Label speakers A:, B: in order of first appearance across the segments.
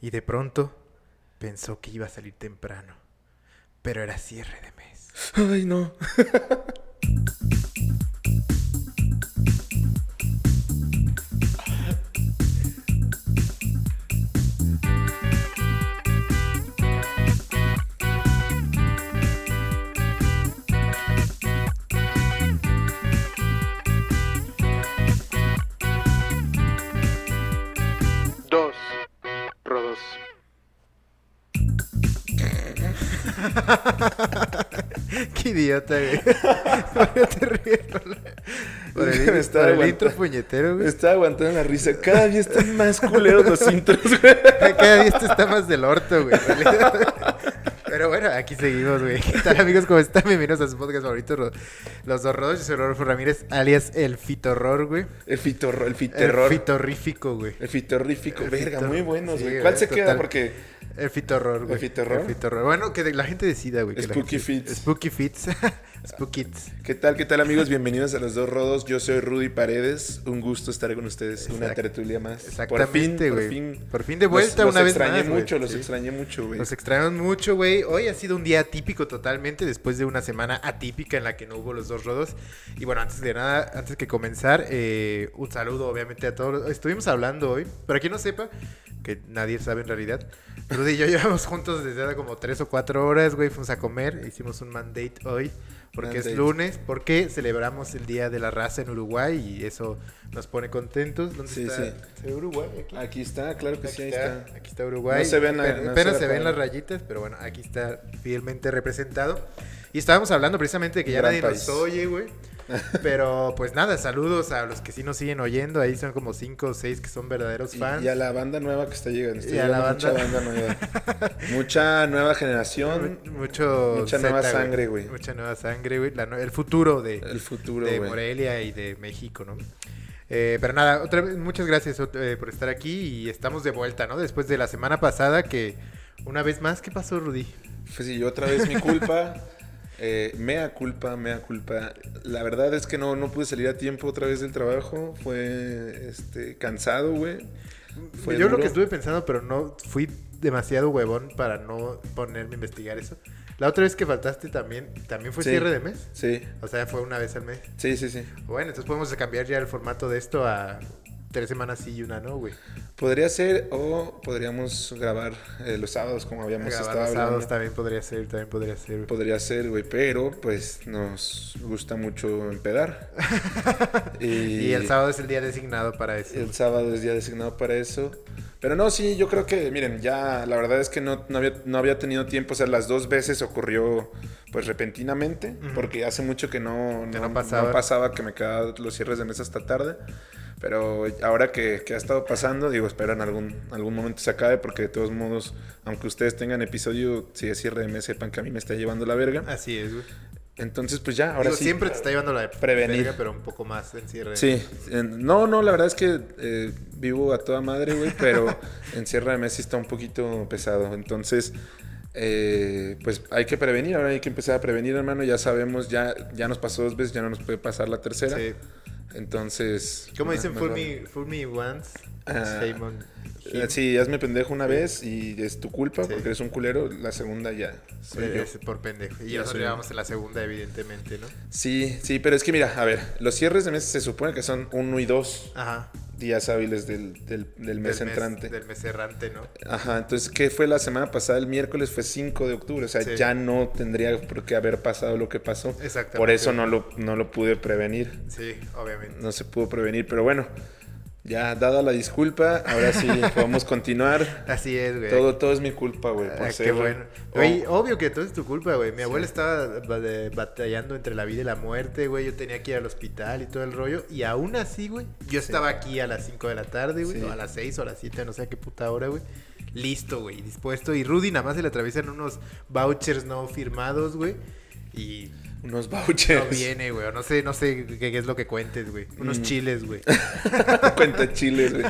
A: y de pronto pensó que iba a salir temprano, pero era cierre de mes.
B: Ay, no.
A: Dos rodos. Qué idiota, güey. ¿Por qué te ríes, Rola? Por el,
B: Me estaba
A: por el
B: aguantando.
A: intro puñetero,
B: Me
A: güey.
B: estaba aguantando la risa. Cada día están más culeros los intros, güey.
A: Cada día esto este está más del orto, güey. en realidad. Pero bueno, aquí seguimos, güey. ¿Qué tal, amigos? ¿Cómo están? Bienvenidos a su podcast favorito, Ro- Los Dos Rodos. Yo soy Rodolfo Ramírez, alias El Fitorror, güey.
B: El fitorro, el
A: El
B: fiterror. El,
A: Fitorrífico, güey.
B: fitorrífico.
A: El
B: Verga,
A: fitor-
B: muy buenos,
A: sí,
B: güey.
A: güey,
B: ¿Cuál se
A: total.
B: queda? Porque
A: El fitorror, güey.
B: fitorror?
A: El fitorror. Bueno, que de- la gente decida, güey. que la
B: Spooky
A: gente-
B: Fits.
A: Spooky Fits. Spooky Fits.
B: ¿Qué tal, qué tal amigos? Bienvenidos a los dos rodos. Yo soy Rudy Paredes. Un gusto estar con ustedes. Una
A: Exact-
B: tertulia más.
A: Exactamente,
B: Por
A: güey.
B: fin,
A: Por, fin de vuelta una vez
B: extrañé
A: más, güey.
B: Mucho, Los
A: Sí.
B: extrañé mucho, güey.
A: Nos extrañamos mucho, güey. Hoy ha sido un día atípico totalmente, después de una semana atípica en la que no hubo los dos rodos. Y bueno, antes de nada, antes que comenzar, eh, un saludo obviamente a todos. los- Estuvimos hablando hoy, para quien no sepa, que nadie sabe en realidad. Rudy y yo llevamos juntos desde hace como tres o cuatro horas, güey. Fuimos a comer, hicimos un mandate hoy. Porque
B: Mandate.
A: es lunes, porque celebramos el Día de la Raza en Uruguay y eso nos pone contentos. ¿Dónde
B: Sí,
A: está?
B: sí.
A: ¿Se ve Uruguay? aquí?
B: Aquí está, claro que
A: Aquí
B: Pues sí, ahí
A: está,
B: está.
A: aquí está Uruguay.
B: No se ven la-
A: Apenas-
B: no
A: apenas
B: se
A: se
B: ve
A: ven
B: la-
A: las rayitas, pero bueno, aquí está fielmente representado. Y estábamos hablando precisamente de que ya
B: Gran
A: nadie
B: país.
A: nos oye, güey. Pero pues nada, saludos a los que sí nos siguen oyendo. Ahí son como cinco o seis que son verdaderos
B: Y,
A: fans.
B: y a la banda nueva que está llegando. Está
A: Y a la
B: llegando mucha
A: banda-
B: banda nueva. mucha nueva generación.
A: Mu- Mucho
B: Mucha
A: Zeta,
B: nueva sangre, güey.
A: Mucha nueva sangre, güey. La nue- El futuro de,
B: El futuro,
A: de
B: güey.
A: Morelia y de México, ¿no? Eh, pero nada, otra vez, muchas gracias ot- eh, por estar aquí y estamos de vuelta, ¿no? Después de la semana pasada que, una vez más, ¿qué pasó, Rudy?
B: Pues sí, otra vez mi culpa. Eh, mea culpa, mea culpa. La verdad es que no, no pude salir a tiempo otra vez del trabajo. Fue este, cansado, güey. Fue
A: Yo lo
B: duro.
A: que estuve pensando, pero no fui demasiado huevón para no ponerme a investigar eso. La otra vez que faltaste también, también fue
B: Sí.
A: cierre de mes.
B: Sí,
A: O sea, fue una vez al mes.
B: sí, sí, sí.
A: Bueno, entonces podemos cambiar ya el formato de esto a tres semanas sí y una no, güey.
B: Podría ser o podríamos grabar eh, los sábados como habíamos
A: Grabar
B: estado
A: los sábados
B: hablando. Pues
A: también podría ser, también podría ser. güey.
B: Podría ser, güey, pero pues nos gusta mucho empedar. y,
A: Y el sábado es el día designado para eso.
B: El sábado es día designado para eso. Pero no, sí, yo creo que, miren, ya la verdad es que no, no, había, no había tenido tiempo. O sea, las dos veces ocurrió pues repentinamente,
A: Ujú.
B: porque hace mucho que no,
A: Que no pasaba.
B: pasaba que me quedaba los cierres de mesa hasta tarde. Pero ahora que, que ha estado pasando, digo, espero en algún, algún momento se acabe, porque de todos modos, aunque ustedes tengan episodio, si es cierre de mesa, sepan que a mí me está llevando la verga.
A: Así es, güey.
B: Entonces, pues ya, ahora
A: Ahora
B: sí.
A: Ah. siempre te está llevando la de
B: Prevenir.
A: verga, pero un poco más en cierre. de
B: Sí, en- no, no, la verdad es que eh, vivo a toda madre, güey, pero en Sierra de Messi está un poquito pesado. Entonces, eh, pues hay que prevenir, ahora hay que empezar a prevenir, hermano. Ya sabemos, ya, ya nos pasó dos veces, ya no nos puede pasar la tercera.
A: Sí.
B: Entonces.
A: Como dicen,
B: más
A: fool
B: vale.
A: me, fool me once,
B: Ah,
A: shame on him".
B: Eh, Sí, hazme pendejo una vez y es tu culpa
A: Sí.
B: porque eres un culero. La segunda ya. soy yo.
A: Eh, Es por pendejo. Y
B: Ya
A: nosotros
B: soy yo.
A: llevamos en la segunda, evidentemente, ¿no?
B: Sí, sí, pero es que mira, a ver, los cierres de meses se supone que son uno y dos
A: Ajá.
B: días hábiles del, del- del mes entrante.
A: Ah. Del mes errante, ¿no?
B: Ajá, entonces, ¿qué fue la semana pasada? El miércoles fue 5 de octubre, o sea,
A: Sí.
B: ya no tendría por qué haber pasado lo que pasó.
A: Exactamente.
B: Por eso no lo, no lo pude prevenir,
A: Sí, obviamente.
B: no se pudo prevenir, pero bueno, ya dada la disculpa, ahora sí podemos continuar.
A: Así es, güey.
B: Todo, todo es mi culpa, güey, por
A: Ah,
B: ser-
A: qué bueno.
B: Oh,
A: Güey, obvio que todo es tu culpa, güey. Mi abuela estaba ba- de- batallando entre la vida y la muerte, güey. Yo tenía que ir al hospital y todo el rollo. Y aún así, güey, yo estaba aquí a las 5 de la tarde, güey.
B: Sí.
A: O a las 6 o a las 7, no sé a qué puta hora, güey. Listo, güey, dispuesto. Y Rudy nada más se le atraviesan unos vouchers no firmados, güey. Y
B: unos
A: no
B: vouchers.
A: viene, güey. o No sé, no sé qué, qué es lo que cuentes, güey. Unos
B: Mm.
A: chiles, güey.
B: Cuenta chiles, güey.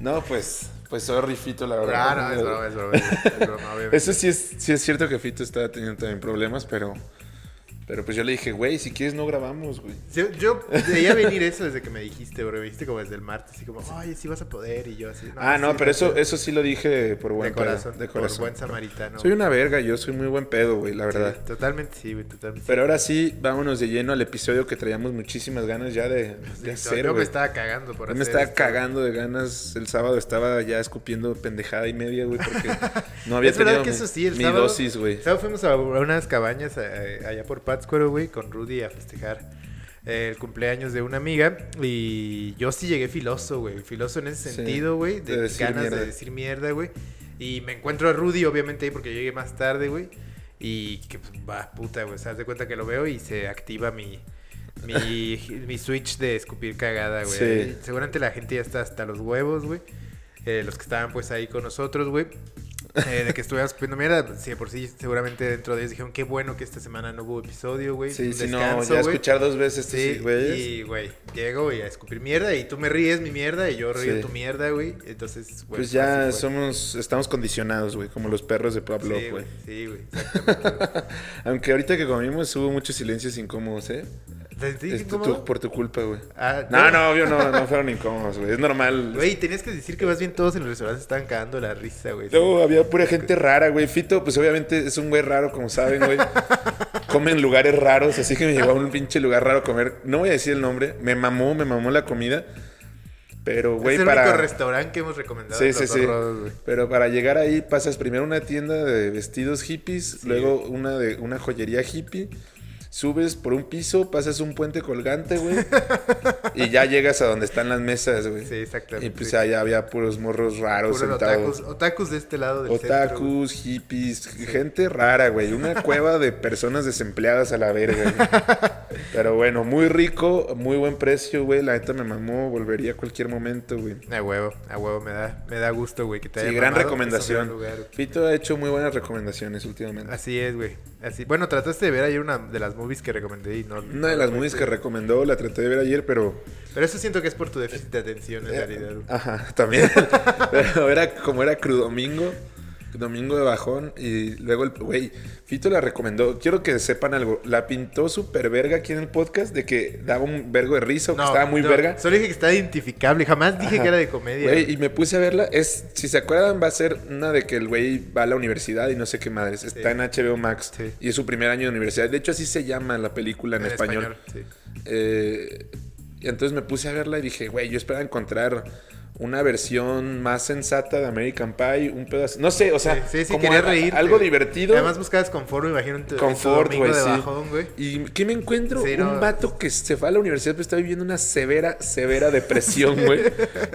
B: No, pues, pues soy Fito, la verdad.
A: Claro, es broma, es broma. es broma, obviamente.
B: Eso sí es, sí es cierto que Fito está teniendo también problemas, pero Pero pues yo le dije, güey, si quieres no grabamos, güey.
A: Yo, yo veía venir eso desde que me dijiste, bro. Me dijiste como desde el martes, así como, oye, sí vas a poder. Y yo así.
B: ah, no,
A: sí,
B: pero
A: sí,
B: eso,
A: sí.
B: eso sí lo dije por buen
A: de
B: pedo,
A: corazón,
B: de
A: Por
B: corazón.
A: buen samaritano.
B: Soy una verga, yo soy muy buen pedo, güey, la
A: Sí,
B: verdad.
A: totalmente sí, güey, totalmente.
B: Pero ahora sí, vámonos de lleno al episodio que traíamos muchísimas ganas ya de,
A: sí.
B: de
A: Yo-
B: hacer.
A: yo me
B: güey.
A: estaba cagando por
B: Yo
A: hacer
B: me estaba
A: esto.
B: cagando de ganas. El sábado estaba ya escupiendo pendejada y media, güey, porque no había
A: es verdad
B: tenido
A: que
B: mi,
A: eso sí, el
B: mi
A: sábado-
B: dosis, güey.
A: El sábado fuimos a unas cabañas eh, allá por Pátzcuaro, güey, con Rudy a festejar eh, el cumpleaños de una amiga. Y yo sí llegué filoso, güey. Filoso en ese
B: Sí,
A: sentido, güey. De,
B: de decir
A: ganas
B: mierda.
A: de decir mierda, güey. Y me encuentro a Rudy, obviamente, ahí porque llegué más tarde, güey. Y que pues, va, puta, güey. O sea, haz de cuenta que lo veo y se activa mi. Mi, mi switch de escupir cagada, güey.
B: Sí.
A: Seguramente la gente ya está hasta los huevos, güey. Eh, los que estaban pues ahí con nosotros, güey. Eh, de que estuviéramos escupiendo mierda, pues, sí, de por sí, seguramente dentro de ellos dijeron, qué bueno que esta semana no hubo episodio, güey.
B: Sí,
A: un
B: sí, no,
A: descanso,
B: ya
A: güey".
B: escuchar dos veces
A: Sí,
B: sí, güey.
A: y güey, llego y a escupir mierda y tú me ríes mi mierda y yo río
B: Sí.
A: tu mierda, güey. Entonces, güey.
B: pues ya
A: así fue.
B: somos, estamos condicionados, güey, como los perros de Pablo,
A: Sí,
B: güey.
A: güey. Sí, güey.
B: Aunque ahorita que comimos hubo muchos silencios incómodos, ¿eh?
A: ¿Te sentiste
B: Este,
A: incómodo?
B: tú- por tu culpa, güey.
A: Ah,
B: No, no, obvio no, no fueron incómodos, güey. Es normal.
A: Güey, tenías que decir que más bien todos en el restaurante se estaban cagando la risa, güey.
B: Luego había pura gente rara, güey. Fito, pues obviamente es un güey raro, como saben, güey. Come en lugares raros, así que me llevó a un pinche lugar raro a comer. No voy a decir el nombre, me mamó, me mamó la comida. Pero, güey,
A: es el
B: para.
A: único restaurante que hemos recomendado.
B: Sí,
A: los
B: sí,
A: dos
B: sí.
A: rodos, güey.
B: Pero para llegar ahí pasas primero una tienda de vestidos hippies, luego una de una joyería hippie, subes por un piso, pasas un puente colgante, güey, y ya llegas a donde están las mesas, güey.
A: Sí, exactamente.
B: Y pues allá había puros morros raros
A: Puros
B: sentados.
A: otakus, otakus de este lado del centro. güey.
B: Otakus, hippies, gente rara, güey. Una cueva de personas desempleadas a la verga. güey. Pero bueno, muy rico, muy buen precio, güey. La neta me mamó, volvería a cualquier momento, güey.
A: A huevo, a huevo, me da, me da gusto, güey, que te
B: Sí,
A: haya
B: gran
A: mamado.
B: recomendación.
A: Es un gran lugar.
B: Pito ha hecho muy buenas recomendaciones últimamente.
A: Así es, güey. Así. Bueno, trataste de ver ayer una de las movies que recomendé y no.
B: Una de las movies que recomendó la traté de ver ayer, pero...
A: Pero eso siento que es por tu déficit de atención,
B: Eh,
A: en realidad. güey.
B: Ajá, también. pero era como era crudomingo. Domingo de bajón y luego el güey Fito la recomendó. Quiero que sepan algo. La pintó súper verga aquí en el podcast de que daba un vergo de risa o que
A: No,
B: estaba muy
A: no,
B: verga.
A: Solo dije que está identificable. Jamás dije
B: Ajá.
A: que era de comedia.
B: Güey,
A: güey.
B: y me puse a verla. Es, si se acuerdan, va a ser una de que el güey va a la universidad y no sé qué madres. Está en HBO Max
A: Sí.
B: y es su primer año de universidad. De hecho, así se llama la película en, español.
A: sí.
B: Eh, y entonces me puse a verla y dije, güey, yo esperaba encontrar una versión más sensata de American Pie, un pedazo. No sé, o sea,
A: sí, sí,
B: como
A: quería
B: a-
A: reír.
B: algo divertido.
A: Además buscabas confort, me imagino. en tu- en tu
B: Confort,
A: domingo
B: güey,
A: de
B: sí.
A: bajón, güey.
B: ¿Y qué me encuentro?
A: Sí,
B: Un
A: no.
B: vato que se fue a la universidad, pero está viviendo una severa, severa depresión, güey.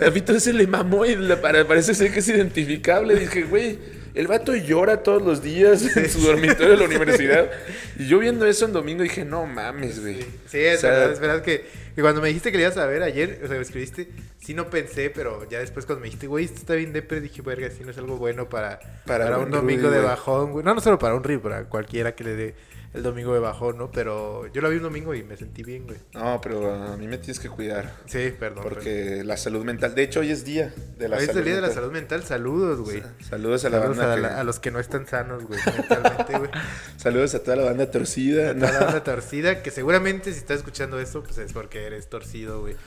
B: A mí todo se le mamó y la- para- parece ser que es identificable. Dije, güey, el vato llora todos los días en su dormitorio de la universidad. Y yo viendo eso en domingo dije, no mames, güey.
A: Sí, sí, es
B: O sea,
A: verdad, es verdad que, que cuando me dijiste que le ibas a ver ayer, o sea, me escribiste, sí no pensé, pero ya después cuando me dijiste, güey, esto está bien depre, dije, verga, si no es algo bueno para,
B: Para
A: para,
B: un
A: un domingo
B: Rudy,
A: de
B: güey.
A: bajón, güey. No, no solo para un rip, para cualquiera que le dé el domingo de bajón, ¿no? Pero yo la vi un domingo y me sentí bien, güey.
B: No, pero a mí me tienes que cuidar.
A: Sí, perdón. perdón.
B: Porque la salud mental. De hecho, hoy es día de la
A: Hoy es
B: salud.
A: el día de la
B: mental.
A: salud mental, saludos, güey.
B: Saludos a la
A: Saludos
B: banda.
A: a,
B: que-
A: la- a los que no están sanos, güey, mentalmente, güey.
B: Saludos a toda la banda torcida.
A: A
B: ¿no?
A: toda la banda torcida, que seguramente si estás escuchando esto, pues es porque eres torcido, güey.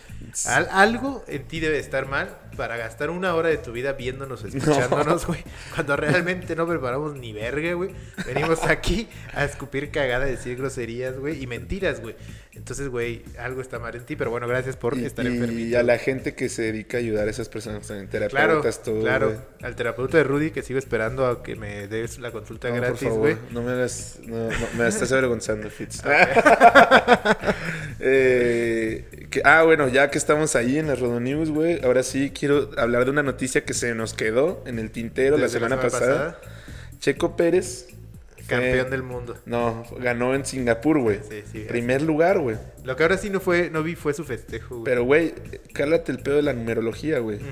A: Al- algo en ti debe estar mal para gastar una hora de tu vida viéndonos, escuchándonos, güey. Cuando realmente no preparamos ni verga, güey. Venimos aquí a escupir cagada, decir groserías, güey, y mentiras, güey. Entonces, güey, algo está mal en ti, pero bueno, gracias por
B: Y,
A: estar
B: y
A: enfermito.
B: a la gente que se dedica a ayudar a esas personas también,
A: Claro,
B: terapeutas, todo.
A: claro.
B: güey.
A: Al terapeuta de Rudy, que sigo esperando a que me des la consulta
B: No, por
A: gratis,
B: favor,
A: güey.
B: no me hagas. No, no, me estás avergonzando, Fitz. Eh, que- ah, bueno, ya que estamos ahí en las Rodonews, güey. Ahora sí quiero hablar de una noticia que se nos quedó en el tintero la
A: Desde
B: semana, pasada. Checo Pérez. fue-
A: Campeón del mundo.
B: No, ganó en Singapur, güey.
A: Sí, sí,
B: Primer lugar, güey.
A: Lo que ahora sí no fue, no vi fue su festejo, güey.
B: Pero, güey, cálate el pedo de la numerología, güey.
A: Ujú.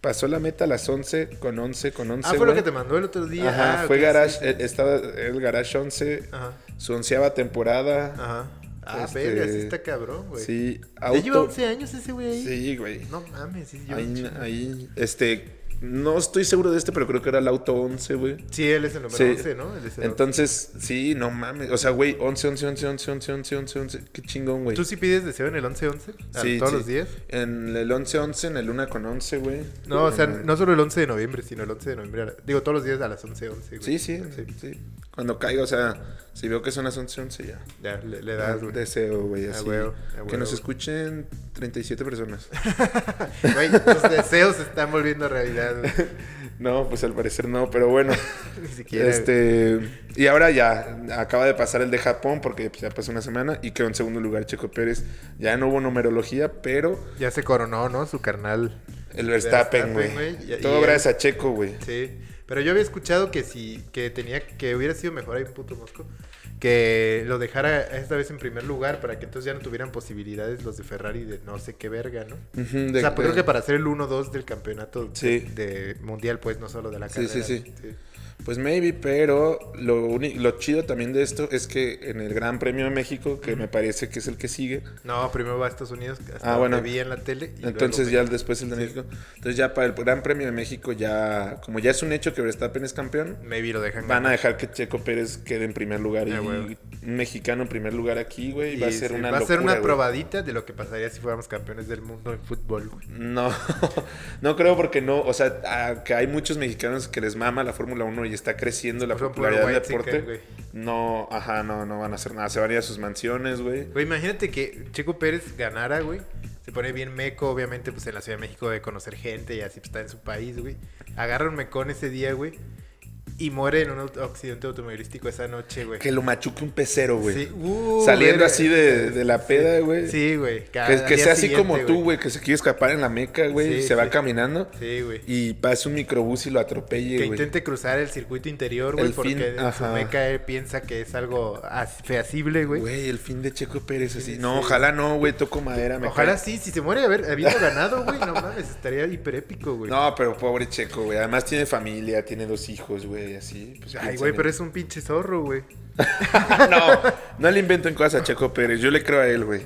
B: Pasó la meta a las 11 con 11 con 11.
A: Ah, fue lo
B: güey.
A: que te mandó el otro día.
B: Ajá,
A: Ah,
B: fue
A: ok, sí.
B: Garage. eh, Estaba el Garage 11,
A: Ajá,
B: su onceava temporada.
A: ajá. Ah,
B: Este-
A: verga, sí está cabrón, güey.
B: Sí,
A: ¿Ya lleva
B: auto.
A: 11 años ese güey ahí?
B: Sí, güey.
A: No mames, sí, yo.
B: Ahí, ahí, este, No estoy seguro de este, pero creo que era el auto 11, güey.
A: Sí, él es el número
B: Sí.
A: 11, ¿no? Él es el
B: Entonces, sí, no mames. O sea, güey, 11, 11, 11, 11, 11, 11, 11, 11. Qué chingón, güey.
A: ¿Tú sí pides deseo en el 11-11? ¿A
B: Sí,
A: ¿Todos
B: sí.
A: los días?
B: En el 11, 11, en el Luna con 11, güey.
A: No, o sea,
B: mames.
A: no solo el 11 de noviembre, sino el 11 de noviembre. a la- Digo, todos los días a las 11:11. güey.
B: Sí, sí, sí, sí. Cuando caiga, o sea, si veo que son las 11, 11 ya.
A: Ya, le, le
B: Da
A: das, güey.
B: deseo, güey,
A: A
B: así.
A: huevo, a
B: Que nos
A: huevo.
B: escuchen 37 personas.
A: Güey, tus deseos se están volviendo realidad, güey.
B: No, pues al parecer no, pero bueno.
A: Ni siquiera. güey.
B: este, y ahora ya acaba de pasar el de Japón porque pues, ya pasó una semana y quedó en segundo lugar Checo Pérez. Ya no hubo numerología, pero
A: Ya se coronó, ¿no? Su carnal.
B: el Verstappen,
A: Verstappen, güey,
B: güey.
A: y-
B: Todo
A: y-
B: gracias a Checo, güey.
A: Sí. Pero yo había escuchado que si, que tenía, que hubiera sido mejor ahí un puto mosco. Que lo dejara esta vez en primer lugar para que entonces ya no tuvieran posibilidades los de Ferrari de no sé qué verga, ¿no?
B: Ujú,
A: o
B: de-
A: sea, pues
B: de-
A: creo que para hacer el 1-2 del campeonato
B: Sí.
A: de, de mundial, pues no solo de la
B: Sí,
A: carrera.
B: sí, sí.
A: ¿no?
B: Pues maybe, pero lo, uni- lo chido también de esto es que en el Gran Premio de México, que me parece que es el que sigue,
A: No, primero va a Estados Unidos, hasta
B: Ah,
A: ah,
B: bueno.
A: vi en la tele. y
B: entonces ya
A: luego-
B: el- después el de México, entonces ya para el Gran Premio de México ya, como ya es un hecho que Verstappen es campeón,
A: Maybe lo dejan
B: van a dejar que Checo Pérez quede en primer lugar y
A: Ah, huevo.
B: un mexicano en primer lugar aquí, güey,
A: Y
B: va a ser
A: sí,
B: una
A: va a ser
B: locura,
A: una
B: güey.
A: probadita de lo que pasaría si fuéramos campeones del mundo en fútbol. güey.
B: No, no creo porque no, o sea, a- que hay muchos mexicanos que les mama la Fórmula 1 y está creciendo la
A: Por ejemplo,
B: popularidad
A: el
B: del
A: Whitezican,
B: deporte.
A: güey.
B: No, ajá, no, no van a hacer nada, se van a ir a sus mansiones, güey.
A: Güey, imagínate que Checo Pérez ganara, güey. Se pone bien meco, obviamente, pues en la Ciudad de México de conocer gente y así pues, está en su país, güey. Agarra un mecón ese día, güey. Y muere en un aut- accidente automovilístico esa noche, güey.
B: Que lo machuque un pecero, güey.
A: Sí, uh,
B: Saliendo
A: verga.
B: así de, de la peda, güey.
A: Sí, güey. que
B: Que,
A: al
B: que
A: día
B: sea así
A: siguiente,
B: como tú, güey, que se quiere escapar en la meca, güey, y
A: Sí,
B: se va
A: sí.
B: caminando
A: Sí, güey.
B: y pasa un microbús y lo atropelle,
A: Que
B: güey.
A: intente cruzar el circuito interior,
B: El
A: güey,
B: fin,
A: porque en su
B: ajá.
A: meca él piensa que es algo as- feasible, güey.
B: Güey, el fin de Checo Pérez así.
A: Sí,
B: No,
A: sí.
B: ojalá no, güey, toco madera. me
A: Ojalá
B: cae.
A: sí, si se muere haber, habiendo ganado, güey, no mames, estaría hiper épico, güey.
B: No, pero pobre Checo, güey. Además tiene familia, tiene dos hijos, güey, así. pues,
A: Ay,
B: piensa
A: güey,
B: en
A: pero
B: él.
A: es un pinche zorro, güey.
B: No, no le inventen cosas a Checo Pérez. Yo le creo a él, güey.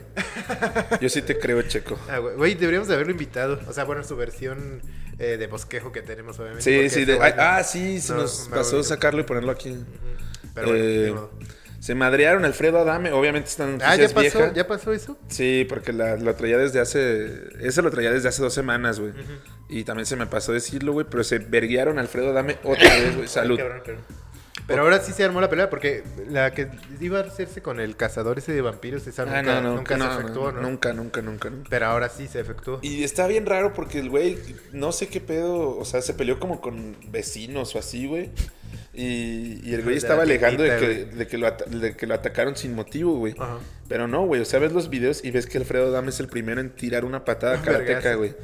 B: Yo sí te creo, Checo.
A: Ah, güey, güey, deberíamos de haberlo invitado. O sea, bueno, su versión eh, de bosquejo que tenemos, obviamente.
B: Sí,
A: Pues, porque
B: sí.
A: ese
B: de-
A: güey
B: ay,
A: no-
B: ah, sí, se
A: no,
B: nos
A: me
B: pasó
A: voy.
B: sacarlo y ponerlo aquí.
A: Pero bueno,
B: Eh,
A: ni modo.
B: se madrearon Alfredo Adame. Obviamente están
A: Ah, ya pasó,
B: vieja.
A: ya pasó eso.
B: Sí, porque la, lo traía desde hace. Ese lo traía desde hace dos semanas, güey. Y también se me pasó decirlo, güey. Pero se verguearon a Alfredo Adame otra vez, güey. Salud.
A: Cabrón, pero- Pero ahora sí se armó la pelea porque la que iba a hacerse con el cazador ese de vampiros, esa nunca,
B: Ah, no, no,
A: nunca
B: no,
A: se efectuó, ¿no?
B: Nunca, nunca, nunca, nunca.
A: Pero ahora sí se efectuó.
B: Y está bien raro porque el güey, no sé qué pedo, o sea, se peleó como con vecinos o así, güey. Y, y el güey
A: De
B: estaba
A: la
B: alegando de que,
A: tiendita,
B: de que lo ata- de que lo atacaron sin motivo, güey.
A: Ajá.
B: Pero no, güey, o sea, ves los videos y ves que Alfredo Adame es el primero en tirar una patada
A: Un
B: karateca,
A: vergazo.
B: güey.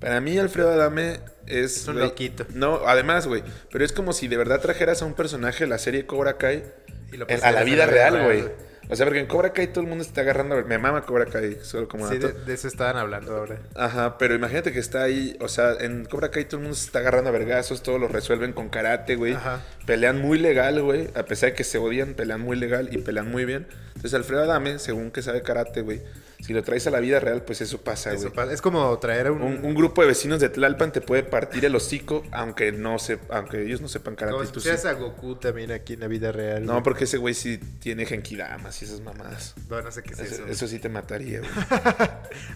B: Para mí Alfredo Adame es...
A: Es un
B: güey,
A: loquito.
B: No, además, güey, pero es como si de verdad trajeras a un personaje de la serie Cobra Kai
A: Y lo
B: en- a
A: pusieras
B: la
A: en
B: vida real, güey. O sea, porque en Cobra Kai todo el mundo se está agarrando... a- Me mama Cobra Kai, solo como
A: Sí,
B: dato.
A: de, de eso estaban hablando ahora.
B: Ajá, pero imagínate que está ahí, o sea, en Cobra Kai todo el mundo se está agarrando a vergazos, todo lo resuelven con karate, güey.
A: Ajá.
B: Pelean muy legal, güey. A pesar de que se odian, pelean muy legal y pelean muy bien. Entonces, Alfredo Adame, según que sabe karate, güey, si lo traes a la vida real, pues eso pasa,
A: Eso
B: güey.
A: pasa. Es como traer a un,
B: Un, un grupo de vecinos de Tlalpan te puede partir el hocico, aunque no se, aunque ellos no sepan karate.
A: como
B: y
A: si
B: tú sí.
A: pusieras a Goku también aquí en la vida real.
B: No,
A: güey.
B: porque ese güey sí tiene genkidamas y esas mamadas.
A: No, no sé qué es
B: Eso,
A: eso.
B: eso sí te mataría, güey.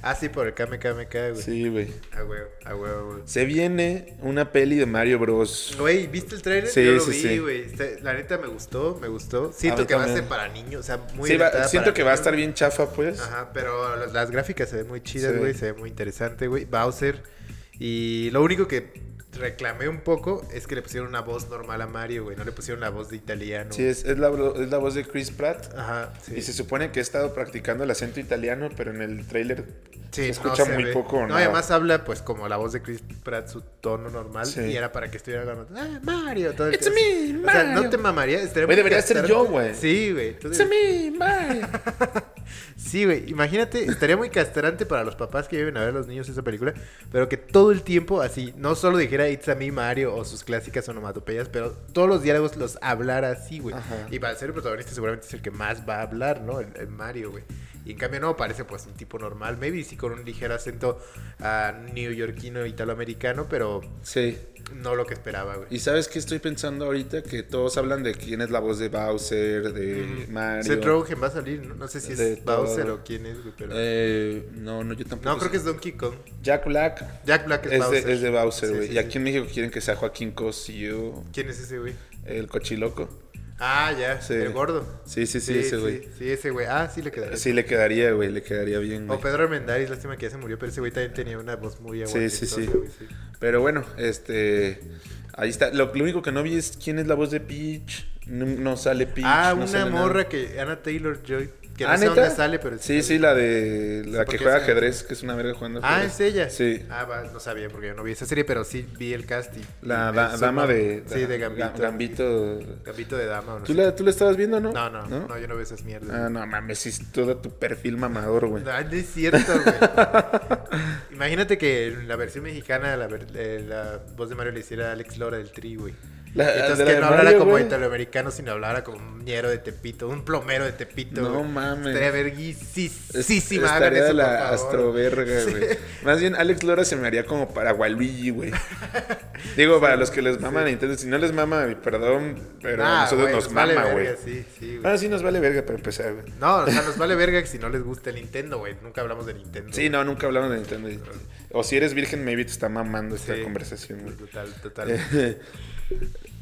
A: Ah, sí, por el KMKMK, güey.
B: Sí, güey.
A: A huevo, a huevo, güey.
B: Se viene una peli de Mario Bros.
A: Güey, ¿viste el trailer?
B: Sí,
A: Yo lo
B: sí, sí.
A: vi, güey. Está- La neta me gustó, me gustó.
B: A mí
A: Siento que va a
B: también.
A: ser para niños, o sea, muy
B: Sí, va-
A: orientada
B: siento
A: para
B: que va a
A: niños.
B: estar bien chafa, pues.
A: Ajá, pero las, las gráficas se ven muy chidas,
B: Sí.
A: güey. Se ve muy interesante, güey. Bowser. Y lo único que reclamé un poco es que le pusieron una voz normal a Mario, güey. No le pusieron la voz de italiano.
B: Sí, es, es la, bro- es la voz de Chris Pratt.
A: Ajá, sí.
B: Y se supone que he estado practicando el acento italiano, pero en el tráiler
A: Sí,
B: se escucha
A: no se
B: muy
A: ve.
B: poco. o
A: No,
B: nada.
A: y además habla, pues, como la voz de Chris Pratt, su tono normal.
B: Sí.
A: Y era para que estuviera hablando, ah, Mario, todo el
B: It's
A: tiempo.
B: me,
A: O sea,
B: Mario.
A: no te mamaría. Estaría
B: Güey,
A: muy
B: debería ser
A: castrante.
B: yo, güey.
A: Sí, güey. Entonces,
B: It's me, Mario.
A: Sí, güey, imagínate, estaría muy castrante para los papás que lleven a ver a los niños esa película, pero que todo el tiempo así, no solo dijera It's a me Mario o sus clásicas onomatopeyas, pero todos los diálogos los hablara así, güey.
B: Ajá.
A: Y para ser el protagonista seguramente es el que más va a hablar, ¿no? El, el Mario, güey. Y en cambio no, parece pues un tipo normal, maybe sí con un ligero acento ah, neoyorquino, italoamericano, pero
B: Sí.
A: No lo que esperaba, güey.
B: Y sabes qué estoy pensando ahorita que todos hablan de quién es la voz de Bowser, de
A: Mm.
B: Mario.
A: Seth Rogen va a salir, no, No sé si
B: De
A: es Bowser
B: todo.
A: o quién es, güey, pero...
B: Eh, no, no, yo tampoco.
A: no, creo
B: sé.
A: que es Donkey Kong.
B: Jack Black.
A: Jack Black es,
B: Es
A: Bowser.
B: de, es de Bowser,
A: Sí,
B: güey.
A: sí,
B: y
A: sí.
B: aquí en México quieren que sea Joaquín Cosío,
A: ¿Quién es ese, güey?
B: el cochiloco.
A: Ah, ya,
B: Sí.
A: el gordo.
B: Sí, sí, sí, ese güey.
A: Sí, ese güey. Ah, sí le quedaría.
B: Sí, le quedaría, güey, le quedaría bien.
A: O
B: güey.
A: Pedro Armendáriz, lástima que ya se murió, pero ese güey también tenía una voz muy
B: Sí, sí, sí.
A: aguardientosa, güey,
B: Pero bueno, este. Ahí está. Lo, lo único que no vi es quién es la voz de Peach. No, no sale Peach.
A: Ah,
B: no
A: una
B: sale nada.
A: morra que Ana Taylor Joy, que
B: ¿Ah,
A: no sé
B: neta?
A: dónde sale, pero
B: Sí,
A: sale.
B: sí, la de. La
A: ¿por
B: que
A: qué
B: juega
A: sale?
B: ajedrez, que es una verga jugando
A: Ah,
B: ajedrez.
A: es ella.
B: Sí.
A: Ah, va, no sabía porque yo no vi esa serie, pero sí vi el casting.
B: La
A: Y-
B: da-
A: y-
B: dama de.
A: Sí, de
B: Ga-
A: Gambito.
B: Gambito.
A: Gambito de dama. o no
B: ¿Tú
A: sé.
B: la, ¿Tú la estabas viendo, no?
A: No, no, no, yo no veo esas mierdas.
B: Ah, no mames, sí, es todo tu perfil mamador, güey.
A: Ah, No, no es cierto, güey. Imagínate que en la versión mexicana la, ver- eh, la voz de Mario le hiciera Alex Lora del Tri, güey.
B: La- de
A: Entonces
B: la
A: que
B: de
A: no hablara
B: Mario,
A: como
B: güey.
A: italoamericano, sino hablara como un ñero de Tepito, un plomero de Tepito.
B: No
A: güey.
B: mames.
A: Estaría
B: Es-
A: verguisísima. hagan
B: estaría
A: eso,
B: de
A: por
B: la
A: favor.
B: astroverga, güey. Más bien, Alex Lora se me haría como para Waluigi, güey. Digo, para los que les maman a Nintendo, si no les mama, perdón, pero
A: Nah,
B: a nosotros
A: güey,
B: nos
A: Ah, vale
B: mama, güey.
A: verga, Sí, sí, güey.
B: Ah, sí, nos vale verga para empezar, güey.
A: No, o sea, nos vale verga que si no les gusta el Nintendo, güey. Nunca hablamos de Nintendo.
B: Sí, no, nunca hablamos de Nintendo. O si eres virgen, maybe te está mamando esta
A: Sí.
B: conversación, güey.
A: Total, total.
B: Eh,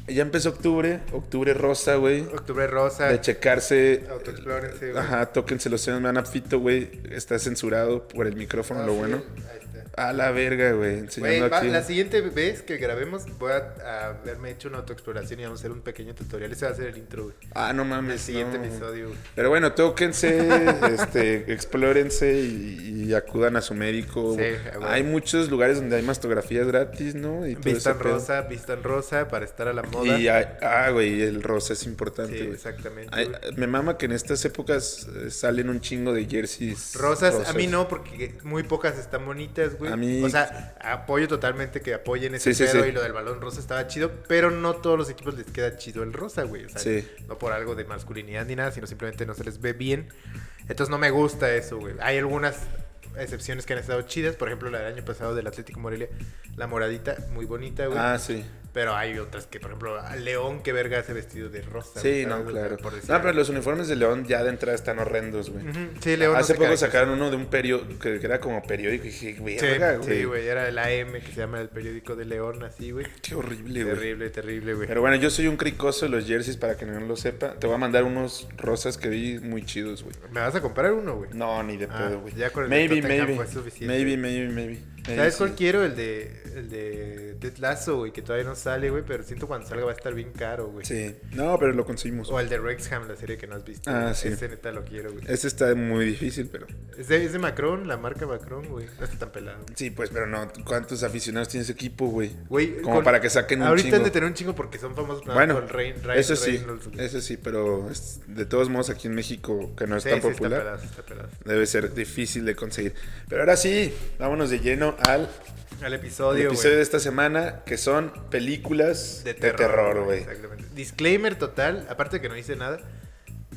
B: ya empezó octubre, octubre rosa, güey.
A: Octubre Rosa.
B: De checarse.
A: Autoexplórense, güey.
B: Ajá, tóquense los senos, me fito, güey. Está censurado por el micrófono,
A: Ah,
B: lo
A: sí,
B: bueno.
A: ahí está.
B: A la verga, güey.
A: Güey,
B: Enseñando
A: va-
B: aquí.
A: la siguiente vez que grabemos voy a, a haberme hecho una autoexploración y vamos a hacer un pequeño tutorial. Ese va a ser el intro, güey.
B: Ah, no mames.
A: El siguiente
B: no.
A: episodio, güey.
B: Pero bueno, tóquense, este, explórense y, y acudan a su médico.
A: Sí, a huevo.
B: hay muchos lugares donde hay mastografías gratis, ¿no? Y todo ese
A: Vistan
B: pedo.
A: rosa, vistan rosa para estar a la moda.
B: Y hay- ah, güey, el rosa es importante.
A: sí,
B: güey.
A: exactamente.
B: Ay,
A: güey.
B: me mama que en estas épocas eh, salen un chingo de jerseys.
A: Rosas, a mí no, porque muy pocas están bonitas, güey.
B: A mí-
A: O sea, apoyo totalmente que apoyen ese
B: Sí, sí,
A: pedo
B: sí.
A: y lo del balón rosa estaba chido, pero no todos los equipos les queda chido el rosa, güey. O sea,
B: Sí.
A: no por algo de masculinidad ni nada, sino simplemente no se les ve bien. Entonces no me gusta eso, güey. Hay algunas excepciones que han estado chidas, por ejemplo, la del año pasado del Atlético Morelia, la moradita, muy bonita, güey.
B: Ah, sí.
A: Pero hay otras que, por ejemplo, a León, que verga hace vestido de rosa.
B: Sí,
A: güey,
B: no,
A: ¿sabes? O sea,
B: claro.
A: por decir
B: No, pero
A: algo.
B: los uniformes de León ya de entrada están horrendos, güey.
A: Ujú, Sí, León. no
B: Hace
A: se
B: poco
A: caracteriza.
B: sacaron uno de un periódico que, que era como periódico y dije, güey,
A: Sí,
B: verga,
A: sí, güey, era el AM que se llama el periódico de León, así, güey.
B: Qué horrible, güey.
A: Terrible, terrible, güey.
B: Pero bueno, yo soy un cricoso de los jerseys para que no lo sepa. Te voy a mandar unos rosas que vi muy chidos, güey.
A: ¿Me vas a comprar uno, güey?
B: No, ni de
A: Ah,
B: pedo, güey.
A: ya con el de
B: maybe,
A: Tottenham
B: maybe,
A: fue suficiente.
B: maybe, maybe, maybe. Maybe,
A: ¿Sabes
B: sí.
A: cuál quiero? El de, el de Ted Lasso, güey, que todavía no sale, güey, pero siento cuando salga va a estar bien caro, güey.
B: Sí. No, pero lo conseguimos.
A: O el de Rexham, la serie que no has visto.
B: Ah,
A: güey.
B: sí. Eh.
A: Ese neta lo quiero, güey.
B: Ese está muy difícil, pero...
A: Es de, es de Macron, la marca Macron, güey. No está tan pelado.
B: Sí, pues, pero no. ¿Cuántos aficionados tiene ese equipo, güey?
A: Güey,
B: Como
A: con-
B: para que saquen un
A: Ahorita han
B: chingo.
A: de tener un chingo porque son famosos nada más
B: Bueno,
A: por Ryan- Ryan
B: eso sí,
A: Reynolds, güey.
B: eso sí, pero es- de todos modos aquí en México, que no es
A: Sí,
B: tan
A: sí, está
B: popular,
A: pelado, sí está pelado.
B: debe ser difícil de conseguir. Pero ahora sí, vámonos de lleno al
A: Al episodio, güey.
B: episodio de esta semana, que son películas de terror, güey.
A: Exactamente. Disclaimer total, aparte de que no hice nada.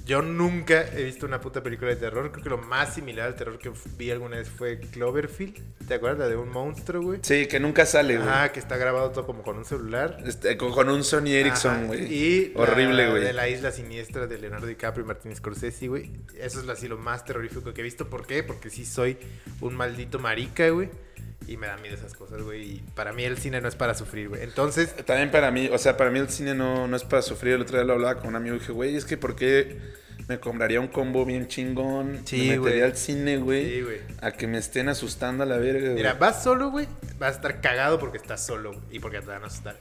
A: Yo nunca he visto una puta película de terror. Creo que lo más similar al terror que vi alguna vez fue Cloverfield. ¿Te acuerdas? La de un monstruo, güey.
B: Sí, que nunca sale, güey.
A: Ah, que está grabado todo como con un celular.
B: Este, con, con un Sony Ericsson,
A: Ajá.
B: güey.
A: Y
B: Horrible,
A: la
B: güey.
A: De la isla siniestra de Leonardo DiCaprio y Martin Scorsese, güey. Eso es así lo más terrorífico que he visto. ¿Por qué? Porque sí soy un maldito marica, güey. Y me dan miedo esas cosas, güey. Y para mí el cine no es para sufrir, güey. Entonces,
B: También para mí, o sea, para mí el cine no, no es para sufrir. El otro día lo hablaba con un amigo y dije, güey, es que ¿por qué me compraría un combo bien chingón?
A: Sí,
B: me metería
A: güey.
B: al cine, güey.
A: Sí, güey.
B: A que me estén asustando a la verga, güey.
A: Mira, vas solo, güey, vas a estar cagado porque estás solo güey, y porque te van a asustar.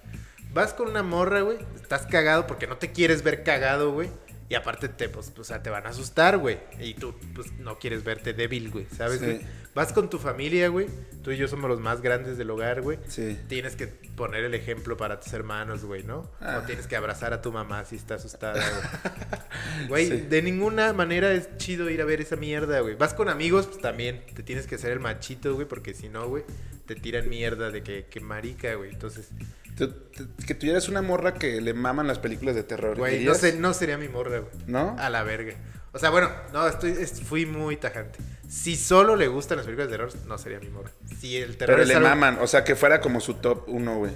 A: Vas con una morra, güey, estás cagado porque no te quieres ver cagado, güey. Y aparte te, pues, o sea, te van a asustar, güey. Y tú, pues, no quieres verte débil, güey, ¿sabes?
B: Sí.
A: güey? Vas con tu familia, güey. Tú y yo somos los más grandes del hogar, güey.
B: Sí.
A: Tienes que poner el ejemplo para tus hermanos, güey, ¿no?
B: Ah.
A: O tienes que abrazar a tu mamá si está asustada, güey. Güey,
B: Sí.
A: de ninguna manera es chido ir a ver esa mierda, güey. Vas con amigos, pues también te tienes que hacer el machito, güey, porque si no, güey, te tiran mierda de que, que marica, güey. Entonces,
B: Tú- tú- que tuvieras una morra que le maman las películas de terror.
A: güey, no,
B: ¿irías?
A: sé, no sería mi morra, güey.
B: ¿No?
A: A la verga. O sea, bueno, no, estoy, es- fui muy tajante. Si solo le gustan las películas de terror, no sería mi morra. Si el terror
B: Pero
A: es
B: le
A: algo-
B: maman, o sea, que fuera como su top uno, güey.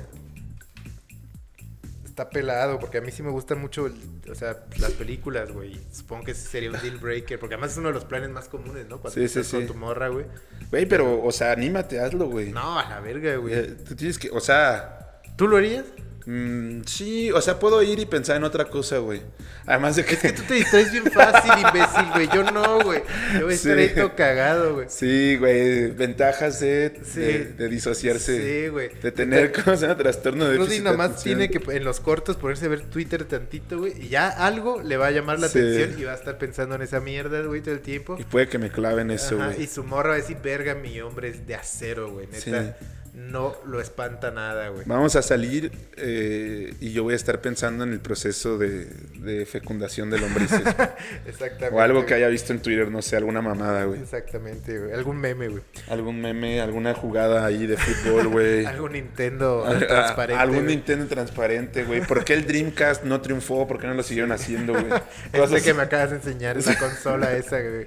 A: está pelado, porque a mí sí me gustan mucho, el- o sea, las películas, güey. Supongo que ese sería un deal breaker, porque además es uno de los planes más comunes, ¿no? Cuando
B: Sí, sí,
A: estás con
B: sí.
A: tu morra, güey.
B: Güey, pero, o sea, anímate, hazlo, güey.
A: No, a la verga, güey.
B: Eh, Tú tienes que, o sea,
A: ¿Tú lo harías?
B: mm, sí, o sea, puedo ir y pensar en otra cosa, güey. Además de
A: Es que
B: que...
A: tú te distraes bien fácil, imbécil, güey. Yo no, güey. Yo voy a estar
B: Sí.
A: ahí todo cagado, güey.
B: Sí, güey, ventajas de,
A: Sí.
B: de, de disociarse.
A: Sí, güey.
B: De tener, ¿cómo se llama? Trastorno de
A: Rudy
B: déficit de
A: nada más
B: atención.
A: tiene que en los cortos ponerse a ver Twitter tantito, güey. Y ya algo le va a llamar la
B: Sí.
A: atención y va a estar pensando en esa mierda, güey, todo el tiempo.
B: Y puede que me claven eso,
A: Ajá,
B: güey.
A: y su morra va a decir, verga, mi hombre es de acero, güey. Neta, no lo espanta nada, güey.
B: Vamos a salir eh, y yo voy a estar pensando en el proceso de, de fecundación de lombrices. güey.
A: Exactamente.
B: o algo
A: güey.
B: que haya visto en Twitter, no sé, alguna mamada, güey.
A: Exactamente, güey. Algún meme, güey.
B: Algún meme, alguna jugada ahí de fútbol, güey.
A: Algún Nintendo
B: Al- a-
A: transparente.
B: algún
A: güey.
B: Nintendo transparente, güey. ¿Por qué el Dreamcast no triunfó? ¿Por qué no lo siguieron haciendo, güey?
A: Este
B: Cosas-
A: que me acabas de enseñar, esa consola esa, güey.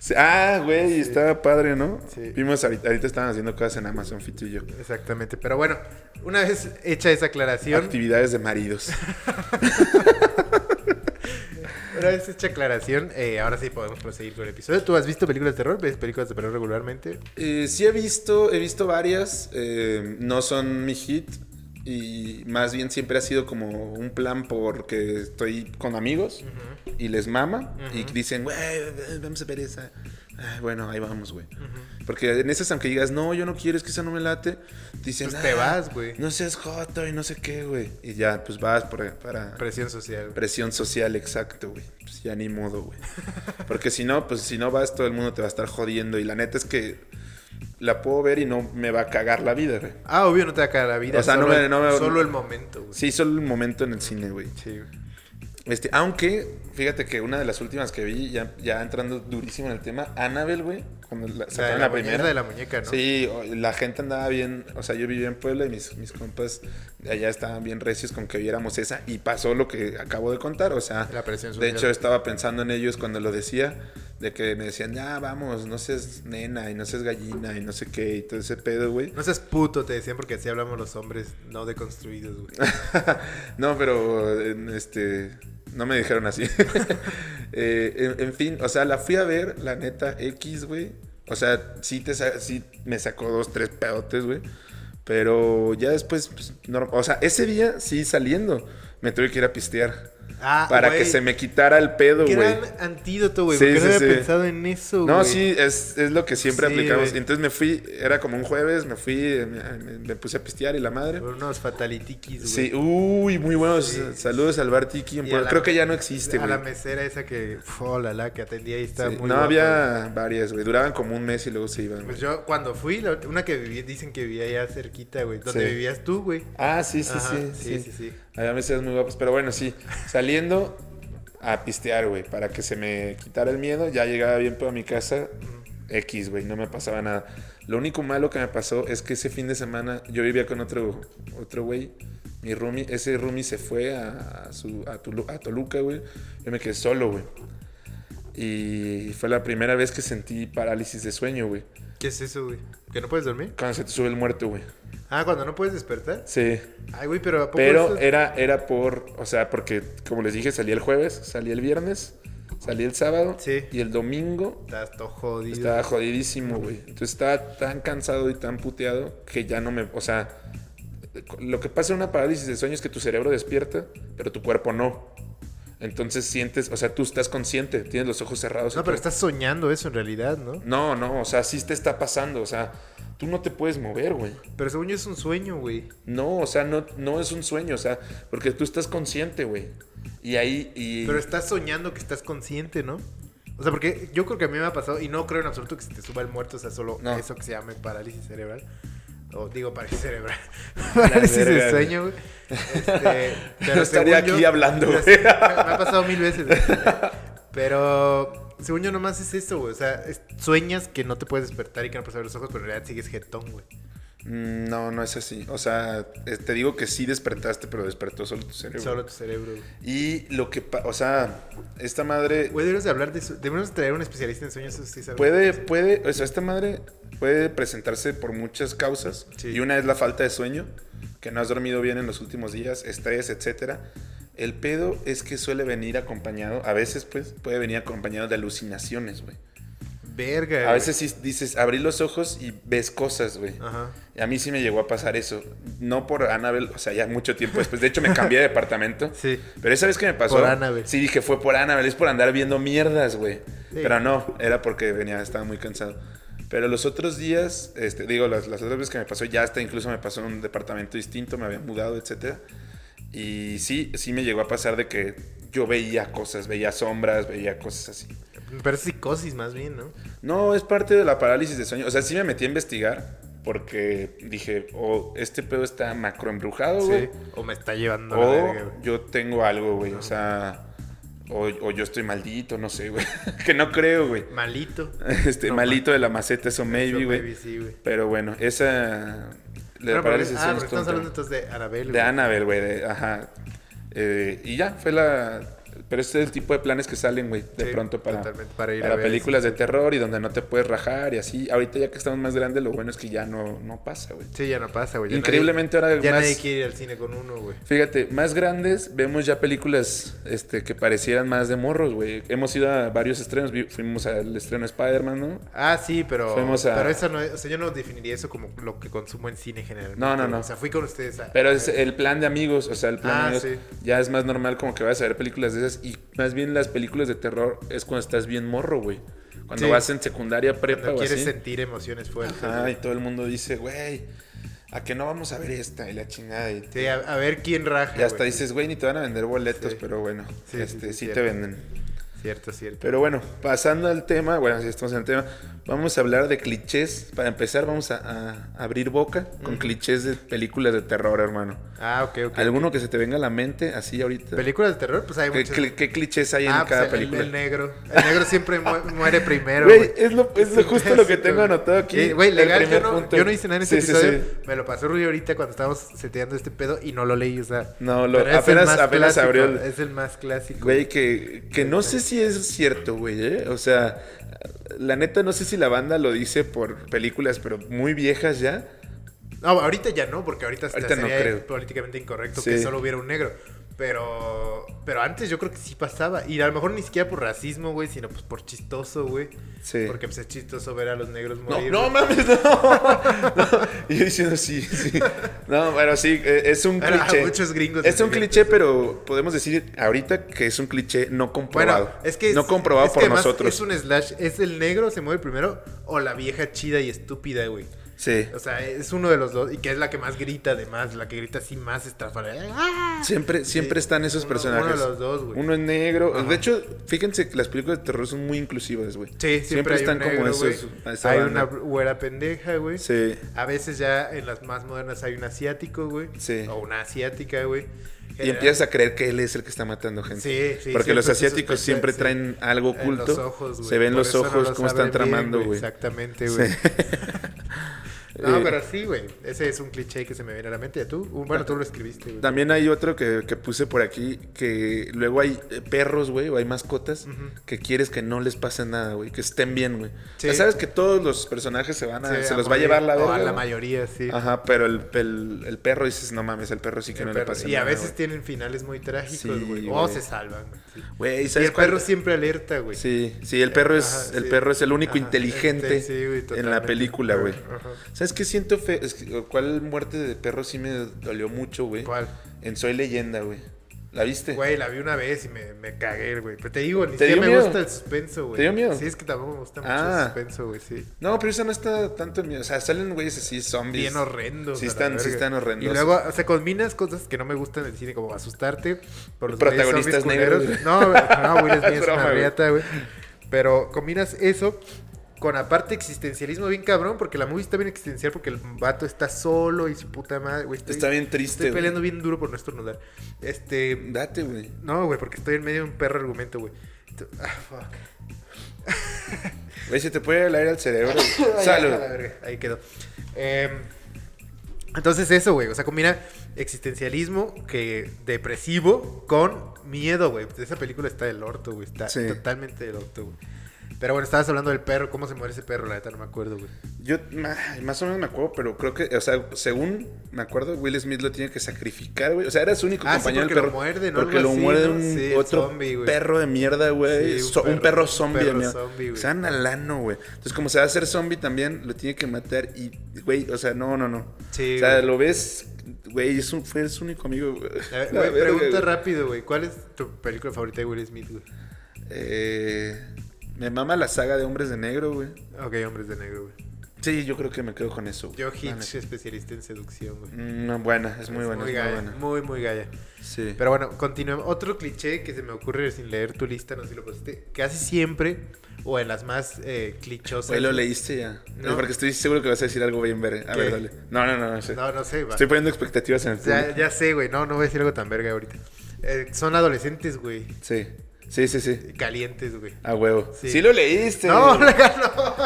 B: Sí, Ah, güey, estaba padre, ¿no?
A: Sí.
B: Vimos ahorita, ahorita estaban haciendo cosas en Amazon, Fito y yo.
A: Exactamente. Pero bueno, una vez hecha esa aclaración,
B: Actividades de maridos.
A: una vez hecha aclaración, eh, ahora sí podemos proseguir con el episodio. ¿Tú has visto películas de terror? ¿Ves películas de terror regularmente?
B: Eh, sí he visto, he visto varias, eh, no son mi hit y más bien siempre ha sido como un plan porque estoy con amigos y les mama y
A: Ujú.
B: dicen, güey, vamos a ver esa. Ah, bueno, ahí vamos, güey. Porque en esas, aunque digas, no, yo no quiero, es que esa no me late, dicen,
A: Pues te
B: "Ah,
A: vas, güey.
B: No seas joto y no sé qué, güey. Y ya, pues vas por- para,
A: Presión social.
B: Presión social, exacto, güey. Pues ya ni modo, güey. Porque si no, pues si no vas, todo el mundo te va a estar jodiendo. Y la neta es que la puedo ver y no me va a cagar la vida, güey.
A: Ah, obvio, no te va a caer la vida.
B: O sea, no
A: solo,
B: me- no me-
A: solo el momento, güey.
B: Sí, solo un momento en el cine, güey.
A: Sí, güey.
B: Este, aunque, fíjate que una de las últimas que vi, ya, ya entrando durísimo en el tema, Annabelle, güey, cuando la,
A: O sea,
B: sacaron
A: la,
B: la,
A: muñe-
B: primera.
A: la de la muñeca, ¿no?
B: Sí, o- la gente andaba bien, o sea, yo vivía en Puebla y mis, mis compas de allá estaban bien recios con que viéramos esa y pasó lo que acabo de contar, o sea,
A: La presión
B: de
A: social.
B: hecho estaba pensando en ellos cuando lo decía, de que me decían, ya vamos, no seas nena y no seas gallina y no sé qué y todo ese pedo, güey.
A: No seas puto, te decían, porque así hablamos los hombres no deconstruidos, güey.
B: no, pero en este. No me dijeron así. Eh, en, en fin, o sea, la fui a ver, la neta, X, güey. O sea, sí, te, sa- sí me sacó dos, tres pedotes, güey. Pero ya después, pues, no- o sea, ese día sí saliendo, me tuve que ir a pistear.
A: Ah,
B: para
A: güey,
B: que se me quitara el pedo, güey.
A: Gran antídoto, güey.
B: Sí,
A: porque no
B: sí,
A: había
B: sí.
A: pensado en eso, güey.
B: No, sí, es, es lo que siempre
A: Sí,
B: aplicamos.
A: güey.
B: Entonces me fui, era como un jueves, me fui, eh, me, me puse a pistear y la madre.
A: Por unos fatalitiquis, güey.
B: Sí, uy, muy buenos.
A: Sí.
B: Saludos al Bar Tiki. en
A: Y a
B: Puebla.
A: la-
B: Creo que ya no existe,
A: a
B: güey.
A: la mesera esa que, uf, oh, la, la que atendía y estaba
B: Sí,
A: muy
B: no
A: guapa, güey.
B: había varias, güey. Duraban como un mes y luego se iban.
A: Pues
B: güey.
A: yo, cuando fui, la- una que viví, dicen que vivía allá cerquita, güey. Donde
B: Sí.
A: vivías tú, güey.
B: Ah, sí, sí,
A: Ajá,
B: sí, sí,
A: sí, sí.
B: Había meses muy guapos. Pero bueno, sí. Saliendo a pistear, güey. Para que se me quitara el miedo. Ya llegaba bien para mi casa. X, güey. No me pasaba nada. Lo único malo que me pasó es que ese fin de semana yo vivía con otro otro güey. Mi roomie, ese roomie se fue a, a su, a, Tulu- a Toluca, güey. Yo me quedé solo, güey. Y fue la primera vez que sentí parálisis de sueño, güey.
A: ¿Qué es eso, güey? ¿Que no puedes dormir?
B: Cuando se te sube el muerto, güey.
A: Ah, cuando no puedes despertar.
B: Sí.
A: Ay, güey, pero ¿a poco eso
B: Pero
A: es-
B: era, era por, o sea, porque como les dije, salí el jueves, salí el viernes, salí el sábado
A: Sí.
B: y el domingo
A: Estás todo jodido.
B: estaba jodidísimo, güey. Entonces estaba tan cansado y tan puteado que ya no me, o sea, lo que pasa en una parálisis de sueño es que tu cerebro despierta, pero tu cuerpo no. Entonces sientes, o sea, tú estás consciente, tienes los ojos cerrados. y
A: No, pero
B: todo.
A: estás soñando eso en realidad, ¿no?
B: No, no, o sea, sí te está pasando, o sea, tú no te puedes mover, güey.
A: Pero según yo es un sueño, güey.
B: No, o sea, no, no es un sueño, o sea, porque tú estás consciente, güey. Y ahí, y...
A: Pero estás soñando que estás consciente, ¿no? O sea, porque yo creo que a mí me ha pasado, y no creo en absoluto que se te suba el muerto, o sea, solo
B: No.
A: eso que se llama parálisis cerebral. O digo parálisis cerebral. parálisis
B: verga,
A: de
B: güey.
A: sueño, güey. Este,
B: No estaría
A: según
B: aquí hablando,
A: ya
B: güey.
A: sé, Me, me ha pasado mil veces. güey. Pero según yo nomás es eso, güey. O sea, es- sueñas que no te puedes despertar y que no puedes abrir los ojos, pero en realidad sigues jetón, güey.
B: Mm, No, no es así. O sea, es- te digo que sí despertaste, pero despertó solo tu cerebro.
A: Solo tu cerebro, güey.
B: Y lo que, pa- o sea, esta madre
A: Güey, deberíamos de hablar de eso. Deberíamos traer a un especialista en sueños. eso sí sabe.
B: puede, puede, o sea, esta madre puede presentarse por muchas causas.
A: Sí.
B: Y una es la falta de sueño, que no has dormido bien en los últimos días, estrés, etcétera. El pedo es que suele venir acompañado, a veces pues puede venir acompañado de alucinaciones, güey.
A: Verga.
B: A veces sí dices, abrí los ojos y ves cosas, güey.
A: Ajá.
B: A mí sí me llegó a pasar eso. No por Anabel, o sea, ya mucho tiempo después. De hecho, me cambié de departamento.
A: Sí.
B: Pero esa vez que me pasó.
A: Por Annabelle.
B: Sí, dije, fue por Anabel. Es por andar viendo mierdas, güey.
A: Sí.
B: Pero no, era porque venía, estaba muy cansado. Pero los otros días, este, digo, las, las otras veces que me pasó, ya hasta incluso me pasó en un departamento distinto, me había mudado, etcétera. Y sí, sí me llegó a pasar de que yo veía cosas, veía sombras, veía cosas así.
A: Pero es psicosis más bien, ¿no?
B: No, es parte de la parálisis de sueño. O sea, sí me metí a investigar porque dije, o este pedo está macro embrujado, Oh, güey. Oh.
A: Sí. O me está llevando la
B: o
A: verga, güey.
B: yo tengo algo, güey. O sea, o, o yo estoy maldito, no sé, güey. que no creo, güey.
A: Malito.
B: Este,
A: No,
B: malito de la maceta, eso maybe,
A: Eso
B: güey.
A: maybe sí, güey.
B: Pero bueno, esa... La
A: Pero, pero,
B: parálisis
A: ah,
B: de
A: pero
B: sueño es todo un
A: estamos hablando
B: tema.
A: entonces de Anabel.
B: De Annabelle, güey. de- Ajá. Eh, y ya, fue la... Pero este es el tipo de planes que salen, güey, de
A: Sí,
B: pronto para,
A: totalmente, para ir a
B: para
A: ver, este
B: películas de terror y donde no te puedes rajar y así. Ahorita ya que estamos más grandes, lo bueno es que ya no, no pasa, güey.
A: Sí, ya no pasa, güey. Ya
B: Increíblemente ahora
A: nadie- Ya
B: más-
A: nadie quiere ir al cine con uno, güey.
B: Fíjate, más grandes, vemos ya películas este, que parecieran más de morros, güey. Hemos ido a varios estrenos, vi- fuimos al estreno de Spider-Man, ¿no?
A: Ah, sí, pero.
B: Fuimos a-
A: Pero eso no es- O sea, yo no definiría eso como lo que consumo en cine generalmente.
B: No, no, no.
A: O sea, fui con ustedes a.
B: Pero es el plan de amigos, o sea, el plan
A: Ah,
B: de amigos
A: sí.
B: ya es más normal como que vas a ver películas de esas y más bien las películas de terror es cuando estás bien morro, güey. Cuando
A: Sí.
B: vas en secundaria, prepa
A: Cuando
B: o
A: quieres
B: así.
A: sentir emociones fuertes.
B: Ajá,
A: güey.
B: y todo el mundo dice, güey, ¿a que no vamos a ver esta? Y la chingada. Y
A: Sí, a, a ver quién raja.
B: ya hasta
A: güey.
B: dices, güey, ni te van a vender boletos,
A: Sí.
B: pero bueno,
A: Sí, sí,
B: este,
A: sí,
B: sí te
A: cierto.
B: venden.
A: Cierto, cierto.
B: Pero bueno, pasando al tema, bueno, si estamos en el tema, vamos a hablar de clichés. Para empezar, vamos a, a abrir boca con clichés de películas de terror, hermano.
A: Ah, ok, ok.
B: ¿Alguno que se te venga a la mente así ahorita?
A: ¿Películas de terror? Pues hay
B: ¿Qué,
A: muchas.
B: cli- qué clichés hay en
A: ah,
B: cada
A: pues el- el,
B: película?
A: negro. El negro siempre mu- muere primero,
B: Güey,
A: güey.
B: es, lo, es lo justo lo que tengo anotado aquí.
A: Eh, Güey,
B: el
A: legal, yo
B: primer
A: no,
B: punto.
A: yo no hice nada en este
B: Sí, sí,
A: episodio.
B: sí.
A: Me lo pasó Rui ahorita cuando estábamos seteando este pedo y no lo leí, o sea.
B: No, lo-
A: pero es el
B: apenas-
A: más
B: apenas
A: clásico,
B: abrió el-
A: Es el más clásico.
B: Güey, que, que no sé si es cierto, güey, ¿eh? O sea, la neta no sé si la banda lo dice por películas, pero muy viejas ya.
A: No, ahorita ya no, porque ahorita, hasta
B: Ahorita no
A: sería
B: creo.
A: políticamente incorrecto
B: Sí.
A: que solo hubiera un negro. Pero pero antes yo creo que sí pasaba. Y a lo mejor ni siquiera por racismo, güey, sino pues por chistoso, güey.
B: Sí.
A: Porque pues es chistoso ver a los negros
B: No,
A: morir.
B: no
A: güey.
B: mames, no. No, Y yo diciendo sí, sí. No, pero sí, eh, es un
A: Pero a
B: cliché.
A: muchos gringos
B: Es
A: les
B: un
A: divierte.
B: cliché, pero podemos decir ahorita que es un cliché no comprobado.
A: Bueno, es que...
B: no
A: es-
B: comprobado
A: es que
B: por
A: además
B: nosotros.
A: Es un slash. Es el negro se mueve primero o la vieja chida y estúpida, güey.
B: Sí.
A: O sea, es uno de los dos. Y que es la que más grita, además. La que grita así más estrafalaria. ¡Ah!
B: Siempre, siempre
A: Sí.
B: están esos
A: Uno-
B: personajes.
A: uno de los dos, güey.
B: Uno es negro.
A: Ajá.
B: De hecho, fíjense que las películas de terror son muy inclusivas, güey.
A: Sí, siempre, hay
B: están
A: un negro,
B: como
A: güey.
B: esos. esa
A: Hay
B: banda.
A: una güera pendeja, güey.
B: Sí.
A: A veces ya en las más modernas hay un asiático, güey.
B: Sí.
A: O una asiática, güey. Eh,
B: Y empiezas a creer que él es el que está matando gente.
A: Sí, sí,
B: Porque
A: siempre
B: los
A: se
B: asiáticos
A: sospecha,
B: siempre
A: sí.
B: traen algo
A: En
B: oculto.
A: los ojos, güey.
B: Se ven
A: Por
B: los
A: eso no
B: ojos,
A: lo
B: cómo están
A: saben bien,
B: tramando, güey.
A: Exactamente,
B: Sí.
A: güey.
B: Eh,
A: No, pero sí, güey. Ese es un cliché que se me viene a la mente. ¿Y ¿Tú? Uh, Bueno, tú lo escribiste, güey.
B: También hay otro que, que puse por aquí, que luego hay eh, perros, güey, o hay mascotas, que quieres que no les pase nada, güey, que estén bien, güey.
A: Sí.
B: Ya sabes que todos los personajes se van a,
A: Sí,
B: ah, se
A: a
B: los va a
A: morir.
B: llevar la
A: O
B: verga.
A: a la
B: güey.
A: mayoría, sí.
B: Ajá, pero el, el, el perro dices, no mames, el perro sí que
A: El
B: no le
A: perro.
B: pasa
A: y
B: nada.
A: a veces
B: güey".
A: tienen finales muy trágicos,
B: Sí,
A: güey. o
B: güey.
A: se salvan, güey. sí.
B: Güey,
A: Y
B: ¿sabes
A: el perro
B: cuál?
A: siempre alerta, güey. Eh,
B: Sí, sí, el perro es,
A: Ajá,
B: el
A: sí.
B: perro es el único
A: Ajá,
B: inteligente
A: este, sí, güey,
B: en la
A: totalmente.
B: película, güey.
A: Ajá.
B: ¿Sabes qué siento fe? es que- ¿Cuál muerte de perro sí me dolió mucho, güey?
A: ¿Cuál?
B: En Soy Leyenda, güey. ¿La viste?
A: Güey, la vi una vez y me, me cagué, güey. Pero te digo, ni
B: ¿Te
A: siquiera
B: dio
A: me
B: miedo?
A: gusta el suspenso, güey.
B: ¿Te dio miedo?
A: Sí, es que tampoco me gusta mucho
B: Ah.
A: el suspenso, güey, sí.
B: No, pero esa no está tanto en miedo. O sea, salen güeyes así zombies.
A: Bien horrendo.
B: Sí están, sí están horrendos.
A: Y luego, o sea, combinas cosas que no me gustan del cine, como asustarte por los
B: Protagonistas
A: güeyes zombies
B: negros,
A: culeros. No, güey, no, Will Smith es
B: Broma,
A: una
B: güey.
A: riata, güey. Pero combinas eso con aparte existencialismo bien cabrón, porque la movie está bien existencial porque el vato está solo y su puta madre, güey. estoy-
B: Está bien triste,
A: Estoy
B: güey.
A: peleando bien duro por no estornudar. Este...
B: Date, güey.
A: No, güey, porque estoy en medio de un perro argumento, güey. Tú- Ah, fuck.
B: Güey, se te puede ir el aire al cerebro.
A: Ay,
B: Salud.
A: a la verga. Ahí quedó. Em, entonces eso, güey. O sea, combina existencialismo que depresivo con miedo, güey. Esa película está del orto, güey. Está
B: Sí.
A: totalmente del orto, güey. Pero bueno, estabas hablando del perro, cómo se muere ese perro, la neta no me acuerdo, güey.
B: Yo ma- más o menos me acuerdo, pero creo que, o sea, según me acuerdo, Will Smith lo tiene que sacrificar, güey. O sea, era su único
A: Ah, sí,
B: compañero
A: porque
B: del
A: lo muerde, ¿no?
B: Porque
A: Algo
B: lo
A: así,
B: muerde
A: ¿no?
B: un
A: Sí,
B: otro
A: zombie, güey.
B: perro de mierda, güey.
A: Sí, un
B: So- un,
A: perro-
B: perro
A: un
B: zombie de
A: perro
B: mierda.
A: zombie, güey.
B: O sea, analano, güey. Entonces, como se va a hacer zombie también, lo tiene que matar y, güey, o sea, no, no, no.
A: Sí,
B: o sea,
A: güey.
B: lo ves, güey, es un- fue su único amigo, güey.
A: A ver,
B: La
A: Eh, güey,
B: verga,
A: pregunta
B: güey.
A: rápido, güey. ¿Cuál es tu película favorita de Will Smith, güey?
B: Eh, me mama la saga de Hombres de Negro, güey.
A: Ok, Hombres de Negro, güey.
B: Sí, yo creo que me quedo con eso. güey.
A: Yo
B: La
A: Hitch, especialista en seducción, güey.
B: neta. Mm, no, buena, es muy
A: Es
B: buena,
A: Muy
B: es muy
A: gaya,
B: buena.
A: muy, muy gaya.
B: Sí.
A: Pero bueno, continuemos. Otro cliché que se me ocurre sin leer tu lista, no sé si lo pusiste, casi siempre, o en las más eh, clichosas.
B: Güey, lo leíste ya.
A: No.
B: Eh, Porque estoy seguro que vas a decir algo bien verga. A
A: ¿Qué?
B: ver, dale. No, no, no, no sé.
A: No, no sé, va.
B: Estoy poniendo expectativas en el
A: Ya,
B: público.
A: ya sé, güey. No, no voy a decir algo tan verga ahorita. Eh, son adolescentes, güey.
B: Sí. Sí, sí, sí.
A: Calientes, güey.
B: A huevo.
A: Sí.
B: Sí, lo leíste.
A: No, no.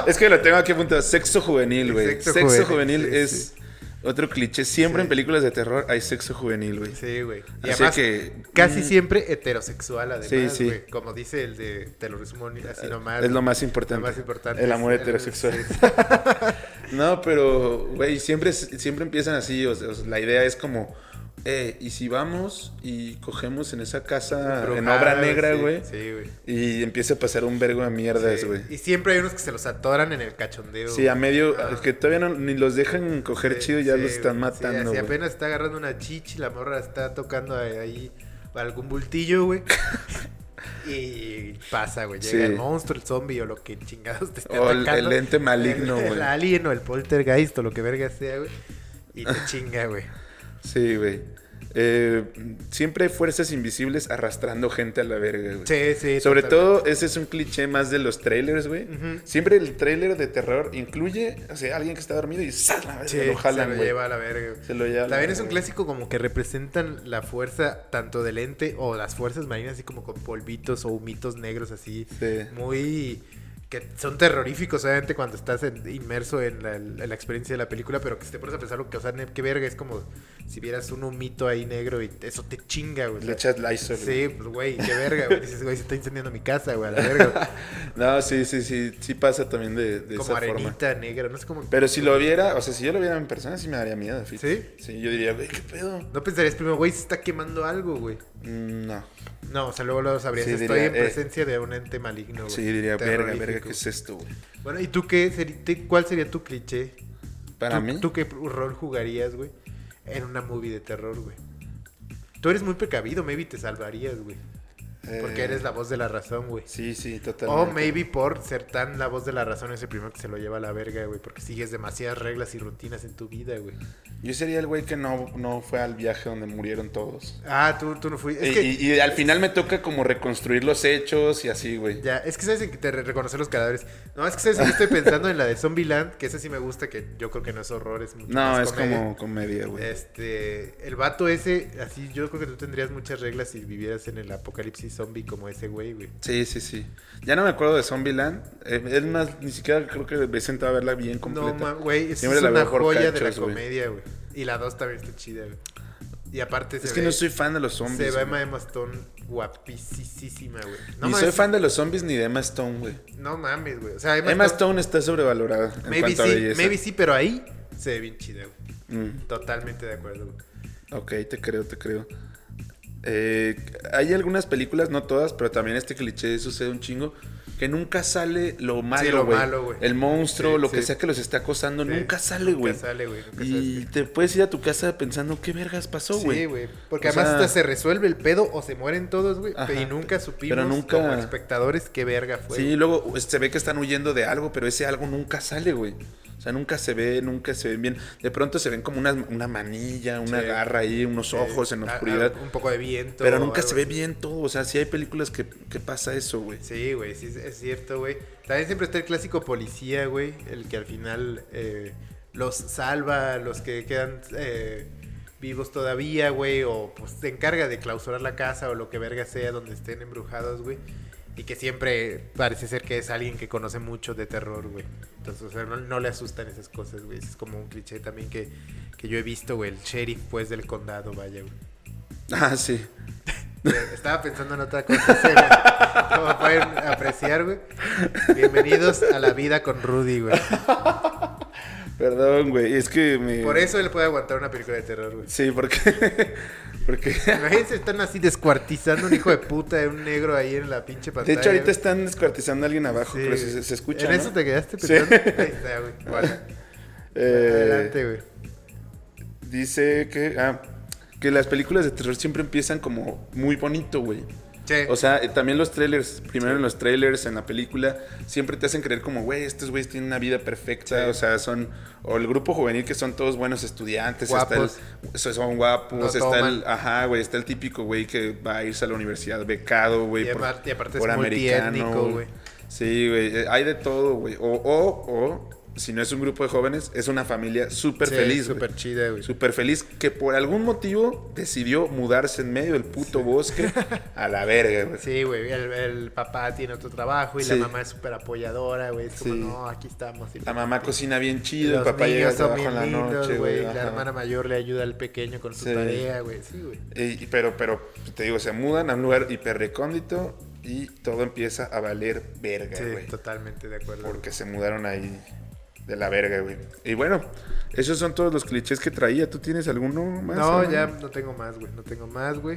B: Es que lo tengo aquí apuntado. Sexo juvenil, güey.
A: Sexo
B: Sexo,
A: juvenil,
B: juvenil,
A: sí,
B: es otro cliché.
A: Sí.
B: Siempre en películas de terror hay sexo juvenil, güey.
A: Sí, güey. Y
B: Así
A: además,
B: que,
A: casi
B: mm.
A: siempre heterosexual, además,
B: Sí, sí. Eh,
A: güey. Como dice el de, te lo resumo ni- así nomás.
B: es lo más importante.
A: Lo más importante
B: El
A: es
B: amor
A: el-
B: heterosexual. no, pero, güey, siempre, es- siempre empiezan así. O sea, la idea es como, eh, ¿y si vamos y cogemos en esa casa en
A: Embrujada,
B: obra
A: güey,
B: negra,
A: sí,
B: güey?
A: Sí, güey.
B: Y empieza a pasar un vergo de mierdas,
A: Sí.
B: güey.
A: Y siempre hay unos que se los atoran en el cachondeo.
B: Sí, a
A: güey.
B: medio,
A: Ah.
B: que todavía no- ni los dejan coger
A: Sí,
B: chido, ya
A: sí,
B: los están
A: güey. Sí,
B: matando,
A: así
B: güey.
A: apenas está agarrando una chichi, la morra está tocando ahí- ahí algún bultillo, güey. y pasa, güey. Llega
B: Sí.
A: el monstruo, el zombie o lo que chingados te esté
B: O el-
A: atacando.
B: el ente maligno,
A: El, el
B: güey.
A: alien o el poltergeist o lo que verga sea, güey. Y te chinga, güey.
B: Sí, güey. Eh, siempre hay fuerzas invisibles arrastrando gente a la verga, güey.
A: Sí, sí.
B: Sobre
A: totalmente.
B: todo, ese es un cliché más de los trailers, güey.
A: Ujú.
B: Siempre el trailer de terror incluye, o sea, alguien que está dormido y ¡zas! La verga,
A: Sí,
B: lo jalan,
A: se lo
B: güey.
A: lleva a la verga. güey.
B: Se lo lleva a la
A: También es
B: verga.
A: un clásico como que representan la fuerza tanto del ente o las fuerzas marinas así como con polvitos o humitos negros así
B: Sí.
A: muy que son terroríficos obviamente cuando estás en- inmerso en la, en la experiencia de la película pero que si te pones a pensar lo que o sea ne- qué verga es como si vieras un humito ahí negro y eso te chinga güey
B: Le echas Lysol,
A: sí
B: güey.
A: pues güey qué verga güey dices güey se está incendiando mi casa güey a la verga güey.
B: No, sí, sí, sí. Sí pasa también de, de
A: como
B: esa forma.
A: arenita negra no es como
B: Pero si lo viera, o sea, si yo lo viera en persona, sí me daría miedo,
A: ¿Sí?
B: fíjate. Sí, yo diría, güey, ¿qué pedo?
A: no pensarías primero güey se está quemando algo güey
B: Mm, No.
A: No, o sea, luego lo sabrías.
B: Sí,
A: Estoy
B: diría,
A: en
B: eh.
A: presencia de un ente maligno. güey.
B: Sí, diría, verga,
A: Terrorífico.
B: verga, ¿qué es esto, güey?
A: Bueno, ¿y tú qué? seri- te- ¿Cuál sería tu cliché?
B: Para
A: ¿Tú,
B: mí.
A: ¿Tú qué rol jugarías, güey? En una movie de terror, güey. Tú eres muy precavido, maybe te salvarías, güey. Porque
B: eh,
A: eres la voz de la razón, güey.
B: Sí, sí,
A: O
B: totalmente.
A: maybe por ser tan la voz de la razón es el primero que se lo lleva a la verga, güey. Porque sigues demasiadas reglas y rutinas en tu vida, güey.
B: Yo sería el güey que no, no fue al viaje donde murieron todos.
A: Ah, tú, tú no fuiste.
B: Y,
A: Es que,
B: y- y al final me toca como reconstruir los hechos y así, güey.
A: Ya, es que sabes en que te re- reconocer los cadáveres. No, es que sabes en que estoy pensando en la de Zombieland, que esa sí me gusta, que yo creo que no es horror, es mucho
B: No,
A: más
B: es
A: comedia.
B: como comedia, güey.
A: Este, el vato ese, así yo creo que tú tendrías muchas reglas si vivieras en el apocalipsis zombie como ese güey, güey.
B: Sí, sí, sí. Ya no me acuerdo de Zombieland. Eh, es más, ni siquiera creo que me he sentado a verla bien completa.
A: No, ma- güey, esa
B: Siempre
A: es
B: la
A: una
B: veo por
A: joya de la
B: cachos, güey.
A: comedia, güey. Y la dos también está chida, güey. Y aparte se
B: es que
A: ve-
B: no soy fan de los zombies.
A: se ve
B: güey.
A: Emma Emma Stone guapísima, güey. No
B: ni
A: mames,
B: soy fan de los zombies ni de Emma Stone, güey.
A: No mames, güey. O sea, Emma,
B: Emma
A: Stone,
B: Stone está sobrevalorada en
A: maybe
B: cuanto a
A: sí,
B: belleza.
A: maybe sí, pero ahí se ve bien chida, güey.
B: Mm,
A: Totalmente de acuerdo. güey.
B: ok, te creo, te creo. Eh, hay algunas películas, no todas, pero también este cliché sucede un chingo. Que nunca sale lo
A: lo
B: malo, güey.
A: malo, güey.
B: el monstruo,
A: Sí,
B: lo
A: sí.
B: que sea que los está acosando,
A: Sí,
B: nunca sale,
A: nunca
B: güey.
A: sale, güey. nunca
B: Y
A: sale.
B: te puedes ir a tu casa pensando, ¿qué vergas pasó, güey?
A: Sí, güey. Porque
B: O
A: además
B: sea-
A: hasta se resuelve el pedo o se mueren todos, güey.
B: Ajá,
A: Y nunca supimos
B: pero nunca-
A: como espectadores qué verga fue.
B: Sí,
A: güey.
B: luego pues, se ve que están huyendo de algo, pero ese algo nunca sale, güey. O sea, nunca se ve, nunca se ven bien. De pronto se ven como una, una manilla, una
A: Sí.
B: garra ahí, unos ojos en
A: A-
B: la
A: a-
B: oscuridad.
A: Eh, ah, un poco de viento.
B: pero
A: o
B: nunca
A: algo
B: se ve
A: así.
B: bien todo. O sea, sí hay películas que, que pasa eso, güey.
A: Sí, güey, sí, es- es cierto, güey. También siempre está el clásico policía, güey, el que al final eh, los salva, los que quedan eh, vivos todavía, güey, o pues se encarga de clausurar la casa o lo que verga sea donde estén embrujados, güey. Y que siempre parece ser que es alguien que conoce mucho de terror, güey. Entonces, o sea, no, no le asustan esas cosas, güey. Es como un cliché también que, que yo he visto, güey. El sheriff, pues, del condado, vaya, güey.
B: Ah, sí.
A: Estaba pensando en otra cosa, sí, güey. Como pueden apreciar, güey. Bienvenidos a la vida con Rudy, güey.
B: Perdón, güey. Es que me.
A: Por eso él puede aguantar una película de terror, güey.
B: Sí, porque. porque.
A: Imagínense, están así descuartizando un hijo de puta de un negro ahí en la pinche
B: De
A: pantalla.
B: hecho, ahorita
A: güey.
B: están descuartizando a alguien abajo,
A: Sí,
B: pero
A: güey.
B: se, se escucha.
A: ¿En
B: ¿no?
A: eso te quedaste
B: Sí.
A: pensando? Ahí está, güey. Guarda.
B: Eh,
A: Adelante, güey.
B: Dice que. Ah, que las películas de terror siempre empiezan como muy bonito, güey.
A: Che.
B: O sea, eh, también los trailers, primero en los trailers, en la película, siempre te hacen creer como, güey, estos güeyes tienen una vida perfecta,
A: Sí.
B: o sea, son, o el grupo juvenil que son todos buenos estudiantes,
A: Guapos.
B: Está el- so- son guapos,
A: No
B: está
A: toman.
B: el, ajá, güey, está el típico güey que va a irse a la universidad becado, güey,
A: Y apar- y aparte es multiétnico, güey.
B: Sí, güey, eh, hay de todo, güey, o, o, o, si no es un grupo de jóvenes, es una familia súper
A: Sí,
B: feliz, güey.
A: Súper chida, güey.
B: Súper feliz que por algún motivo decidió mudarse en medio del puto bosque a la verga, güey.
A: Sí, güey, el, el papá tiene otro trabajo y la
B: Sí.
A: mamá es súper apoyadora, güey. Es como,
B: Sí.
A: no, aquí estamos. Y
B: La mamá cocina bien
A: y
B: chido,
A: los
B: el papá llega
A: niños
B: al
A: son
B: trabajo
A: bien
B: en la
A: lindos,
B: noche,
A: güey.
B: güey.
A: La
B: ajá.
A: hermana mayor le ayuda al pequeño con su
B: Sí.
A: tarea, güey. Sí, güey.
B: Y- y- pero, pero, te digo, se mudan a un lugar hiper recóndito y todo empieza a valer verga,
A: Sí,
B: güey.
A: totalmente de acuerdo.
B: porque se mudaron ahí de la verga, güey. Y bueno, esos son todos los clichés que traía. ¿Tú tienes alguno más?
A: No,
B: hermano?
A: ya no tengo más, güey. No tengo más, güey.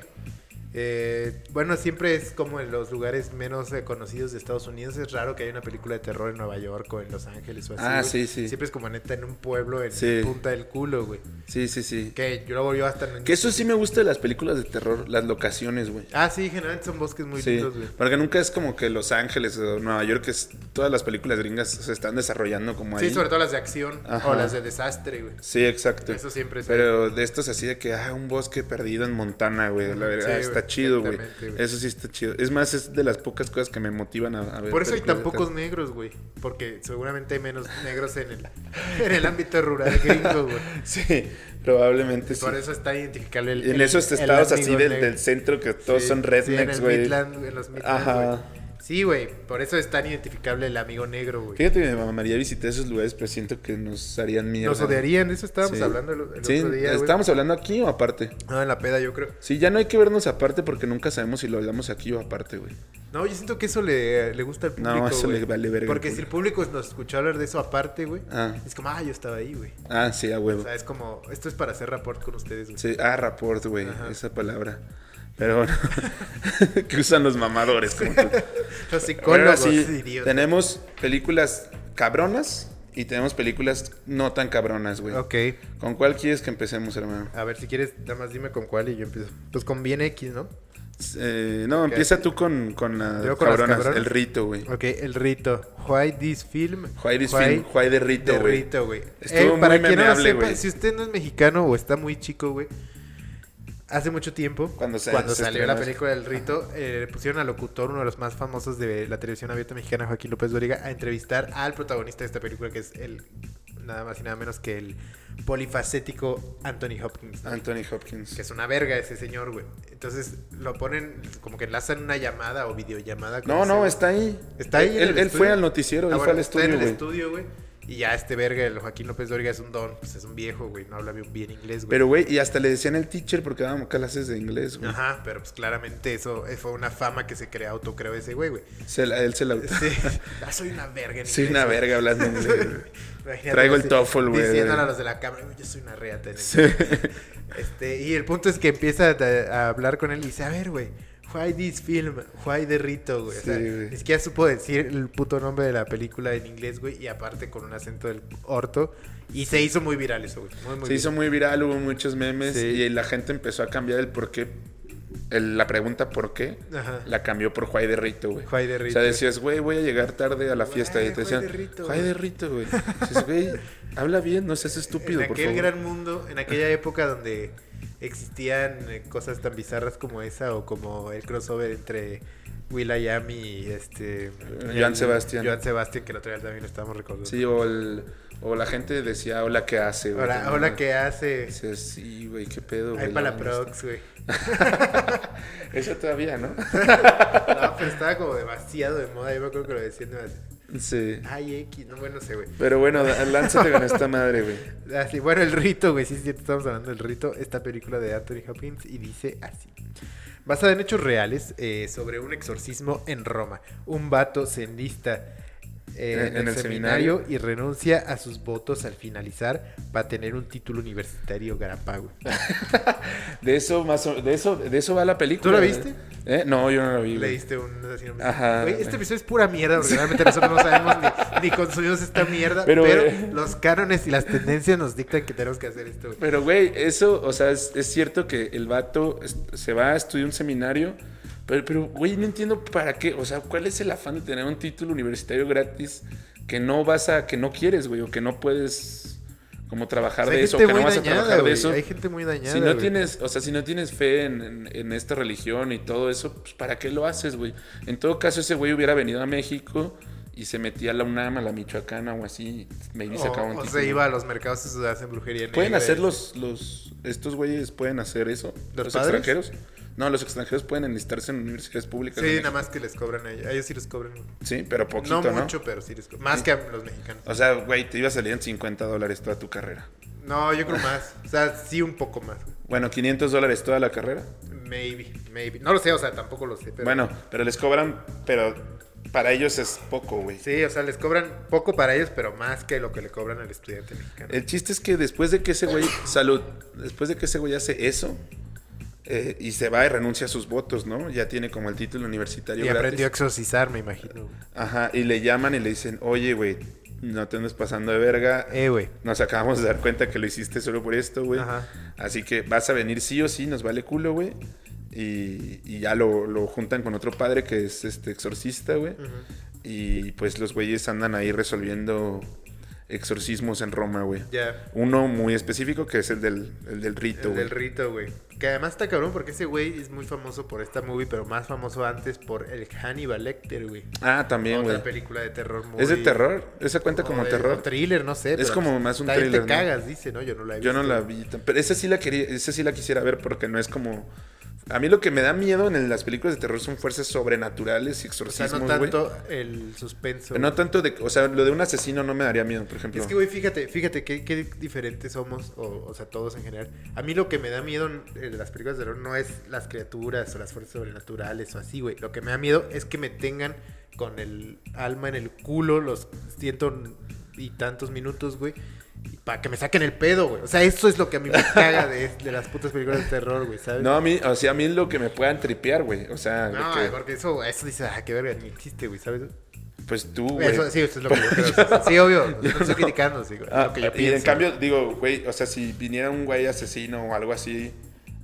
A: Eh, bueno, siempre es como en los lugares menos eh, conocidos de Estados Unidos. Es raro que haya una película de terror en Nueva York o en Los Ángeles o así.
B: Ah,
A: güey.
B: sí, sí.
A: Siempre es como neta en un pueblo en
B: Sí.
A: punta del culo, güey.
B: Sí, sí, sí.
A: Que yo luego yo hasta. en-
B: Que eso sí me gusta de las películas de terror, las locaciones, güey.
A: Ah, sí, generalmente son bosques muy
B: Sí,
A: lindos, güey.
B: porque nunca es como que Los Ángeles o Nueva York, que es- todas las películas gringas se están desarrollando como ahí.
A: Sí, sobre todo las de acción
B: Ajá.
A: o las de desastre, güey.
B: Sí, exacto.
A: Eso siempre es
B: Pero de estos así de que, ah, un bosque perdido en Montana, güey. La
A: Ujú,
B: verdad,
A: sí,
B: está
A: güey,
B: chido, güey.
A: exactamente, güey.
B: Eso sí está chido. Es más, es de las pocas cosas que me motivan a, a ver.
A: Por eso hay tan
B: películas de
A: pocos
B: terror.
A: negros, güey. Porque seguramente hay menos negros en el, en el ámbito rural gringo, güey.
B: Sí, probablemente sí.
A: Por eso está identificable el.
B: en
A: el-
B: esos
A: el
B: estados así
A: amigo
B: del,
A: negro.
B: del centro que todos
A: Sí,
B: son
A: sí,
B: rednecks,
A: en el
B: güey.
A: Midland, güey, en los Midlands,
B: Ajá.
A: güey. Sí, güey. Por eso es tan identificable el amigo negro, güey.
B: Fíjate que mi mamá María visité esos lugares, pero siento que nos harían mierda.
A: Nos odiarían, de eso estábamos
B: Sí.
A: hablando el, el
B: sí,
A: otro día, güey.
B: ¿estábamos hablando aquí o aparte?
A: No, en la peda, yo creo.
B: Sí, ya no hay que vernos aparte porque nunca sabemos si lo hablamos aquí o aparte, güey.
A: No, yo siento que eso le, le gusta al
B: No,
A: público.
B: eso
A: güey.
B: le vale verga al
A: Porque si el público nos escuchó hablar de eso aparte, güey,
B: Ah.
A: es como, ah, yo estaba ahí, güey.
B: Ah, sí, a
A: O
B: huevo.
A: sea, es como, esto es para hacer rapport con ustedes, güey.
B: Sí, ah, rapport, güey,
A: Ajá.
B: esa palabra. Pero bueno, que usan los mamadores. Como tú.
A: Los
B: Pero
A: psicólogos,
B: ahora sí,
A: idiota.
B: tenemos películas cabronas y tenemos películas no tan cabronas, güey.
A: Ok,
B: ¿Con cuál quieres que empecemos, hermano?
A: a ver, si quieres, nada más dime con cuál y yo empiezo. Pues con Bien X, ¿no?
B: Eh, no,
A: Ok.
B: empieza tú con, con, las
A: Yo con las
B: cabronas,
A: cabronas.
B: el rito, güey.
A: Ok, El Rito. Why this film?
B: Juárez Film, Juárez de rito,
A: de
B: güey.
A: Rito, güey.
B: Estuvo
A: Eh, para
B: muy
A: quien no lo
B: memeable,
A: sepa,
B: güey.
A: si usted no es mexicano o está muy chico, güey, hace mucho tiempo,
B: Cuando se- se
A: salió la
B: estrenó.
A: película del Rito, eh, le pusieron al locutor, uno de los más famosos de la televisión abierta mexicana, Joaquín López Dóriga, a entrevistar al protagonista de esta película, que es el nada más y nada menos que el polifacético Anthony Hopkins. ¿no?
B: Anthony Hopkins.
A: que es una verga ese señor, güey. Entonces lo ponen, como que enlazan una llamada o videollamada. con
B: No,
A: ese
B: no,
A: güey.
B: está ahí.
A: Está ahí en
B: Él,
A: el
B: él
A: estudio.
B: fue al noticiero,
A: Ah,
B: él
A: bueno,
B: fue al
A: está
B: estudio,
A: en el
B: güey.
A: estudio, güey. Y ya este verga, el Joaquín López Dóriga es un don, pues es un viejo, güey. No habla bien, bien inglés, güey.
B: Pero, güey, y hasta le decían el teacher porque dábamos clases de inglés, güey.
A: Ajá, pero pues claramente eso eh, fue una fama que se crea, autocreó ese güey, güey.
B: Se la- él se la...
A: Sí. Ah, soy una verga en
B: Soy
A: inglés,
B: una
A: güey.
B: verga hablando inglés, güey.
A: Imagínate,
B: Traigo el
A: dici-
B: TOEFL, güey.
A: Diciéndole a los de la cámara, "Güey, yo soy una reata en inglés".
B: Sí.
A: Este, y el punto es que empieza a, a hablar con él y dice, a ver, güey, why this film, why the rito, güey. O sea,
B: Sí, güey.
A: ni siquiera supo decir el puto nombre de la película en inglés, güey, y aparte con un acento del orto. Y se hizo muy viral eso, güey. Muy, muy
B: Se
A: viral.
B: hizo muy viral, hubo muchos memes
A: Sí.
B: y la gente empezó a cambiar el por qué. el- la pregunta por qué
A: Ajá.
B: la cambió por Juay de Rito, güey.
A: Juay de
B: O
A: Rito.
B: sea, decías, güey, voy a llegar tarde a la
A: Güey,
B: fiesta. Y te
A: Juay
B: decían,
A: de Rito,
B: Juay
A: güey".
B: de Rito, güey. Dices, güey, habla bien, no seas estúpido,
A: en
B: por
A: aquel
B: favor.
A: gran mundo, en aquella época donde existían eh, cosas tan bizarras como esa o como el crossover entre Will.i.am y este
B: Joan
A: y-
B: Sebastián.
A: Joan Sebastián que el otro día también lo estábamos recordando.
B: Sí, o, el- o la gente decía, hola, ¿qué hace, güey?
A: Ahora,
B: También,
A: ahora
B: ¿no?
A: que hace
B: Dices, sí, güey, qué pedo, güey.
A: Ahí para la
B: verdad,
A: prox, güey.
B: está- Eso todavía, ¿no?
A: No, pero estaba como demasiado de moda. Yo me acuerdo que lo decían demasiado.
B: sí.
A: Ay, X, no, bueno, no sé, güey.
B: Pero bueno, da- lánzate con esta madre, güey.
A: Así, bueno, el rito, güey, sí, sí, estamos hablando del rito. Esta película de Anthony Hopkins y dice así. basada en hechos reales eh, sobre un exorcismo en Roma. Un vato se enlista eh,
B: En-
A: en,
B: en
A: el,
B: el
A: seminario,
B: seminario.
A: y renuncia a sus votos al finalizar para tener un título universitario garapago.
B: De eso, más o- de eso, de eso va la película.
A: ¿Tú la viste?
B: ¿Eh? No, yo no la vi. güey.
A: Leíste un... así, un-
B: Ajá.
A: Güey, este episodio es pura mierda, porque realmente nosotros no sabemos ni, ni consumimos esta mierda, pero,
B: Pero, eh.
A: los cánones y las tendencias nos dictan que tenemos que hacer esto.
B: Pero, güey, eso, o sea, es, es cierto que el vato es- se va a estudiar un seminario, pero, pero, güey, no entiendo para qué, o sea, ¿cuál es el afán de tener un título universitario gratis que no vas a, que no quieres, güey, o que no puedes como
A: O
B: trabajar
A: sea,
B: de
A: hay
B: eso,
A: gente
B: que no
A: muy
B: vas a
A: dañada,
B: trabajar de
A: güey.
B: eso?
A: Hay gente muy dañada.
B: Si no
A: güey.
B: tienes, o sea, si no tienes fe en, en- en esta religión y todo eso, pues ¿para qué lo haces, güey? En todo caso, ese güey hubiera venido a México y se metía a la UNAM, a la Michoacana o así, maybe
A: O,
B: sacaba un
A: o
B: título.
A: se iba a los mercados a estudiar en brujería.
B: Pueden
A: negra.
B: hacer los, los, estos güeyes pueden hacer eso.
A: ¿Los
B: Los,
A: padres?
B: extranjeros. No, los extranjeros pueden enlistarse en universidades públicas.
A: Sí,
B: en
A: nada
B: México.
A: más que les cobran a ellos. A ellos sí les cobran.
B: Sí, pero poquito,
A: no
B: ¿no?
A: mucho, pero sí les cobran. Más que a los mexicanos.
B: O sea, güey, te iba a salir en 50 dólares toda tu carrera.
A: No, yo creo más. O sea, sí un poco más. güey.
B: Bueno, 500 dólares toda la carrera.
A: Maybe, maybe. No lo sé, o sea, tampoco lo sé. Pero...
B: Bueno, pero les cobran, pero para ellos es poco, güey.
A: Sí, o sea, les cobran poco para ellos, pero más que lo que le cobran al estudiante mexicano.
B: El chiste es que después de que ese güey, salud, después de que ese güey hace eso eh, y se va y renuncia a sus votos, ¿no? Ya tiene como el título universitario.
A: Y
B: gratis.
A: aprendió a exorcizar, me imagino. güey.
B: Ajá, y le llaman y le dicen, oye, güey, no te andes pasando de verga.
A: Eh, güey.
B: Nos acabamos de dar cuenta que lo hiciste solo por esto, güey.
A: Ajá.
B: Así que vas a venir sí o sí, nos vale culo, güey. Y, y ya lo, lo juntan con otro padre que es este exorcista, güey. Y pues los güeyes andan ahí resolviendo exorcismos en Roma, güey.
A: Ya.
B: Uno muy específico que es el del, el del rito,
A: El
B: güey.
A: del rito, güey. Que además está cabrón porque ese güey es muy famoso por esta movie, pero más famoso antes por el Hannibal Lecter, güey.
B: Ah, también,
A: Otra
B: güey.
A: película de terror muy...
B: ¿Es de terror? ¿Esa cuenta como
A: o de-
B: terror?
A: o thriller, no sé.
B: Es
A: pero
B: como más un
A: ahí
B: thriller,
A: te
B: ¿no?
A: cagas, dice, ¿no? Yo no la he
B: Yo no
A: visto.
B: la vi, tan- pero esa sí la quería, esa sí la quisiera ver porque no es como a mí lo que me da miedo en el- las películas de terror son fuerzas sobrenaturales y
A: O sea,
B: exorcismos,
A: no
B: güey.
A: tanto el suspenso.
B: Pero
A: güey.
B: no tanto de, o sea, lo de un asesino no me daría miedo, por ejemplo.
A: Es que, güey, fíjate, fíjate qué, qué diferentes somos, o, o sea, todos en general. A mí lo que me da miedo en las películas de terror no es las criaturas o las fuerzas sobrenaturales o así, güey. Lo que me da miedo es que me tengan con el alma en el culo los ciento y tantos minutos, güey. Para que me saquen el pedo, güey. O sea, eso es lo que a mí me caga de, de las putas películas de terror, güey, ¿sabes?
B: No, a mí, o sea, a mí lo que me puedan tripear, güey, o sea, de
A: No,
B: que,
A: porque eso, eso dice, ah, qué verga, ni existe, güey, ¿sabes?
B: pues tú, güey.
A: Eso, sí, eso es lo que yo creo. o sea, Sí, obvio, no estoy criticando, sí, güey, es
B: Ah,
A: lo que yo
B: y en
A: pienso.
B: cambio, digo, güey, o sea, si viniera un güey asesino o algo así,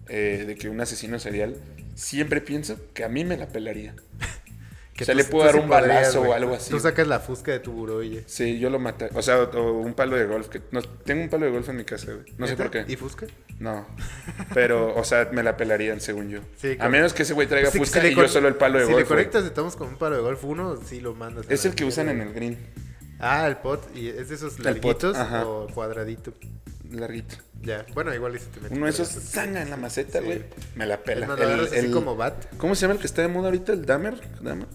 B: eh, de que un asesino serial, siempre pienso que a mí me la pelaría.
A: Que
B: o sea,
A: tú-
B: le puedo
A: tú
B: dar
A: sí
B: un
A: podrías,
B: balazo
A: güey.
B: o algo así.
A: Tú sacas la fusca de tu buró y ya.
B: Sí, yo lo maté. O sea, o un palo de golf. Que, no, tengo un palo de golf en mi casa, güey. No sé
A: ¿Neta?
B: por qué.
A: ¿Y fusca?
B: No. Pero, o sea, me la pelarían, según yo.
A: Sí, claro.
B: A menos que ese güey traiga
A: Sí,
B: fusca
A: si le
B: y
A: con-
B: yo solo el palo de
A: si
B: golf.
A: le
B: güey.
A: conectas, estamos con un palo de golf uno, sí lo mandas. a
B: Es
A: la
B: el que usan en el green.
A: mierda. Ah, el pot. ¿Y es de esos
B: El pot,
A: larguitos
B: ajá.
A: o cuadradito?
B: Larguito.
A: Ya. Bueno, igual ese te mete.
B: Uno de esos
A: cuadradito.
B: zanga en la maceta,
A: Sí.
B: güey. Me la pela.
A: Es más, lo agarras así como bat.
B: ¿Cómo se llama el que está de moda ahorita? ¿El Dahmer? ¿Dahmer?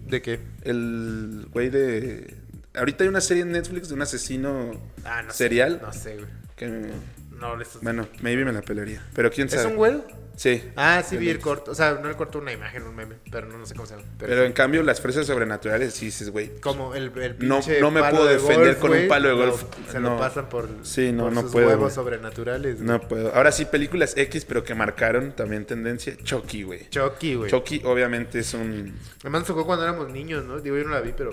A: ¿De qué?
B: El güey de... Ahorita hay una serie en Netflix de un asesino
A: Ah, no sé,
B: serial.
A: No sé, güey.
B: que-
A: No, le estás-
B: bueno, maybe me la pelaría. Pero quién
A: ¿Es
B: sabe.
A: un güero?
B: Sí.
A: Ah, sí, vi el
B: Netflix.
A: corto. O sea, no el corto, una imagen, un meme. Pero no, no sé cómo se llama. Pero,
B: Pero en cambio, las fresas sobrenaturales, sí dices, güey.
A: como el, el
B: Eh, No-
A: pinche
B: no me
A: palo
B: puedo
A: de
B: defender
A: golf,
B: con un
A: güey,
B: palo de
A: lo-
B: golf.
A: se lo
B: No.
A: pasan por,
B: Sí, no,
A: por
B: no
A: sus
B: puedo,
A: huevos
B: güey.
A: sobrenaturales. güey.
B: No puedo. Ahora sí, películas X, pero que marcaron también tendencia. Chucky, güey.
A: Chucky, güey.
B: Chucky, obviamente, es un.
A: Además nos tocó cuando éramos niños, ¿no? Digo, yo no la vi, pero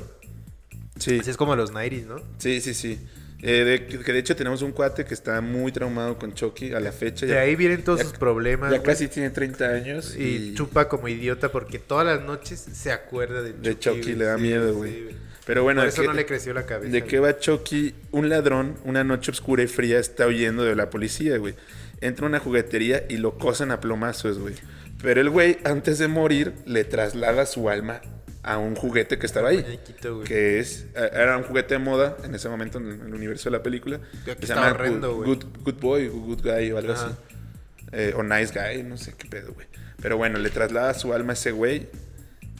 B: Sí,
A: así es como los 90 ¿no?
B: sí, sí. sí. Eh, de- que de hecho tenemos un cuate que está muy traumado con Chucky a la fecha.
A: De
B: ya
A: ahí vienen todos
B: ya-
A: sus problemas.
B: ya
A: güey.
B: casi tiene 30 años.
A: Y
B: Y,
A: chupa como idiota porque todas las noches se acuerda de Chucky.
B: de Chucky
A: güey.
B: le da
A: Sí,
B: miedo,
A: sí,
B: güey. Pero bueno,
A: Por
B: ¿de
A: eso
B: qué-
A: no le creció la cabeza.
B: ¿De qué va Chucky? Un ladrón, una noche oscura y fría, está huyendo de la policía, güey. Entra a una juguetería y lo cosen a plomazos, güey. Pero el güey, antes de morir, le traslada su alma a un juguete que estaba
A: güey.
B: ahí.
A: Muñequito, güey.
B: Que es, eh, era un juguete de moda en ese momento en el universo de la película.
A: Que
B: que
A: estaba horrendo,
B: Good,
A: güey.
B: Good, Good Boy, Good Guy o algo
A: Ajá.
B: así. Eh, o Nice Guy, no sé qué pedo, güey. Pero bueno, le traslada su alma a ese güey.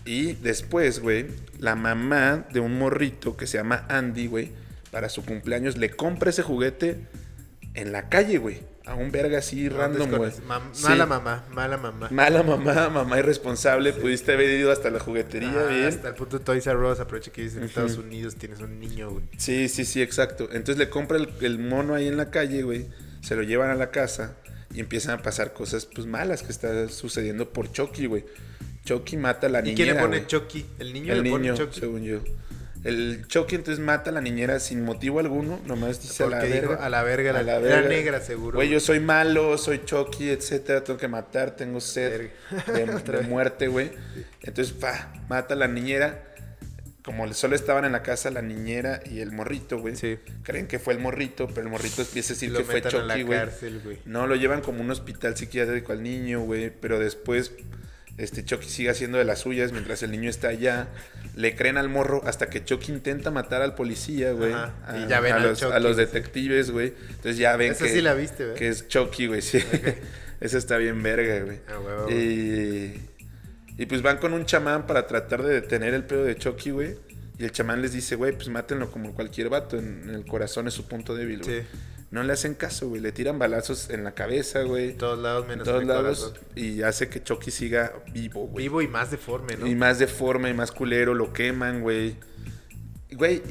B: Y después, güey, la mamá de un morrito que se llama Andy, güey, para su cumpleaños le compra ese juguete en la calle, güey. a un verga así random, güey.
A: Mam-
B: Sí.
A: Mala mamá, mala mamá.
B: Mala mamá, mamá irresponsable, pudiste haber ido hasta la juguetería,
A: Ah,
B: bien.
A: Hasta el punto de Toys R Us, aprovecha que dices en Estados Unidos tienes un niño, güey.
B: Sí, sí, sí, exacto. Entonces le compra el, el mono ahí en la calle, güey. Se lo llevan a la casa y empiezan a pasar cosas pues malas que está sucediendo por Chucky, güey. Chucky mata a la
A: ¿Y
B: niñera.
A: quién le pone
B: güey.
A: Chucky? El niño
B: El
A: le pone
B: niño,
A: Chucky.
B: según yo. El Chucky entonces mata a la niñera sin motivo alguno, nomás dice a la
A: Porque dijo,
B: verga.
A: "A la verga, la- era negra, seguro,
B: Güey,
A: güey.
B: yo soy malo, soy Chucky, etcétera, tengo que matar, tengo sed de, de muerte, güey. Entonces, pa, mata a la niñera. Como solo estaban en la casa la niñera y el morrito, güey.
A: Sí.
B: Creen que fue el morrito, pero el morrito empieza a
A: Y
B: decir
A: lo
B: que fue
A: meten a
B: Chucky,
A: la
B: güey.
A: cárcel, güey.
B: No, lo llevan como un hospital psiquiátrico al niño, güey. Pero después, este Chucky sigue haciendo de las suyas mientras el niño está allá. Le creen al morro hasta que Chucky intenta matar al policía, güey.
A: Ajá, y
B: a-
A: ya ven
B: a
A: al
B: los, a
A: Chucky,
B: los
A: sí.
B: detectives, güey. Entonces ya ven
A: Esa
B: que,
A: sí la viste, ¿verdad?
B: que es Chucky, güey. Sí. Esa está bien verga, güey.
A: Ah, huevo,
B: y, y pues van con un chamán para tratar de detener el pedo de Chucky, güey. Y el chamán les dice, güey, pues mátenlo como cualquier vato. En, en el corazón es su punto débil, güey.
A: Sí.
B: No le hacen caso, güey. Le tiran balazos en la cabeza, güey.
A: En todos lados
B: En
A: menos
B: todos
A: en el
B: lados.
A: corazón.
B: Y hace que Chucky siga vivo, güey.
A: Vivo y más deforme, ¿no?
B: Y más deforme, y más culero, lo queman, güey. Güey,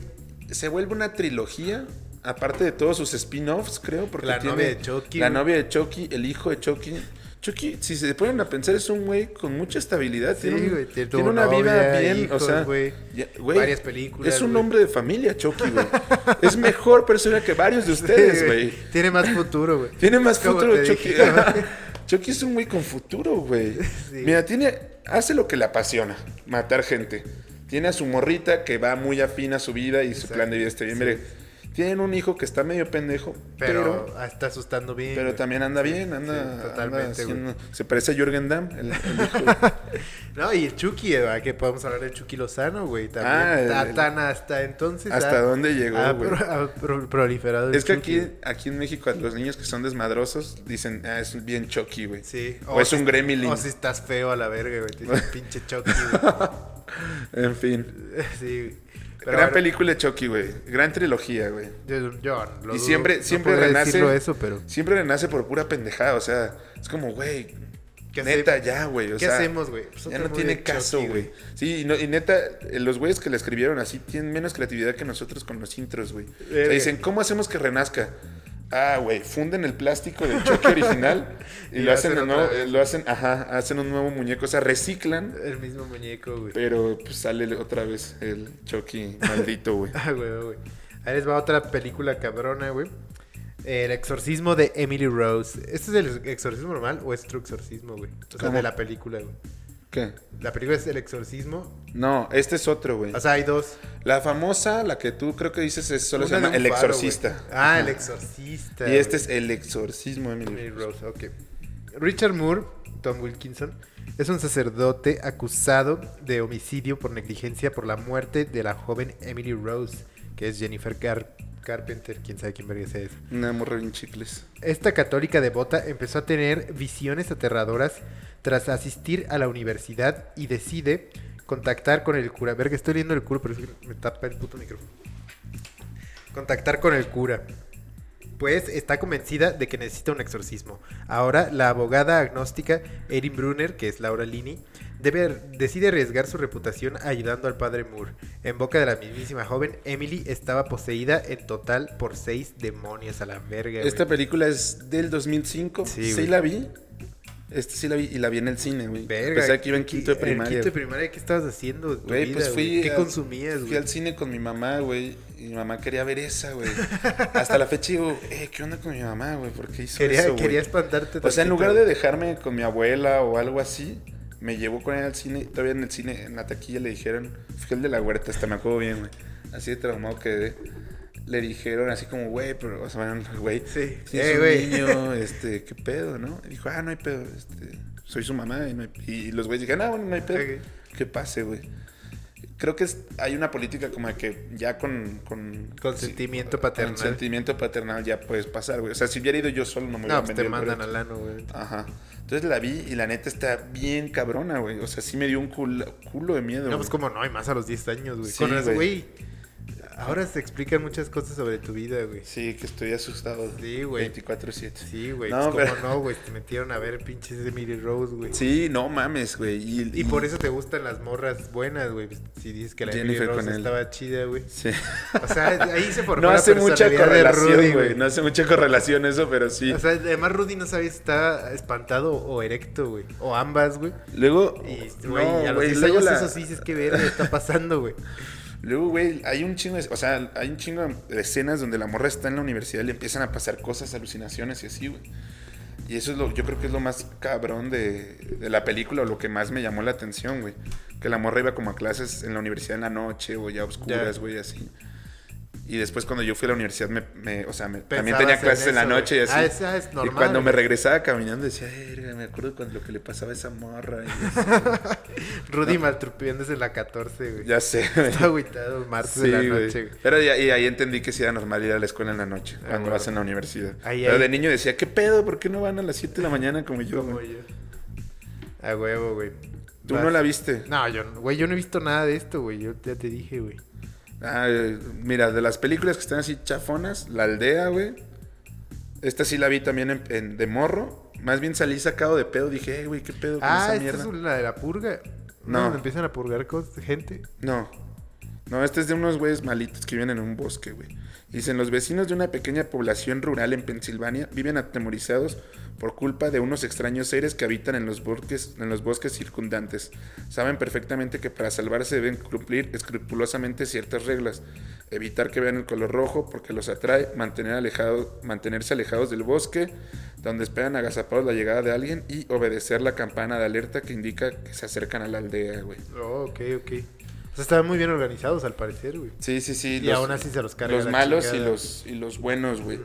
B: se vuelve una trilogía. Aparte de todos sus spin-offs, creo. Porque
A: La
B: tiene
A: novia de Chucky,
B: La
A: güey.
B: novia de Chucky, el hijo de Chucky. Chucky, si se ponen a pensar, es un güey con mucha estabilidad.
A: Sí,
B: tiene un-
A: güey,
B: tiene,
A: tiene- tuvo
B: una vida
A: novia,
B: bien, o
A: hijos,
B: sea,
A: güey.
B: ya- güey,
A: Varias películas,
B: Es un
A: güey.
B: hombre de familia, Chucky, güey. es mejor persona que varios de ustedes, güey.
A: Tiene más futuro, güey.
B: Tiene más
A: Como
B: futuro
A: te
B: Chucky.
A: dije, güey.
B: Chucky es un güey con futuro, güey.
A: Sí.
B: Mira, tiene, hace lo que le apasiona, matar gente. Tiene a su morrita que va muy afín a su vida y su plan de vida está bien. Mire, tienen un hijo que está medio pendejo,
A: Pero,
B: pero, pero,
A: ah, está asustando bien. güey.
B: también anda bien, anda,
A: sí,
B: anda
A: totalmente,
B: haciendo- se parece a Jürgen Damm, el- el hijo.
A: No, y el Chucky, eh, ¿verdad? que podemos hablar del Chucky Lozano, güey. También
B: Ah, el-
A: Ta- tan hasta entonces.
B: ¿Hasta
A: ha-
B: dónde llegó,
A: Ha,
B: güey?
A: pro- ha pro- proliferado. el
B: Es que
A: Ah, Chucky.
B: aquí, aquí en México a los niños que son desmadrosos dicen, ah, es bien Chucky, güey.
A: Sí. Oh,
B: O es un gremlin.
A: O si estás feo a la verga, güey. Te dicen pinche Chucky, güey.
B: En fin.
A: Sí.
B: Gran
A: Pero bueno,
B: película de Chucky, güey. Gran trilogía, güey.
A: Yo, yo lo
B: Y
A: dudo.
B: siempre,
A: No
B: siempre
A: podría
B: renace.
A: decirlo eso, pero.
B: Siempre renace por pura pendejada. O sea, es como, güey.
A: ¿Qué
B: Neta,
A: hacemos?
B: ya, güey. o
A: ¿Qué
B: sea,
A: hacemos, güey? Pues
B: Ya
A: otra
B: no
A: movie
B: tiene
A: de
B: caso,
A: Chucky,
B: güey. Sí, y, no- y neta, eh, los güeyes que la escribieron así tienen menos creatividad que nosotros con los intros, güey. O sea,
A: Verga.
B: dicen, ¿cómo hacemos que renazca? Ah, güey, funden el plástico del Chucky original y,
A: Y
B: lo
A: lo
B: hacen,
A: hacen
B: de
A: otra
B: nuevo-
A: vez.
B: lo hacen, ajá, hacen un nuevo muñeco, o sea, reciclan,
A: El mismo muñeco, güey.
B: pero pues, sale otra vez el Chucky maldito, güey.
A: Ah, güey, güey. Ahí les va otra película cabrona, güey. El exorcismo de Emily Rose. ¿Este es el exorcismo normal o es tu exorcismo, güey? O sea,
B: ¿Cómo?
A: de la película, güey.
B: ¿Qué?
A: La película es el exorcismo.
B: No, este es otro, güey.
A: O sea, hay dos.
B: La famosa, la que tú creo que dices, es solo se
A: Una de
B: llama
A: un
B: El
A: faro,
B: Exorcista.
A: güey. Ah, El
B: Ajá.
A: Exorcista.
B: Y este
A: güey.
B: es El Exorcismo,
A: Emily
B: Emily.
A: Rose, ok. Richard Moore, Tom Wilkinson, es un sacerdote acusado de homicidio por negligencia por la muerte de la joven Emily Rose, que es Jennifer Car- Carpenter, quién sabe quién verga sea esa.
B: Una morra bien chicles.
A: Esta católica devota empezó a tener visiones aterradoras tras asistir a la universidad y decide contactar con el cura. Ver que estoy leyendo el cura, pero es que me tapa el puto micrófono. Contactar con el cura. Pues está convencida de que necesita un exorcismo. Ahora, la abogada agnóstica Erin Brunner, que es Laura Linney, debe, decide arriesgar su reputación ayudando al padre Moore. En boca de la mismísima joven, Emily estaba poseída en total por seis demonios a la verga. güey.
B: Esta película es del 2005.
A: Sí,
B: Sí,
A: güey.
B: la vi. Este sí la vi y la vi en el cine, güey.
A: Verga.
B: Pensé que iba en quinto de
A: ¿qué-
B: primaria.
A: En quinto de primaria, ¿qué estabas haciendo? de tu
B: Güey,
A: vida,
B: pues fui.
A: ¿Qué
B: a-
A: consumías,
B: Fui
A: güey?
B: al cine con mi mamá, güey. Y mi mamá quería ver esa, güey. Hasta la fecha digo, eh, ¿qué onda con mi mamá, güey? ¿Por qué hizo
A: Quería,
B: eso, güey?
A: quería espantarte.
B: O sea,
A: tantito.
B: en lugar de dejarme con mi abuela o algo así, me llevó con él al cine. Todavía en el cine, en la taquilla, le dijeron, fue el de la huerta, hasta me acuerdo bien, güey. Así de traumado quedé. Le dijeron así como, güey, pero, o sea, bueno, güey,
A: Sí.
B: si
A: Eh,
B: es un
A: güey.
B: niño, este, qué pedo, ¿no? Y dijo, ah, no hay pedo, este, soy su mamá. Y, no hay- y los güeyes dijeron, ah, bueno, no hay pedo.
A: Ok.
B: Que pase, güey. Creo que es- hay una política como de que ya con... Con
A: Consentimiento paternal.
B: Consentimiento paternal ya puedes pasar, güey. O sea, si hubiera ido yo solo no
A: No,
B: me hubiera
A: pues te
B: vendido el
A: mandan
B: boleto.
A: al ano, güey.
B: Ajá. Entonces la vi y la neta está bien cabrona, güey. O sea, sí me dio un culo, culo de miedo.
A: No, pues
B: güey.
A: como no, y más a los 10 años, güey.
B: Sí,
A: Con razón,
B: güey.
A: güey. Ahora se explican muchas cosas sobre tu vida, güey.
B: Sí, que estoy asustado.
A: Sí, güey.
B: 24-7.
A: Sí, güey.
B: No,
A: pues,
B: pero-
A: ¿Cómo no, güey? Te metieron a ver pinches Emily Rose, güey.
B: Sí, no mames, güey. Y,
A: Y por eso te gustan las morras buenas, güey. Si dices que la
B: Jennifer
A: Emily Rose
B: Connelly.
A: estaba chida, güey.
B: Sí.
A: O sea, ahí se formó
B: No
A: la
B: hace mucha
A: personalidad de Rudy,
B: correlación, güey. No hace mucha correlación eso, pero sí.
A: O sea, además Rudy no sabía si estaba espantado o erecto, güey. O ambas, güey.
B: Luego,
A: Y,
B: no,
A: güey, a los
B: güey,
A: 10
B: luego
A: años
B: la-
A: eso sí dices que verga está pasando, güey.
B: Luego, güey, hay un chingo, de, o sea, hay un chingo de escenas donde la morra está en la universidad y le empiezan a pasar cosas, alucinaciones y así, güey. Y eso es lo, yo creo que es lo más cabrón de, de la película o lo que más me llamó la atención, güey. Que la morra iba como a clases en la universidad en la noche o ya a oscuras,
A: Ya.
B: güey, así. Y después cuando yo fui a la universidad, me, me- o sea, me- también
A: Pensabas
B: tenía
A: en
B: clases en, la
A: eso,
B: noche y
A: güey.
B: así.
A: Ah, esa es normal,
B: y cuando me
A: güey.
B: regresaba caminando decía, "Verga, me acuerdo cuando lo que le pasaba a esa morra. y así.
A: Rudy maltrupiéndose en la 14, güey.
B: ya sé, güey.
A: Está agüitado martes
B: Sí,
A: de la
B: güey.
A: noche, güey.
B: Pero ya- y ahí entendí que sí era normal ir a la escuela en la noche, cuando
A: bueno.
B: vas en la universidad.
A: Ahí,
B: Pero
A: ahí.
B: de niño decía, ¿qué pedo? ¿Por qué no van a las 7 de la mañana como yo?
A: Como
B: güey?"
A: yo. A huevo, güey.
B: Tú
A: Vas.
B: no la viste.
A: No, yo no, güey, yo no he visto nada de esto, güey. Yo ya te dije, güey.
B: Ah, eh, mira, de las películas que están así chafonas, La Aldea, güey. Esta sí la vi también en, en- de morro. Más bien salí sacado de pedo. Dije, "Eh, güey, ¿qué pedo con
A: Ah,
B: esa
A: esta
B: mierda?
A: es la de la purga.
B: No.
A: No. donde empiezan a purgar cos- gente.
B: No. No, este es de unos güeyes malitos que viven en un bosque, güey. Dicen, los vecinos de una pequeña población rural en Pensilvania viven atemorizados por culpa de unos extraños seres que habitan en los bosques, en los bosques circundantes. Saben perfectamente que para salvarse deben cumplir escrupulosamente ciertas reglas. Evitar que vean el color rojo porque los atrae, mantener alejado- mantenerse alejados del bosque, donde esperan agazapados la llegada de alguien y obedecer la campana de alerta que indica que se acercan a la aldea, güey.
A: Oh, ok, ok. O sea, estaban muy bien organizados al parecer, güey.
B: Sí, sí, sí.
A: Y aún así se los carga
B: Los
A: la
B: malos y
A: chingada.
B: los, y los buenos, güey.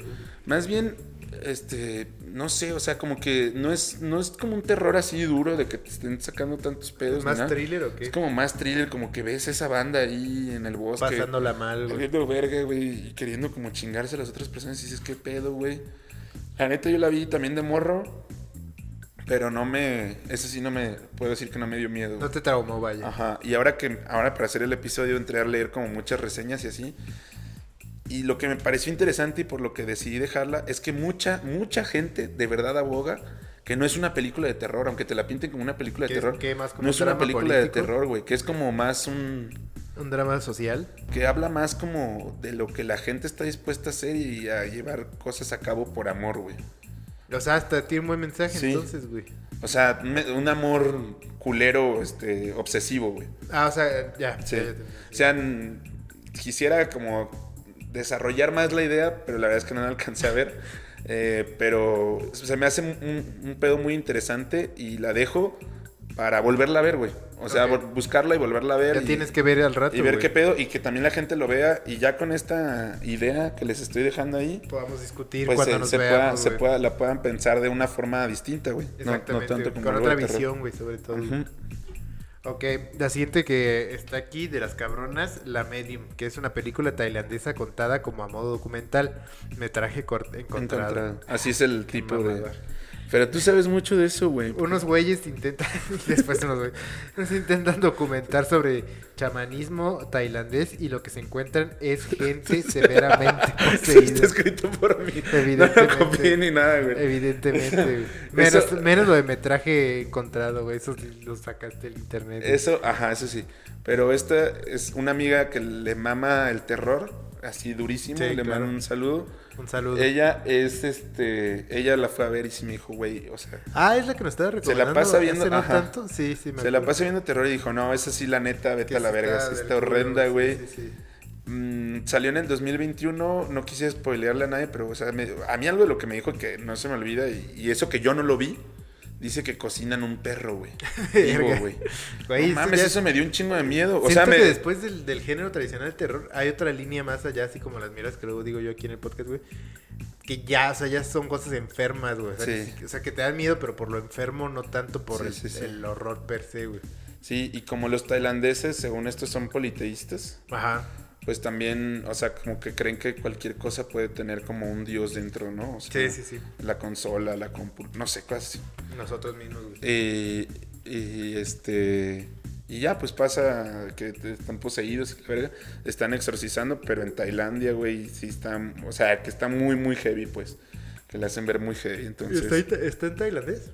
B: Más bien, este, no sé, o sea, como que no es, no es como un terror así duro de que te estén sacando tantos pedos. ni
A: ¿Más
B: nada.
A: thriller o qué?
B: Es como más thriller, como que ves esa banda ahí en el bosque.
A: Pasándola mal, güey.
B: Habiendo verga, güey, y queriendo como chingarse a las otras personas y dices, qué pedo, güey. La neta, yo la vi también de morro, pero no me, eso sí no me, puedo decir que no me dio miedo. güey.
A: No te traumó, vaya.
B: Ajá, y ahora que ahora para hacer el episodio entré a leer como muchas reseñas y así. Y lo que me pareció interesante y por lo que decidí dejarla es que mucha mucha gente de verdad aboga que no es una película de terror, aunque te la pinten como una película de
A: ¿Qué es-
B: terror.
A: qué más como
B: no
A: un
B: es una
A: drama
B: película de
A: político?
B: terror, güey, que es como más un
A: Un drama social.
B: que habla más como de lo que la gente está dispuesta a hacer y a llevar cosas a cabo por amor, güey.
A: O sea, hasta tiene un buen mensaje
B: Sí.
A: entonces, güey.
B: O sea, me- un amor culero este obsesivo, güey.
A: Ah, o sea, ya.
B: Sí.
A: ya, ya te-
B: Eh, O sea, n- quisiera como desarrollar más la idea, pero la verdad es que no la alcancé a ver. Eh, pero se me hace un, un pedo muy interesante y la dejo para volverla a ver, güey. O sea,
A: Ok.
B: vol- buscarla y volverla a ver.
A: Ya
B: y,
A: tienes que ver al rato,
B: y ver
A: güey.
B: qué pedo y que también la gente lo vea. Y ya con esta idea que les estoy dejando ahí,
A: Podamos discutir
B: pues
A: cuando
B: se,
A: nos
B: se pueda-
A: veamos,
B: se
A: güey.
B: pueda- la puedan pensar de una forma distinta, güey. No- No,
A: Exactamente,
B: tanto
A: güey,
B: como
A: con
B: algo
A: otra
B: de terror.
A: visión, güey, sobre todo. güey.
B: Ujú.
A: Ok, la siguiente que está aquí de las cabronas, La Medium, que es una película tailandesa contada como a modo documental, metraje cort- encontrado.
B: Encontrado. Así es el tipo de.
A: mamada.
B: Pero tú sabes mucho de eso, güey.
A: Unos güeyes intentan, después unos güeyes, unos intentan documentar sobre chamanismo tailandés y lo que se encuentran es gente severamente
B: Eso está
A: poseída.
B: escrito por mí. No
A: Evidentemente.
B: lo copié ni nada, güey.
A: Evidentemente, güey. menos,
B: Eso-
A: menos lo de metraje encontrado, güey, eso sí lo sacaste del internet. güey.
B: Eso, ajá, eso sí. Pero esta es una amiga que le mama el terror, así durísimo.
A: Sí,
B: le
A: claro.
B: mando un saludo.
A: Un saludo.
B: Ella es este. Ella la fue a ver y sí me dijo, güey, o sea.
A: Ah, es la que nos estaba recomendando.
B: pasa
A: hace
B: viendo-
A: no
B: ajá.
A: tanto? Sí, sí, me
B: Se la
A: acuerdo.
B: pasa viendo terror y dijo, no, esa sí, la neta, vete
A: Que
B: a la
A: sí
B: verga,
A: está
B: sí
A: del
B: está
A: culo,
B: horrenda,
A: sí,
B: güey.
A: sí, sí.
B: Mm, salió en el 2021, no quise spoilearle a nadie, pero o sea, me- a mí algo de lo que me dijo que no se me olvida y, y eso que yo no lo vi, dice que cocinan un perro, güey. Vivo,
A: Verga.
B: güey.
A: Güey,
B: No
A: eso
B: mames,
A: ya-
B: eso me dio un chingo de miedo. O
A: Siento
B: sea, me...
A: que después del, del género tradicional del terror hay otra línea más allá, así como las miras que luego digo yo aquí en el podcast, güey. Que ya, o sea, ya son cosas enfermas, güey. O, sea,
B: Sí.
A: que- o sea, que te dan miedo, pero por lo enfermo, no tanto por
B: Sí,
A: el,
B: sí, sí.
A: el horror per se, güey.
B: Sí, y como los tailandeses, según esto, son politeístas,
A: Ajá.
B: pues también, o sea, como que creen que cualquier cosa puede tener como un dios dentro, ¿no? O sea,
A: Sí, sí, sí.
B: La consola, la compu, no sé, cosas así.
A: Nosotros mismos, güey.
B: Eh, y este. Y ya, pues pasa que te- están poseídos y la verga, están exorcizando, pero en Tailandia, güey, sí están, o sea, que está muy, muy heavy, pues, que la hacen ver muy heavy, entonces...
A: ¿Está, en- está en tailandés?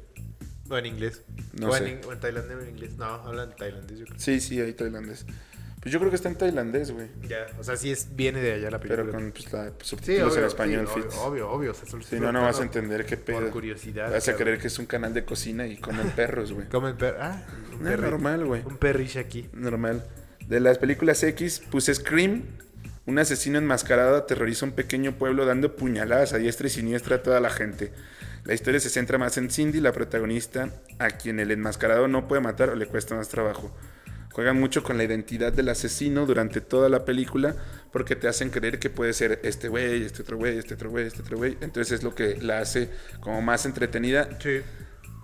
A: No, en inglés.
B: No
A: o,
B: sé.
A: En, in- o en tailandés o en inglés. No, hablan tailandés, yo creo.
B: Sí, sí, hay tailandés. Pues yo creo que está en tailandés, güey,
A: Ya, o sea, sí es, viene de allá la película.
B: pero con pues, la,
A: Sí,
B: subtítulos
A: obvio,
B: en español,
A: sí,
B: Fitz.
A: obvio, obvio, obvio, o sea, solo
B: Si
A: estoy
B: no, no vas a
A: preguntando
B: entender qué pedo.
A: Por curiosidad.
B: Vas a
A: cabrón.
B: creer que es un canal de cocina y comen perros, güey.
A: Comen per... Ah, un
B: No,
A: perri-
B: normal, güey.
A: Un perrish aquí.
B: Normal. De las películas X, puse Scream. Un asesino enmascarado aterroriza un pequeño pueblo dando puñaladas a diestra y siniestra a toda la gente. La historia se centra más en Cindy, la protagonista, a quien el enmascarado no puede matar o le cuesta más trabajo. Juegan mucho con la identidad del asesino durante toda la película porque te hacen creer que puede ser este güey, este otro güey, este otro güey, este otro güey. Entonces es lo que la hace como más entretenida
A: Sí.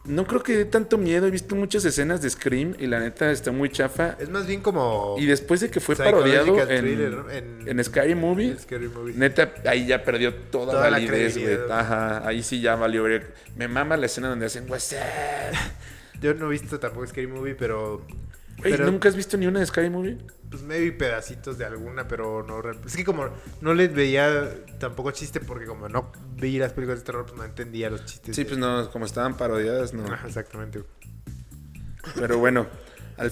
B: no creo que dé tanto miedo. He visto muchas escenas de Scream y la neta está muy chafa.
A: Es más bien como...
B: Y después de que fue
A: Psychological
B: parodiado en,
A: thriller, ¿no? En-
B: en Scary Movie,
A: Scary Movie.
B: neta, ahí ya perdió toda,
A: Toda la
B: validez, güey.
A: credibilidad.
B: Ajá, ahí sí ya valió. verga. Me mama la escena donde hacen "What's up?".
A: Yo no he visto tampoco Scary Movie, pero...
B: Güey,
A: pero-
B: ¿Nunca has visto ni una de Scary Movie?
A: Pues maybe pedacitos de alguna, pero no... re- Es que como no les veía tampoco chiste porque como no vi las películas de terror, pues no entendía los chistes.
B: Sí, pues no, como estaban parodiadas, no.
A: Ajá, Exactamente.
B: Pero bueno, al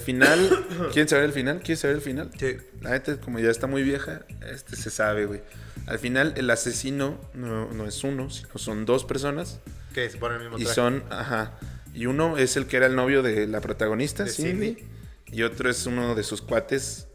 B: final, ¿quieren saber el final? ¿Quieres saber el final?
A: Sí.
B: La neta, como ya está muy vieja, este se sabe, güey. Al final, el asesino no, no es uno, sino son dos personas.
A: Que se ponen el mismo
B: Y
A: traje.
B: son, ajá. Y uno es el que era el novio de la protagonista,
A: De
B: Cindy.
A: Cindy.
B: Y otro es uno de sus cuates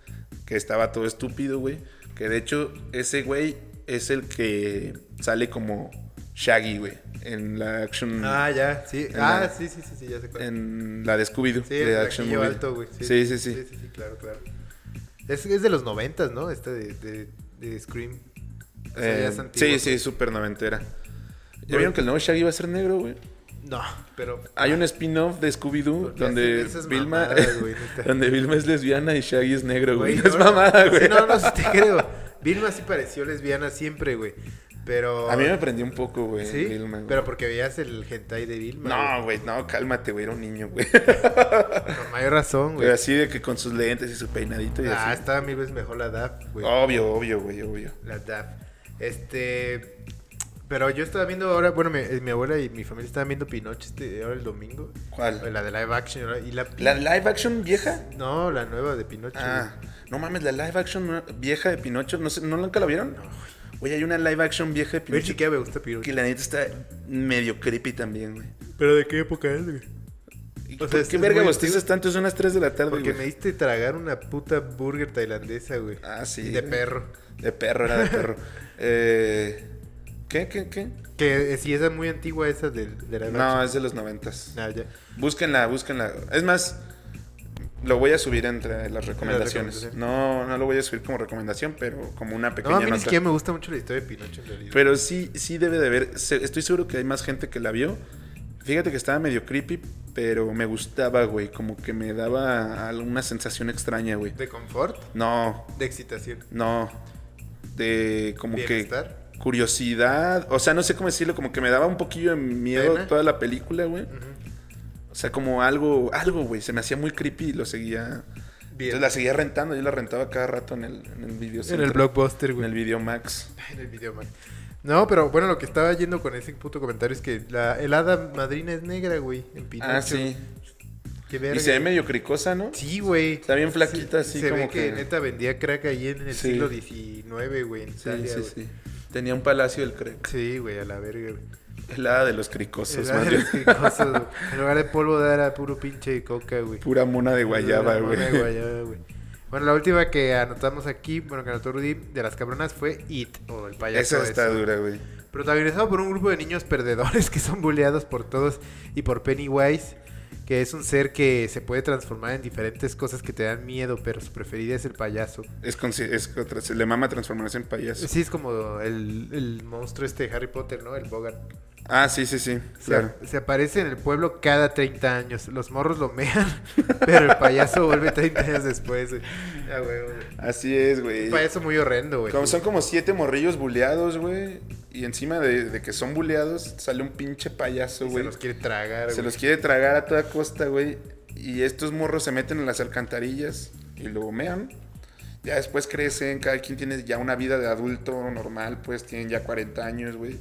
B: que estaba todo estúpido, güey. Que de hecho, ese güey es el que sale como Shaggy, güey. En la action.
A: Ah, ya, sí.
B: En
A: Ah,
B: la-
A: sí, sí, sí, sí, ya sé cuál.
B: En la de Scooby-Doo.
A: Sí,
B: de
A: el
B: action
A: flaquillo
B: movie.
A: alto, güey.
B: Sí, sí, sí.
A: Sí, sí, claro, claro. Es, es de los noventas, ¿no? Este de, de, de Scream. O sea, ya
B: Eh,
A: es antiguo.
B: sí, sí, súper noventera. ¿Ya
A: Güey.
B: vieron que el nuevo Shaggy va a ser negro, güey?
A: No, pero...
B: Hay un spin-off de Scooby-Doo
A: Porque
B: donde
A: hacen esas
B: Vilma,
A: mamadas, güey, neta.
B: donde Vilma es lesbiana y Shaggy es negro, güey.
A: Güey,
B: Es
A: no,
B: mamada,
A: sí,
B: güey.
A: no, no, sí te creo. Vilma sí pareció lesbiana siempre, güey. Pero...
B: A mí me prendió un poco, güey.
A: Sí,
B: Vilma, güey.
A: pero porque veías el hentai de Vilma.
B: No, güey, no, cálmate, güey, era un niño, güey.
A: güey. Con mayor razón, güey.
B: Pero así de que con sus lentes y su peinadito y
A: Ah,
B: así.
A: estaba mil veces mejor la DAP, güey.
B: Obvio, obvio, güey, obvio.
A: La DAP. Este. Pero yo estaba viendo ahora, bueno, mi, eh, mi abuela y mi familia estaban viendo Pinoche este, ahora el domingo. Eh,
B: ¿Cuál?
A: La de live action. ¿no? Y la,
B: ¿La live action vieja?
A: No, la nueva de Pinoche.
B: Ah, no mames, la live action nue- vieja de Pinocho, no sé, ¿no nunca la vieron? Güey, hay una live action vieja de
A: Pero
B: Pinocho
A: chiquilla me gusta Pinoche.
B: que la neta está medio creepy también, güey.
A: ¿Pero de qué época es, güey?
B: ¿Y
A: sea,
B: ¿Por
A: es-
B: qué
A: es
B: verga
A: muy
B: bostezas
A: antiguo.
B: tanto? Son las 3 de la tarde,
A: Porque
B: güey.
A: me diste tragar una puta burger tailandesa, güey.
B: Ah, sí.
A: Y de
B: güey.
A: perro.
B: De perro, era de perro. eh, ¿Qué, qué, qué?
A: Que eh, sí, esa es muy antigua, esa del- de, la
B: No, es de los noventas.
A: Ah, ya.
B: Búsquenla, búsquenla. Es más, lo voy a subir entre las recomendaciones.
A: recomendaciones.
B: No, no lo voy a subir como recomendación, pero como una
A: No,
B: pequeña
A: a mí ni
B: nota.
A: siquiera me gusta mucho la historia de Pinoche en realidad.
B: Pero sí, sí debe de haber. se- Estoy seguro que hay más gente que la vio. Fíjate que estaba medio creepy, pero me gustaba, güey. Como que me daba alguna sensación extraña, güey.
A: De confort,
B: No,
A: de excitación.
B: no. De como
A: Bienestar.
B: que curiosidad. O sea, no sé cómo decirlo. Como que me daba un poquillo de miedo
A: Pena.
B: toda la película, güey.
A: Ujú.
B: O sea, como algo, algo, güey. Se me hacía muy creepy y lo seguía.
A: Bien.
B: Entonces la seguía rentando. Yo la rentaba cada rato en el, en el video.
A: en el
B: Centro,
A: blockbuster,
B: En
A: güey.
B: el video Max.
A: En el video, man. No, pero bueno, lo que estaba yendo con ese puto comentario es que la, el hada madrina es negra, güey, en Pinocho.
B: Ah, sí.
A: Qué verga.
B: Y se ve medio cricosa, ¿no?
A: Sí, güey.
B: Está bien flaquita,
A: Sí,
B: así
A: Se
B: como
A: ve que,
B: que-
A: neta vendía crack ahí en el
B: Sí.
A: siglo XIX, güey, en
B: Sí,
A: Italia,
B: sí,
A: güey.
B: sí. Tenía un palacio del crack.
A: Sí, güey, a la verga, güey.
B: El hada de los cricosos,
A: El hada
B: más
A: de
B: bien.
A: los cricosos, güey. En lugar de polvo era puro pinche coca, güey.
B: Pura mona de guayaba,
A: Una
B: güey.
A: mona de guayaba, güey. Bueno, la última que anotamos aquí, bueno, que anotó Rudy, de las cabronas fue It, o el payaso.
B: Esa está
A: ese.
B: dura, güey.
A: Protagonizado por un grupo de niños perdedores que son buleados por todos y por Pennywise, que es un ser que se puede transformar en diferentes cosas que te dan miedo, pero su preferida es el payaso.
B: Es, con- es otra- se le mama transformarse en payaso.
A: Sí, es como el, el monstruo este de Harry Potter, ¿no? El Bogart.
B: Ah, sí, sí, sí.
A: Se,
B: Claro.
A: se aparece en el pueblo cada 30 años. Los morros lo mean, pero el payaso vuelve 30 años después. güey. Ah, güey, güey.
B: Así es, güey.
A: Un payaso muy horrendo, Pues, güey.
B: Como son como siete morrillos buleados, güey. Y encima de, de que son buleados, sale un pinche payaso,
A: Y Se
B: güey.
A: los quiere tragar,
B: Se
A: güey.
B: los quiere tragar a toda costa, güey. Y y estos morros se meten en las alcantarillas y lo mean. Ya después crecen, cada quien tiene ya una vida de adulto normal, pues tienen ya 40 años, güey.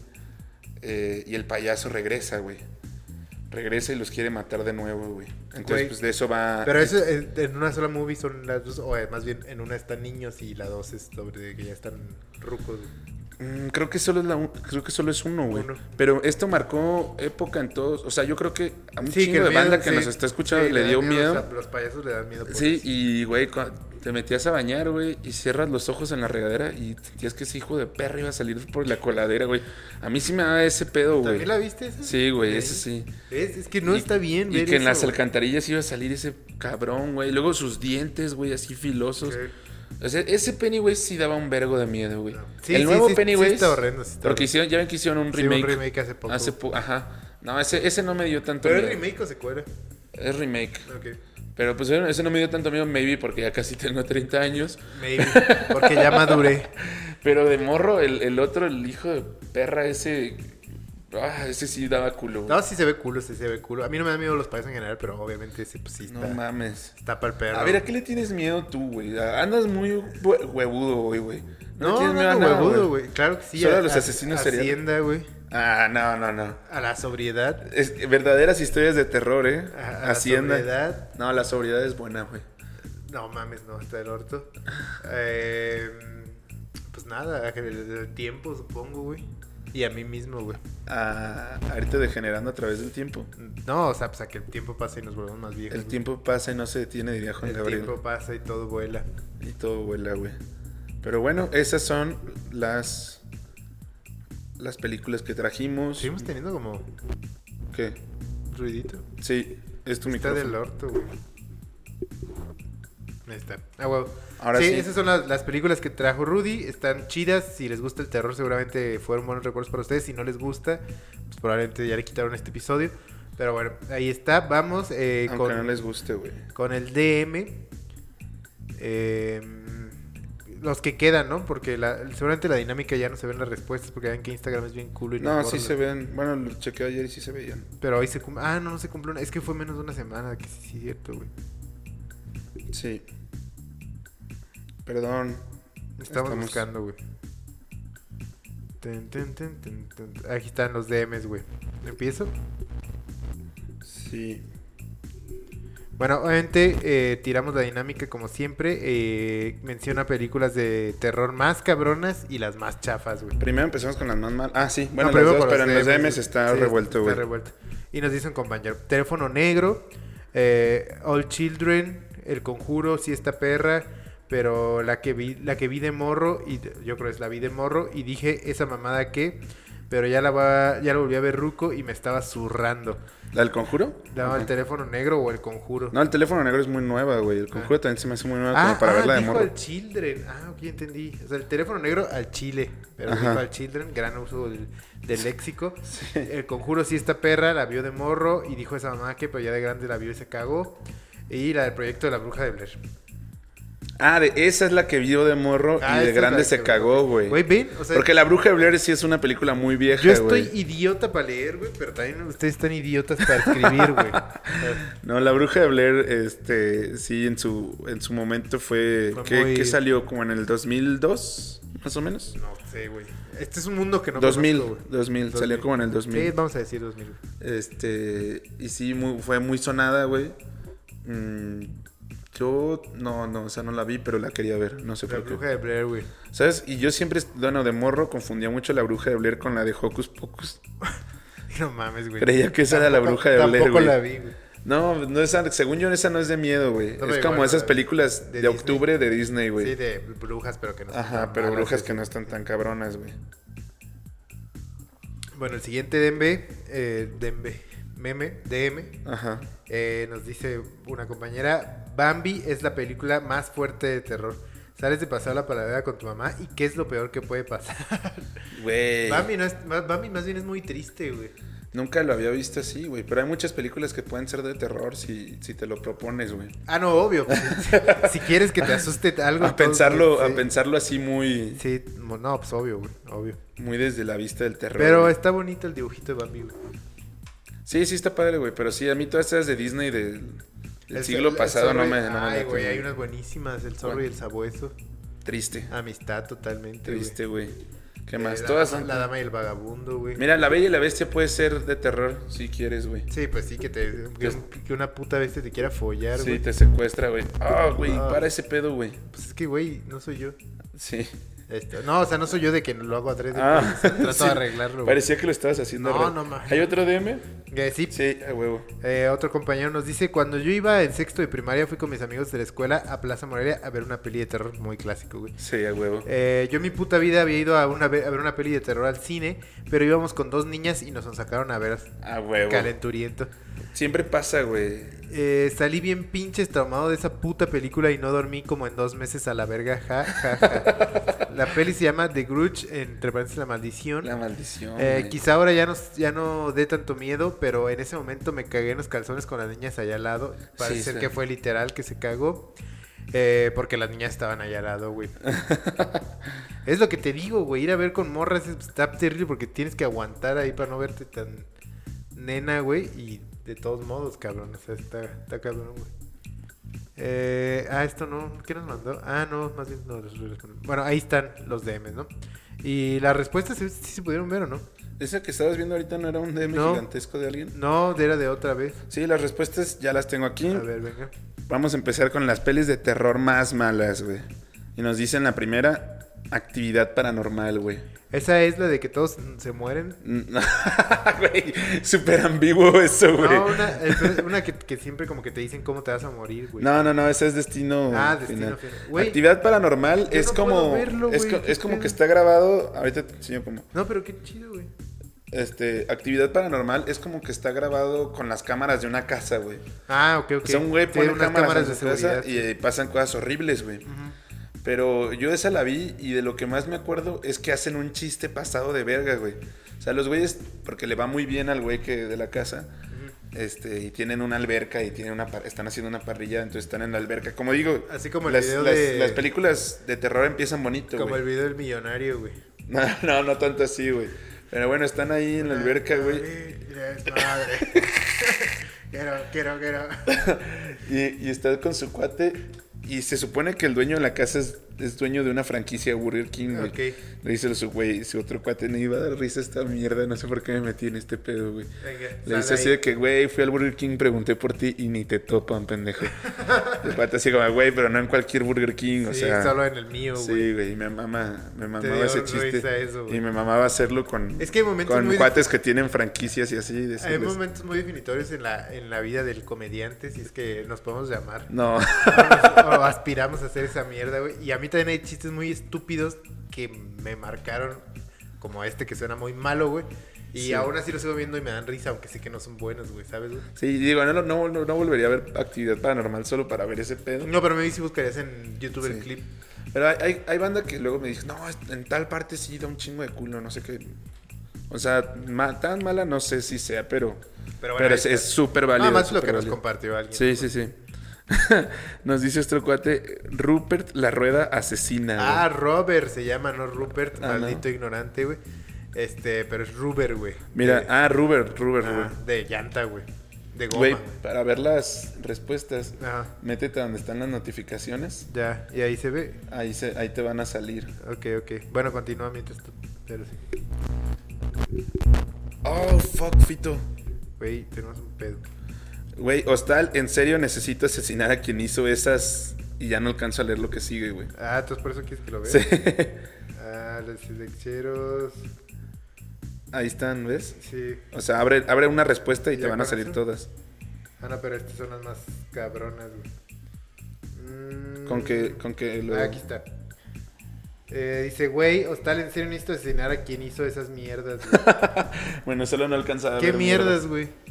B: Eh, y el payaso regresa, güey. Regresa y los quiere matar de nuevo, güey. Entonces,
A: Güey.
B: pues de eso va.
A: Pero eso eh, en una sola movie son las dos, o eh, más bien en una están niños y la dos es sobre que ya están rucos.
B: Mm, creo que solo es la un- creo que solo es uno, güey.
A: Uno.
B: Pero esto marcó época en todos. O sea, yo creo que a un
A: Sí,
B: chingo
A: que el
B: de
A: miedo,
B: banda que
A: sí,
B: nos está escuchando
A: sí,
B: le
A: da
B: dio miedo.
A: o sea, los payasos le dan miedo. por
B: Sí,
A: eso.
B: y güey, cua- te metías a bañar, güey, y cierras los ojos en la regadera y sentías que ese hijo de perro iba a salir por la coladera, güey. A mí sí me da ese pedo, güey.
A: ¿También la viste esa?
B: Sí, güey,
A: Ok.
B: ese sí.
A: Es, es que no
B: Y-
A: está bien
B: Y
A: ver
B: que en
A: eso,
B: las
A: güey.
B: alcantarillas iba a salir ese cabrón, güey. Luego sus dientes, güey, así filosos.
A: Sí.
B: O sea, ese Pennywise sí daba un vergo de miedo, güey.
A: No. Sí,
B: el
A: sí,
B: nuevo
A: sí, sí
B: Pennywise.
A: está horrendo, sí está
B: Porque
A: horrendo.
B: hicieron, ya ven que hicieron un
A: Sí, un
B: remake.
A: remake hace poco.
B: Hace po- ajá. No, ese, ese no me dio tanto
A: Pero es
B: miedo.
A: remake o secuela.
B: Es remake.
A: Ok.
B: Pero pues bueno, ese no me dio tanto miedo, maybe, porque ya casi tengo 30 años.
A: Maybe. Porque ya maduré.
B: Pero de morro, el, el otro, el hijo de perra, ese. Ah, ese sí daba culo. güey.
A: No, sí se ve culo, sí se ve culo. A mí no me da miedo los payasos en general, pero obviamente sí, pues sí
B: No
A: está.
B: mames.
A: está para el perro.
B: A ver, ¿a qué le tienes miedo tú, güey? A- Andas muy hue- huevudo hoy, güey. le
A: No, no,
B: tienes miedo a
A: no,
B: nada,
A: huevudo, güey. Claro que sí.
B: Solo
A: a-
B: a los
A: a-
B: asesinos seriales.
A: Hacienda, güey.
B: Ah, no, no, no.
A: A la sobriedad.
B: Es, verdaderas historias de terror, ¿eh?
A: A- a la
B: Hacienda.
A: sobriedad.
B: No, la sobriedad es buena, güey.
A: No mames, no, está el orto. Eh, pues nada, el, el tiempo, supongo, güey. Y a mí mismo, güey.
B: Ah, ahorita degenerando a través del tiempo.
A: No, o sea, pues a que el tiempo pase y nos volvemos más viejos.
B: El
A: güey.
B: tiempo pasa y no se detiene, diría Juan
A: El
B: Gabriel.
A: tiempo pasa y todo vuela.
B: Y todo vuela, güey. Pero bueno, esas son las las películas que trajimos.
A: Seguimos teniendo como
B: ¿Qué?
A: ruidito.
B: Sí, es tu
A: Está
B: micrófono.
A: del orto, güey. Ahí está. Ah, huevo.
B: Ahora
A: sí,
B: sí.
A: esas son las, las películas que trajo Rudy. Están chidas. Si les gusta el terror, seguramente fueron buenos recuerdos para ustedes. Si no les gusta, pues probablemente ya le quitaron este episodio. Pero bueno, ahí está. Vamos eh,
B: Aunque
A: con,
B: no les guste, güey.
A: con el DM. Eh, los que quedan, ¿no? Porque la- seguramente la dinámica ya no se ven las respuestas porque ven que Instagram es bien culo y
B: No, sí
A: borra.
B: se ven. Bueno, lo chequeé ayer y sí se veían.
A: Pero hoy se cumple. Ah, no, no se cumple una. Es que fue menos de una semana, que sí, sí, cierto, güey.
B: Sí. Perdón.
A: Estamos,
B: Estamos-
A: buscando, güey. Ten, ten, ten, ten, ten. Aquí están los DMs, güey. ¿Empiezo?
B: Sí.
A: Bueno, obviamente eh, tiramos la dinámica como siempre. eh, menciona películas de terror más cabronas y las más chafas, güey.
B: Primero empezamos con las más mal. Ah, sí. Bueno,
A: No,
B: las
A: primero
B: dos,
A: con
B: pero en los DMs
A: güey.
B: está
A: Sí,
B: revuelto,
A: está
B: güey.
A: revuelto. Y nos dice un compañero. Teléfono negro, eh, All Children, El Conjuro, sí está perra, pero la que vi, la que vi de morro, y de- yo creo es la vi de morro, y dije esa mamada que, pero ya la va, ya la volví a ver ruco y me estaba zurrando.
B: ¿La del conjuro?
A: Daba
B: Ajá.
A: el teléfono negro o el conjuro.
B: No, el teléfono negro es muy nueva, güey. El conjuro también se me hace muy nueva como para verla de
A: Ah. dijo
B: morro.
A: al Children. Ah, ok, entendí. O sea, el teléfono negro al Chile. Pero
B: Ajá.
A: dijo al Children, gran uso del, del léxico. El conjuro sí esta perra, la vio de morro y dijo esa mamá que, pero ya de grande la vio y se cagó. Y la del proyecto de la bruja de Blair.
B: Ah, de, esa es la que vio de morro
A: Ah, esa
B: y de
A: es la
B: grande
A: que-
B: se cagó, güey.
A: Güey, ven, o sea,
B: Porque La Bruja de Blair sí es una película muy vieja,
A: yo estoy
B: güey.
A: idiota para leer, güey, pero también ustedes están idiotas para escribir, güey.
B: No, La Bruja de Blair, este, sí, en su, en su momento fue...
A: Fue
B: ¿qué,
A: muy-
B: qué salió? ¿Como en el 2002, más o menos?
A: No sé, güey. Este es un mundo que no
B: 2000,
A: conozco, güey.
B: 2000, salió como en el 2000.
A: Sí, vamos a decir 2000. güey.
B: Este, y sí, muy- fue muy sonada, güey. Mm, yo, no, no, o sea, no la vi, pero la quería ver, no sé
A: La
B: por qué.
A: bruja de Blair, güey.
B: ¿Sabes? Y yo siempre, bueno, de morro confundía mucho La Bruja de Blair con la de Hocus Pocus.
A: No mames, güey.
B: Creía que esa era La Bruja de Blair,
A: Tampoco
B: güey.
A: la vi, güey.
B: No, no esa, según yo esa no es de miedo, güey.
A: No,
B: es
A: pero
B: como
A: igual,
B: esas
A: la-
B: películas
A: de
B: de,
A: Disney.
B: octubre de Disney, güey.
A: Sí, de brujas, pero que no. son
B: Ajá,
A: tan
B: pero
A: malas,
B: brujas
A: sí.
B: que no están tan cabronas, güey.
A: Bueno, el siguiente Dembe, eh, Dembe, meme, DM,
B: Ajá.
A: eh, nos dice una compañera, Bambi es la película más fuerte de terror. Sales de pasar la palabra con tu mamá y qué es lo peor que puede pasar.
B: Güey.
A: Bambi, no es, más- Bambi más bien es muy triste, güey.
B: Nunca lo había visto así, güey. Pero hay muchas películas que pueden ser de terror si, si te lo propones, güey.
A: Ah, no, obvio. pues, si, si quieres que te asuste algo.
B: A
A: todo-
B: pensarlo,
A: sí.
B: a pensarlo así muy,
A: Sí, mo- no, pues obvio, güey, obvio.
B: muy desde la vista del terror.
A: Pero
B: güey.
A: está bonito el dibujito de Bambi, güey.
B: Sí, sí está padre, güey. Pero sí, a mí todas esas de Disney de El, siglo pasado
A: zorro
B: no
A: y-
B: me. no me
A: Ay,
B: late,
A: güey, hay
B: güey.
A: unas buenísimas. El zorro
B: ¿Cuál?
A: y el sabueso.
B: Triste.
A: Amistad totalmente. Ah, güey.
B: Triste, güey. ¿Qué
A: Eh,
B: más?
A: la,
B: Todas
A: la,
B: son.
A: dama y el vagabundo, güey.
B: Mira, La Bella y la Bestia puede ser de terror si quieres, güey.
A: Sí, pues sí, que, te, que, un- que una puta bestia te quiera follar,
B: Sí,
A: güey.
B: te secuestra, güey. Ah, güey,
A: Ah.
B: para ese pedo, güey.
A: Pues es que, güey, no soy yo.
B: Sí.
A: Esto. No, o sea, no soy yo de que lo hago a tres de
B: Ah,
A: Trato
B: sí.
A: de arreglarlo, güey.
B: Parecía que lo estabas haciendo.
A: No,
B: re-
A: no mames.
B: ¿Hay otro DM?
A: Eh, sí,
B: Sí, a huevo.
A: Eh, otro compañero nos dice, cuando yo iba en sexto de primaria fui con mis amigos de la escuela a Plaza Morelia a ver una peli de terror muy clásico, güey.
B: Sí, a huevo.
A: Eh, yo en mi puta vida había ido a, una, ve- a ver una peli de terror al cine, pero íbamos con dos niñas y nos sacaron a ver
B: A huevo.
A: calenturiento.
B: Siempre pasa, güey.
A: Eh, salí bien pinches traumado de esa puta película y no dormí como en dos meses a la verga, ja, ja, ja. la peli se llama The Grudge, entre paréntesis La Maldición.
B: La maldición.
A: Eh,
B: güey.
A: quizá ahora ya no, ya no dé tanto miedo, pero en ese momento me cagué en los calzones con las niñas allá al lado. Parece
B: Sí,
A: ser
B: sí.
A: que fue literal que se cagó. eh, porque las niñas estaban allá al lado, güey. es lo que te digo, güey. Ir a ver con morras es- está terrible porque tienes que aguantar ahí para no verte tan nena, güey. Y de todos modos, cabrón. O sea, está, está cabrón, güey. Eh, ah, esto no. ¿Qué nos mandó? Ah, no, más bien no les respondí. Bueno, ahí están los DMs, ¿no? Y las respuestas sí, sí se pudieron ver o no.
B: ¿Esa que estabas viendo ahorita no era un DM
A: No.
B: gigantesco de alguien?
A: No, era de otra vez.
B: Sí, las respuestas ya las tengo aquí.
A: A ver, venga.
B: Vamos a empezar con las pelis de terror más malas, güey. Y nos dicen la primera, actividad paranormal, güey.
A: Esa es la de que todos se mueren.
B: Mm, Güey, súper ambiguo eso, güey.
A: No, una, eh, pero una que, que siempre como que te dicen cómo te vas a morir, güey.
B: No, no, no, ese es destino.
A: Ah, Destino Final. Güey,
B: Actividad paranormal
A: yo
B: es
A: no
B: como.
A: puedo verlo,
B: es,
A: güey,
B: co-
A: qué
B: es como
A: pedo.
B: que está grabado. Ahorita te enseño cómo.
A: No, pero qué chido, güey.
B: Este, actividad paranormal es como que está grabado con las cámaras de una casa, güey.
A: Ah, ok, ok.
B: O sea, un güey
A: Sí,
B: pone
A: unas
B: cámaras,
A: cámaras
B: en
A: de
B: su casa
A: seguridad.
B: y eh, pasan cosas horribles, güey.
A: Ujú.
B: Pero yo esa la vi y de lo que más me acuerdo es que hacen un chiste pasado de verga, güey. O sea, los güeyes, porque le va muy bien al güey que de la casa, este, y tienen una alberca y tienen una par- están haciendo una parrilla, entonces están en la alberca. Como digo,
A: Así como el
B: las,
A: video
B: las-
A: de-
B: las películas de terror empiezan bonito,
A: Como
B: güey.
A: el video del millonario, güey.
B: No, no, no tanto así, güey. Pero bueno, están ahí
A: Ah,
B: en la alberca, güey.
A: Madre. quiero, quiero, quiero.
B: Y, y está con su cuate. Y se supone que el dueño de la casa es, es dueño de una franquicia Burger King, güey.
A: Ok.
B: Le dice a su güey, su otro cuate, me iba a dar risa esta mierda, no sé por qué me metí en este pedo, güey.
A: Venga,
B: Le
A: sale
B: dice así
A: ahí.
B: de que, güey, fui al Burger King, pregunté por ti y ni te topan, pendejo. El cuate así como, güey, pero no en cualquier Burger King, o
A: sí,
B: sea.
A: solo en el mío, güey.
B: Sí, güey, y me mama, me
A: dio
B: mamaba ese
A: risa
B: chiste.
A: eso, güey.
B: y me mamaba hacerlo con,
A: Es que hay momentos
B: con
A: muy
B: cuates que tienen franquicias y así.
A: Hay
B: decirles,
A: momentos muy definitorios en la, en la vida del comediante, si es que nos podemos llamar.
B: No,
A: o aspiramos a hacer esa mierda, güey. Y a mí también hay chistes muy estúpidos que me marcaron, como este que suena muy malo, güey. Y
B: Sí.
A: aún así lo sigo viendo y me dan risa, aunque sé que no son buenos, güey, ¿sabes, güey?
B: sí, digo, no, no, no, no volvería a ver actividad paranormal solo para ver ese pedo.
A: No, pero me si buscarías en YouTube el
B: Sí.
A: clip.
B: Pero hay, hay, hay banda que luego me dice, no, es- en tal parte sí da un chingo de culo, no sé qué. O sea, ma- tan mala no sé si sea, pero,
A: Pero
B: pero,
A: bueno, ahí
B: es
A: está.
B: es súper válido.
A: Nada más lo
B: súper
A: que nos
B: válido.
A: compartió alguien.
B: Sí, sí, sí. Nos dice otro cuate, Rupert la rueda asesina. güey".
A: Ah, Robert se llama, no Rupert,
B: Ah,
A: maldito ignorante, güey. Este, pero es Ruber, güey.
B: Mira,
A: De-
B: ah, Rupert, Rupert,
A: ah,
B: Rupert.
A: de llanta, güey. De goma.
B: Güey,
A: güey.
B: para ver las respuestas,
A: Ajá.
B: métete a donde están las notificaciones.
A: Ya, y ahí se ve.
B: Ahí, se, ahí te van a salir.
A: Ok, ok. Bueno, continúa mientras tú. Pero sí.
B: Oh, fuck, Fito.
A: Güey, tenemos un pedo.
B: Güey, Hostal, en serio necesito asesinar a quien hizo esas y ya no alcanzo a leer lo que sigue, güey.
A: Ah, entonces por eso quieres que lo vea.
B: Sí.
A: Ah, los lecheros.
B: Ahí están, ¿ves?
A: Sí.
B: O sea, abre, abre una respuesta y
A: ¿Ya
B: te van a
A: con
B: salir
A: eso?
B: todas.
A: Ah, no, pero estas son las más cabronas, güey. Mm.
B: Con que, con que lo-
A: Ah, aquí está. Eh, dice, güey, hostal, en serio necesito asesinar a quien hizo esas mierdas, güey.
B: Bueno, solo no alcanza a
A: ¿Qué
B: ver
A: mierdas, güey?
B: mierda.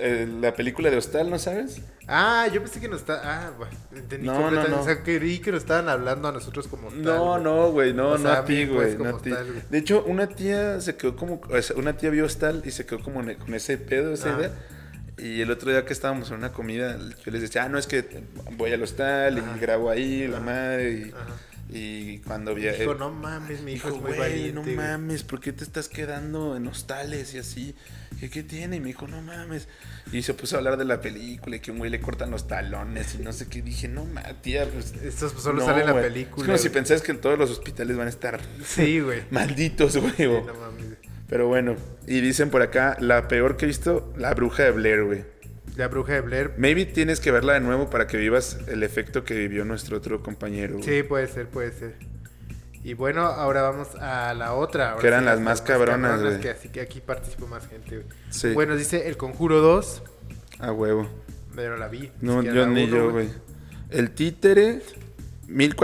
B: Eh, la película de Hostal, ¿no sabes?
A: Ah, yo pensé que nos está. Ah, bueno, entendí
B: No, no,
A: completamente.
B: no.
A: O sea, creí que nos estaban hablando a nosotros como tal.
B: No,
A: güey.
B: no, güey, no,
A: O
B: no
A: sea,
B: a ti,
A: mí, pues,
B: güey, no
A: como
B: a ti.
A: tal, güey.
B: De hecho, una tía se quedó como, o sea, una tía vio Hostal y se quedó como ne- con ese pedo, esa
A: Ah.
B: idea. Y el otro día que estábamos en una comida, yo les decía, ah, no, es que voy al hostal
A: Ajá.
B: y grabo ahí, la madre, y
A: Ajá.
B: Y cuando
A: Mi hijo,
B: viajé.
A: no mames, mi hijo
B: eh, Dijo,
A: es muy
B: güey,
A: valiente.
B: no
A: güey".
B: mames, ¿por qué te estás quedando en hostales y así? ¿Qué, ¿Qué tiene? Y me dijo, no mames. Y se puso a hablar de la película y que un güey le cortan los talones y no sé qué. Dije, no mames, tía. Pues,
A: Estos solo
B: no,
A: sale en la
B: güey".
A: película.
B: Es como si
A: güey.
B: pensás que todos los hospitales van a estar
A: Sí, güey.
B: malditos, güey.
A: Sí,
B: o-
A: no mames.
B: Pero bueno, y dicen por acá, la peor que he visto, la bruja de Blair, güey.
A: La bruja de Blair.
B: Maybe tienes que verla de nuevo para que vivas el efecto que vivió nuestro otro compañero. güey.
A: Sí, puede ser, puede ser. Y bueno, ahora vamos a la otra. ahora
B: Que eran
A: sí,
B: las más cabronas, güey.
A: que así que aquí participó más gente, güey.
B: Sí,
A: Bueno, dice El Conjuro 2,
B: a huevo.
A: pero la vi.
B: No,
A: siquiera
B: yo
A: la
B: ni
A: uno,
B: yo, güey. El títere,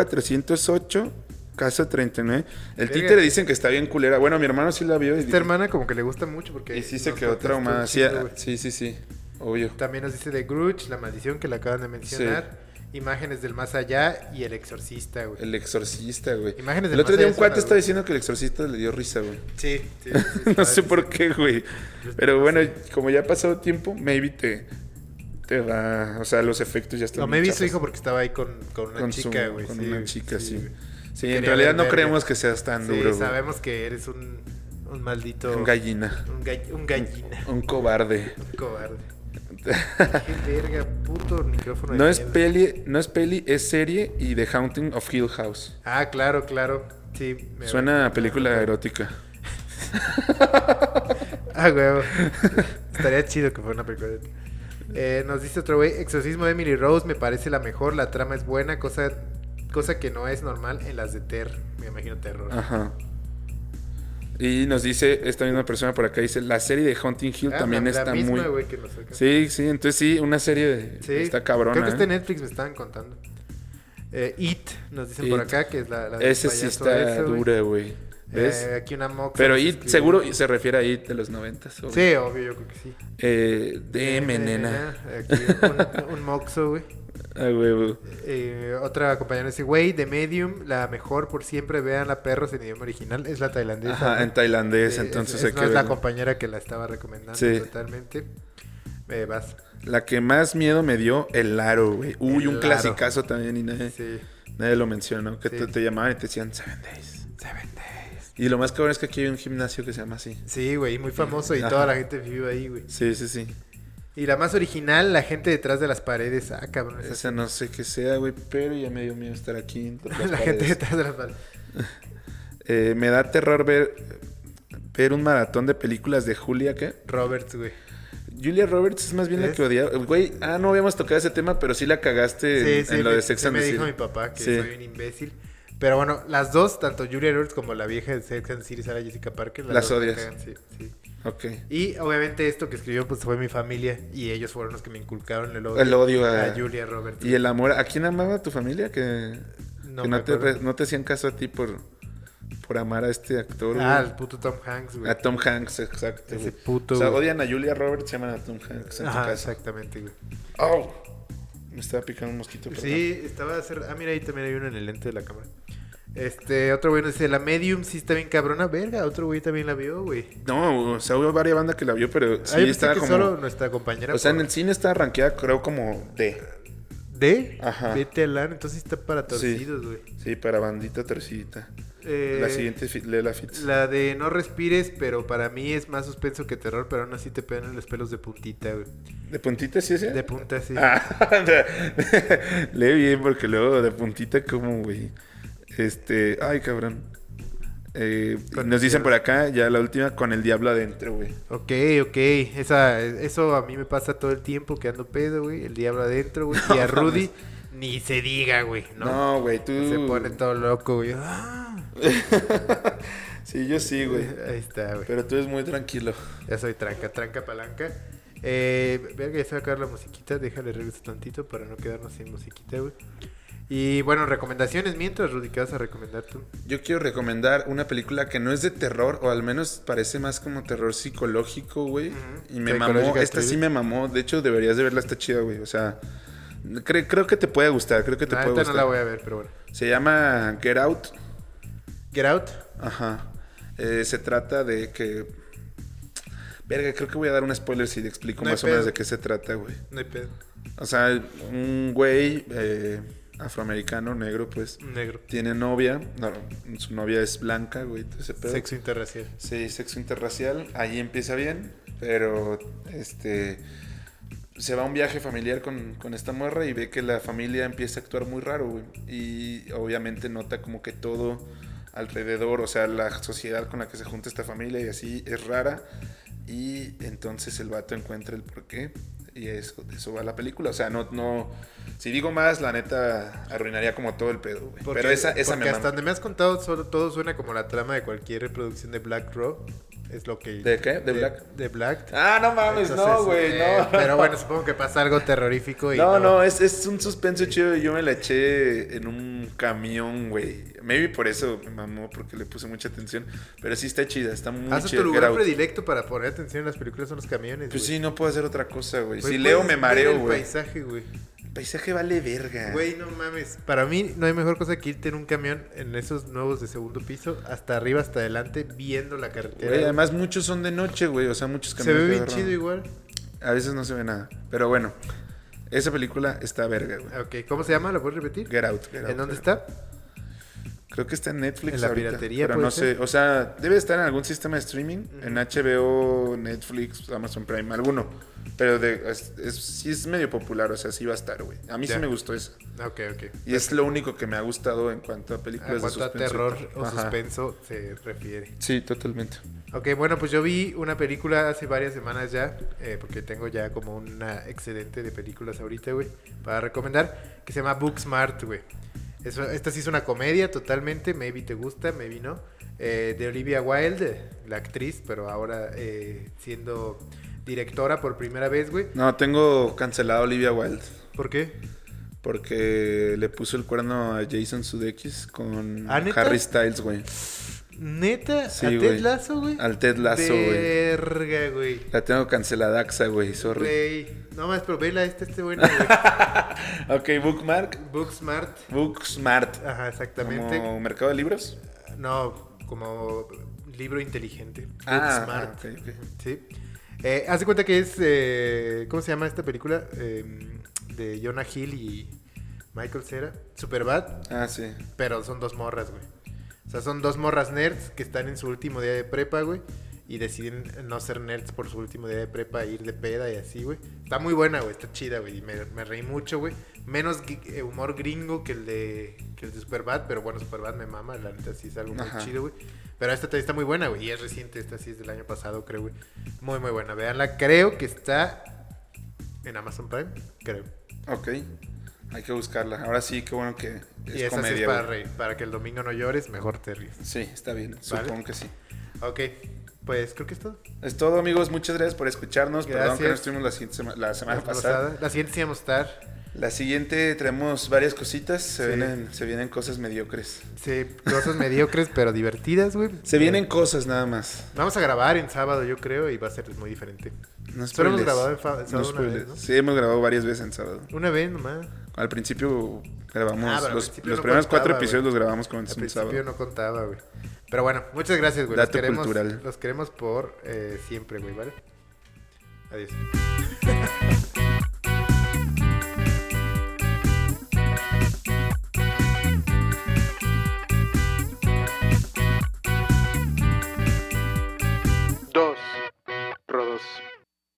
B: 1408, caso 39. El
A: Verga.
B: títere dicen que está bien culera. Bueno, mi hermano sí la vio. Y,
A: Esta hermana como que le gusta mucho porque...
B: y sí se
A: nos
B: quedó
A: contestó
B: traumada.
A: un
B: Sí,
A: chingo,
B: ah,
A: güey.
B: sí, sí, sí. Obvio.
A: También nos dice de Grudge, La Maldición que le acaban de mencionar, Imágenes del Más Allá y El Exorcista, güey.
B: El exorcista, güey.
A: Imágenes del
B: El otro
A: más
B: día un
A: allá
B: cuate
A: son
B: estaba diciendo que el exorcista le dio risa, güey.
A: Sí, sí.
B: No sé por qué, güey. Pero bueno, como ya ha pasado tiempo, maybe te, te va. O sea, los efectos ya están.
A: No,
B: muy
A: me vi su
B: chafas.
A: hijo porque estaba ahí con, con una
B: Con su-
A: chica, güey.
B: Con
A: sí,
B: una
A: güey,
B: chica, sí. Sí,
A: güey.
B: en
A: Quería
B: realidad
A: ver
B: no
A: verga.
B: creemos que seas tan
A: Sí,
B: duro. güey.
A: sabemos que eres un, un maldito...
B: Un gallina.
A: Un, gall- un gallina.
B: Un cobarde.
A: Un cobarde. Qué verga, puto micrófono de
B: No es,
A: mierda.
B: peli, no es peli, es serie y The Haunting of Hill House.
A: Ah, claro, claro. Sí. me-
B: Suena a película erótica.
A: Ah, huevo. Estaría chido que fuera una película. de- Eh, nos dice otro güey, Exorcismo de Emily Rose me parece la mejor, la trama es buena, cosa, cosa que no es normal en las de Ter, me imagino terror.
B: Ajá. Y nos dice esta misma persona por acá, dice, la serie de Haunting Hill
A: Ah,
B: también
A: la- la
B: está
A: misma,
B: muy...
A: güey, que nos saca.
B: Sí, sí, entonces sí, una serie de...
A: Sí,
B: está cabrona.
A: Creo que está en
B: ¿eh?
A: Netflix, me estaban contando. Eh, It, nos dicen
B: It.
A: por acá, que es la, la del
B: Esa sí
A: payaso
B: está
A: ese, güey.
B: dura, güey. ¿Ves?
A: Eh, aquí una mox.
B: Pero It, seguro se refiere a It de los noventas.
A: Sí, obvio, yo creo que sí.
B: Eh, DM, nena.
A: Aquí un, un moxo, güey.
B: Ah, güey.
A: Eh, otra compañera dice, güey, de Medium, la mejor por siempre, vean la perros en idioma original, es la tailandesa.
B: Ajá,
A: güey.
B: en tailandés,
A: Eh, es-
B: entonces
A: es-
B: hay
A: no
B: que
A: es la
B: verla.
A: compañera que la estaba recomendando
B: Sí.
A: totalmente. Eh, vas.
B: La que más miedo me dio, el aro, güey. Uy,
A: El
B: un
A: Aro.
B: clasicazo también y nadie,
A: Sí.
B: nadie lo mencionó. Que
A: Sí.
B: te, te llamaban y te decían Seven Days.
A: Seven Days.
B: Y lo más cabrón es que aquí hay un gimnasio que se llama así.
A: Sí, güey, muy famoso y
B: Ajá.
A: toda la gente vivió ahí, güey.
B: Sí, sí, sí.
A: Y la más original, la gente detrás de las paredes. Ah, cabrón. esa-
B: Esa no sé qué sea, güey, pero ya me dio miedo estar aquí. entre las
A: la gente
B: paredes.
A: detrás de las paredes.
B: Eh, me da terror ver, ver un maratón de películas de Julia, ¿qué?
A: Roberts, güey.
B: Julia Roberts es más bien la
A: ¿Es?
B: que odiaba. Güey, ah, no habíamos tocado ese tema, pero sí la cagaste
A: Sí,
B: en,
A: sí,
B: en lo
A: me-
B: de Sex
A: sí
B: and
A: me
B: the
A: dijo mi
B: City.
A: papá que
B: Sí.
A: soy un imbécil. Pero bueno, las dos, tanto Julia Roberts como la vieja de Sex and the City, Sarah Jessica Parker.
B: Las
A: dos me
B: odias.
A: cagan, sí, sí.
B: Ok.
A: Y obviamente esto que escribió pues fue mi familia y ellos fueron los que me inculcaron el odio,
B: El odio a-
A: a Julia Roberts.
B: Y el amor, ¿a quién amaba tu familia? Que,
A: No
B: que
A: me
B: no, te,
A: acuerdo.
B: re- no te hacían caso a ti por, por amar a este actor.
A: Ah,
B: güey.
A: el puto Tom Hanks, güey.
B: a Tom Hanks, exacto.
A: Ese
B: güey.
A: puto,
B: O sea,
A: güey.
B: odian a Julia Roberts, llaman a Tom Hanks en tu
A: Ajá,
B: casa.
A: exactamente, güey.
B: ¡Au! Me estaba picando un mosquito. perdón.
A: Sí, estaba cer- Ah, mira, ahí también hay uno en el lente de la cámara. Este, otro güey nos dice, la Medium sí está bien cabrona, verga. Otro güey también la vio, güey.
B: No, o sea, hubo varias bandas que la vio, pero
A: Ah, yo
B: sí
A: pensé
B: estaba
A: que
B: como.
A: solo nuestra compañera.
B: O sea, en
A: por-
B: el cine estaba rankeada, creo, como D.
A: ¿De?
B: Ajá.
A: Vete al LAN, entonces está para torcidos, güey.
B: Sí, para bandita torcidita.
A: Eh,
B: la siguiente, fi- lee la Fitz.
A: La de no respires, pero para mí es más suspenso que terror, pero aún así te pegan en los pelos de puntita, güey.
B: ¿De puntita sí es
A: De punta, sí.
B: Ah, lee bien porque luego de puntita como, güey. Este, ay, cabrón. Eh,
A: Con
B: nos
A: el
B: dicen
A: diablo.
B: por acá, ya la última, con el diablo adentro, güey.
A: Ok, ok. Esa, eso a mí me pasa todo el tiempo que ando pedo, güey. El diablo adentro, güey. y a Rudy, ni se diga, güey. No.
B: No, güey, tú...
A: Se pone todo loco, güey. Ah.
B: sí, yo sí, güey.
A: Ahí está, güey.
B: Pero tú eres muy tranquilo.
A: Ya soy tranca, tranca palanca. Eh, verga, ya se va a acabar la musiquita. Déjale regreso tantito para no quedarnos sin musiquita, güey. Y bueno, recomendaciones mientras, Rudy, ¿qué vas a recomendar tú?
B: Yo quiero recomendar una película que no es de terror, o al menos parece más como terror psicológico, güey.
A: Ujú.
B: Y me
A: Psychological
B: mamó, esta sí me
A: thriller.
B: mamó. De hecho, deberías de verla, está chida, güey. O sea, cre- creo que te puede gustar, creo que te
A: La
B: puede
A: neta
B: gustar.
A: no la voy a ver, pero bueno.
B: Se llama Get Out.
A: Get Out.
B: Ajá. Eh, se trata de que. Verga, creo que voy a dar un spoiler si te explico
A: No hay
B: más o menos
A: pedo.
B: de qué se trata, güey.
A: No hay pedo.
B: O sea, un güey eh, afroamericano, negro, pues.
A: Negro.
B: Tiene novia. No, su novia es blanca, güey. todo ese pedo.
A: Sexo interracial.
B: Sí, sexo interracial. Ahí empieza bien, pero este se va a un viaje familiar con, con esta morra y ve que la familia empieza a actuar muy raro, güey. Y obviamente nota como que todo alrededor, o sea, la sociedad con la que se junta esta familia y así es rara. Y entonces el vato encuentra el porqué. Y eso, de eso va la película. O sea, no, no. Si digo más, la neta arruinaría como todo el pedo, güey.
A: Porque-
B: Pero esa, esa
A: porque
B: me
A: hasta
B: mama.
A: donde me has contado, solo- todo suena como la trama de cualquier reproducción de Black Rock. Es lo que.
B: ¿De qué? ¿De Black?
A: De Black.
B: Ah, no mames, no,
A: Entonces,
B: güey,
A: eh,
B: no.
A: Pero bueno, supongo que pasa algo terrorífico y.
B: No, no, es, es un suspenso chido. Yo me la eché en un camión, güey. Maybe por eso me mamó, porque le puse mucha atención. Pero sí está chida, está muy
A: Haz
B: chida.
A: tu
B: Get
A: lugar
B: Out.
A: predilecto para poner atención en las películas son los camiones.
B: Pues
A: güey.
B: sí, no puedo hacer otra cosa, güey.
A: Pues
B: si leo,
A: puedes
B: me
A: ver
B: mareo,
A: el
B: güey. Ah.
A: paisaje, güey.
B: El paisaje vale verga.
A: Güey, no mames. Para mí no hay mejor cosa que irte en un camión en esos nuevos de segundo piso, hasta arriba, hasta adelante, viendo la carretera.
B: Güey, además muchos son de noche, güey. O sea, muchos
A: se
B: camiones.
A: ve
B: que
A: bien
B: agarran.
A: chido igual.
B: A veces no se ve nada. Pero bueno, esa película está verga, güey. Pues
A: Ok, ¿cómo se llama? ¿Lo puedes repetir?
B: Get out, Get Out,
A: ¿En dónde
B: Get Out.
A: está?
B: Creo que está en Netflix.
A: En la
B: ahorita,
A: piratería,
B: Pero
A: puede
B: no sé.
A: ser.
B: O sea, debe estar en algún sistema de streaming. En HBO, Netflix, Amazon Prime, alguno. Pero de, es, es- sí es medio popular, o sea, sí va a estar, güey. A mí
A: Ya.
B: sí me gustó eso.
A: Ok, ok.
B: Y es lo único que me ha gustado en cuanto a películas
A: En cuanto
B: de
A: a
B: suspenso.
A: terror o
B: Ajá.
A: suspenso se refiere.
B: Sí, totalmente.
A: Ok, bueno, pues yo vi una película hace varias semanas ya, eh, porque tengo ya como una excedente de películas ahorita, güey, para recomendar, que se llama Booksmart, güey. Eso- Esta sí es una comedia totalmente, maybe te gusta, maybe no, eh, de Olivia Wilde, la actriz, pero ahora eh, siendo directora por primera vez, güey.
B: No, tengo cancelado a Olivia Wilde.
A: ¿Por qué?
B: Porque le puso el cuerno a Jason Sudeikis con
A: ¿Ah, neta?
B: Harry Styles, güey.
A: ¿Neta?
B: Sí,
A: ¿A Ted
B: güey.
A: Lasso, güey?
B: Al Ted Lasso, güey.
A: Verga, güey.
B: La tengo cancelada, Axa, güey. Sorry.
A: Güey, no más, pero vela este, este bueno, güey.
B: Ok, Bookmark.
A: Booksmart.
B: Booksmart.
A: Ajá, exactamente.
B: ¿Como mercado de libros?
A: No, como libro inteligente.
B: Ah,
A: Booksmart.
B: ok, ok.
A: Sí. Eh, haz de cuenta que es. eh, ¿Cómo se llama esta película? Eh, de Jonah Hill y Michael Cera. Superbad,
B: Ah, sí.
A: pero son dos morras, güey. O sea, son dos morras nerds que están en su último día de prepa, güey. Y deciden no ser nerds por su último día de prepa, ir de peda y así, güey. Está muy buena, güey. Está chida, güey. Y me, me reí mucho, güey. Menos gui- eh, humor gringo que el de, que el de Superbad. Pero bueno, Superbad me mama. La neta sí es algo muy
B: Ajá.
A: chido, güey. Pero esta también está muy buena, güey. Y es reciente. Esta sí es del año pasado, creo, güey. Muy, muy buena. Veanla. Creo que está en Amazon Prime. Creo.
B: Ok. Hay que buscarla. Ahora sí, qué bueno que es
A: y esa sí
B: comedia.
A: es para
B: güey.
A: reír. Para que el domingo no llores, mejor te ríes.
B: Sí, está bien. Supongo que sí.
A: Ok, pues creo que es todo.
B: Es todo, amigos. Muchas gracias por escucharnos. Perdón que
A: Gracias.
B: no estuvimos la, siguiente sema- la semana
A: La
B: pasada.
A: pasada. La siguiente sí vamos a estar.
B: La siguiente traemos varias cositas. Se,
A: Sí.
B: vienen, se vienen cosas mediocres.
A: Sí, cosas mediocres pero divertidas, güey. Eh,
B: Se vienen cosas nada más.
A: Vamos a grabar en sábado, yo creo, y va a ser muy diferente.
B: No
A: Solo hemos
B: spoilers.
A: grabado en fa- en sábado una vez,
B: spoilers.
A: ¿no?
B: Sí, hemos grabado varias veces en sábado.
A: Una vez nomás.
B: Al principio grabamos
A: Ah, pero al
B: los,
A: principio
B: los
A: no
B: primeros cuatro
A: contaba,
B: episodios los grabamos con
A: Al
B: un
A: principio
B: sábado.
A: no contaba, güey. Pero bueno, muchas gracias, güey. Los
B: Dato
A: queremos,
B: cultural.
A: los queremos por eh, siempre, güey, ¿vale? Adiós.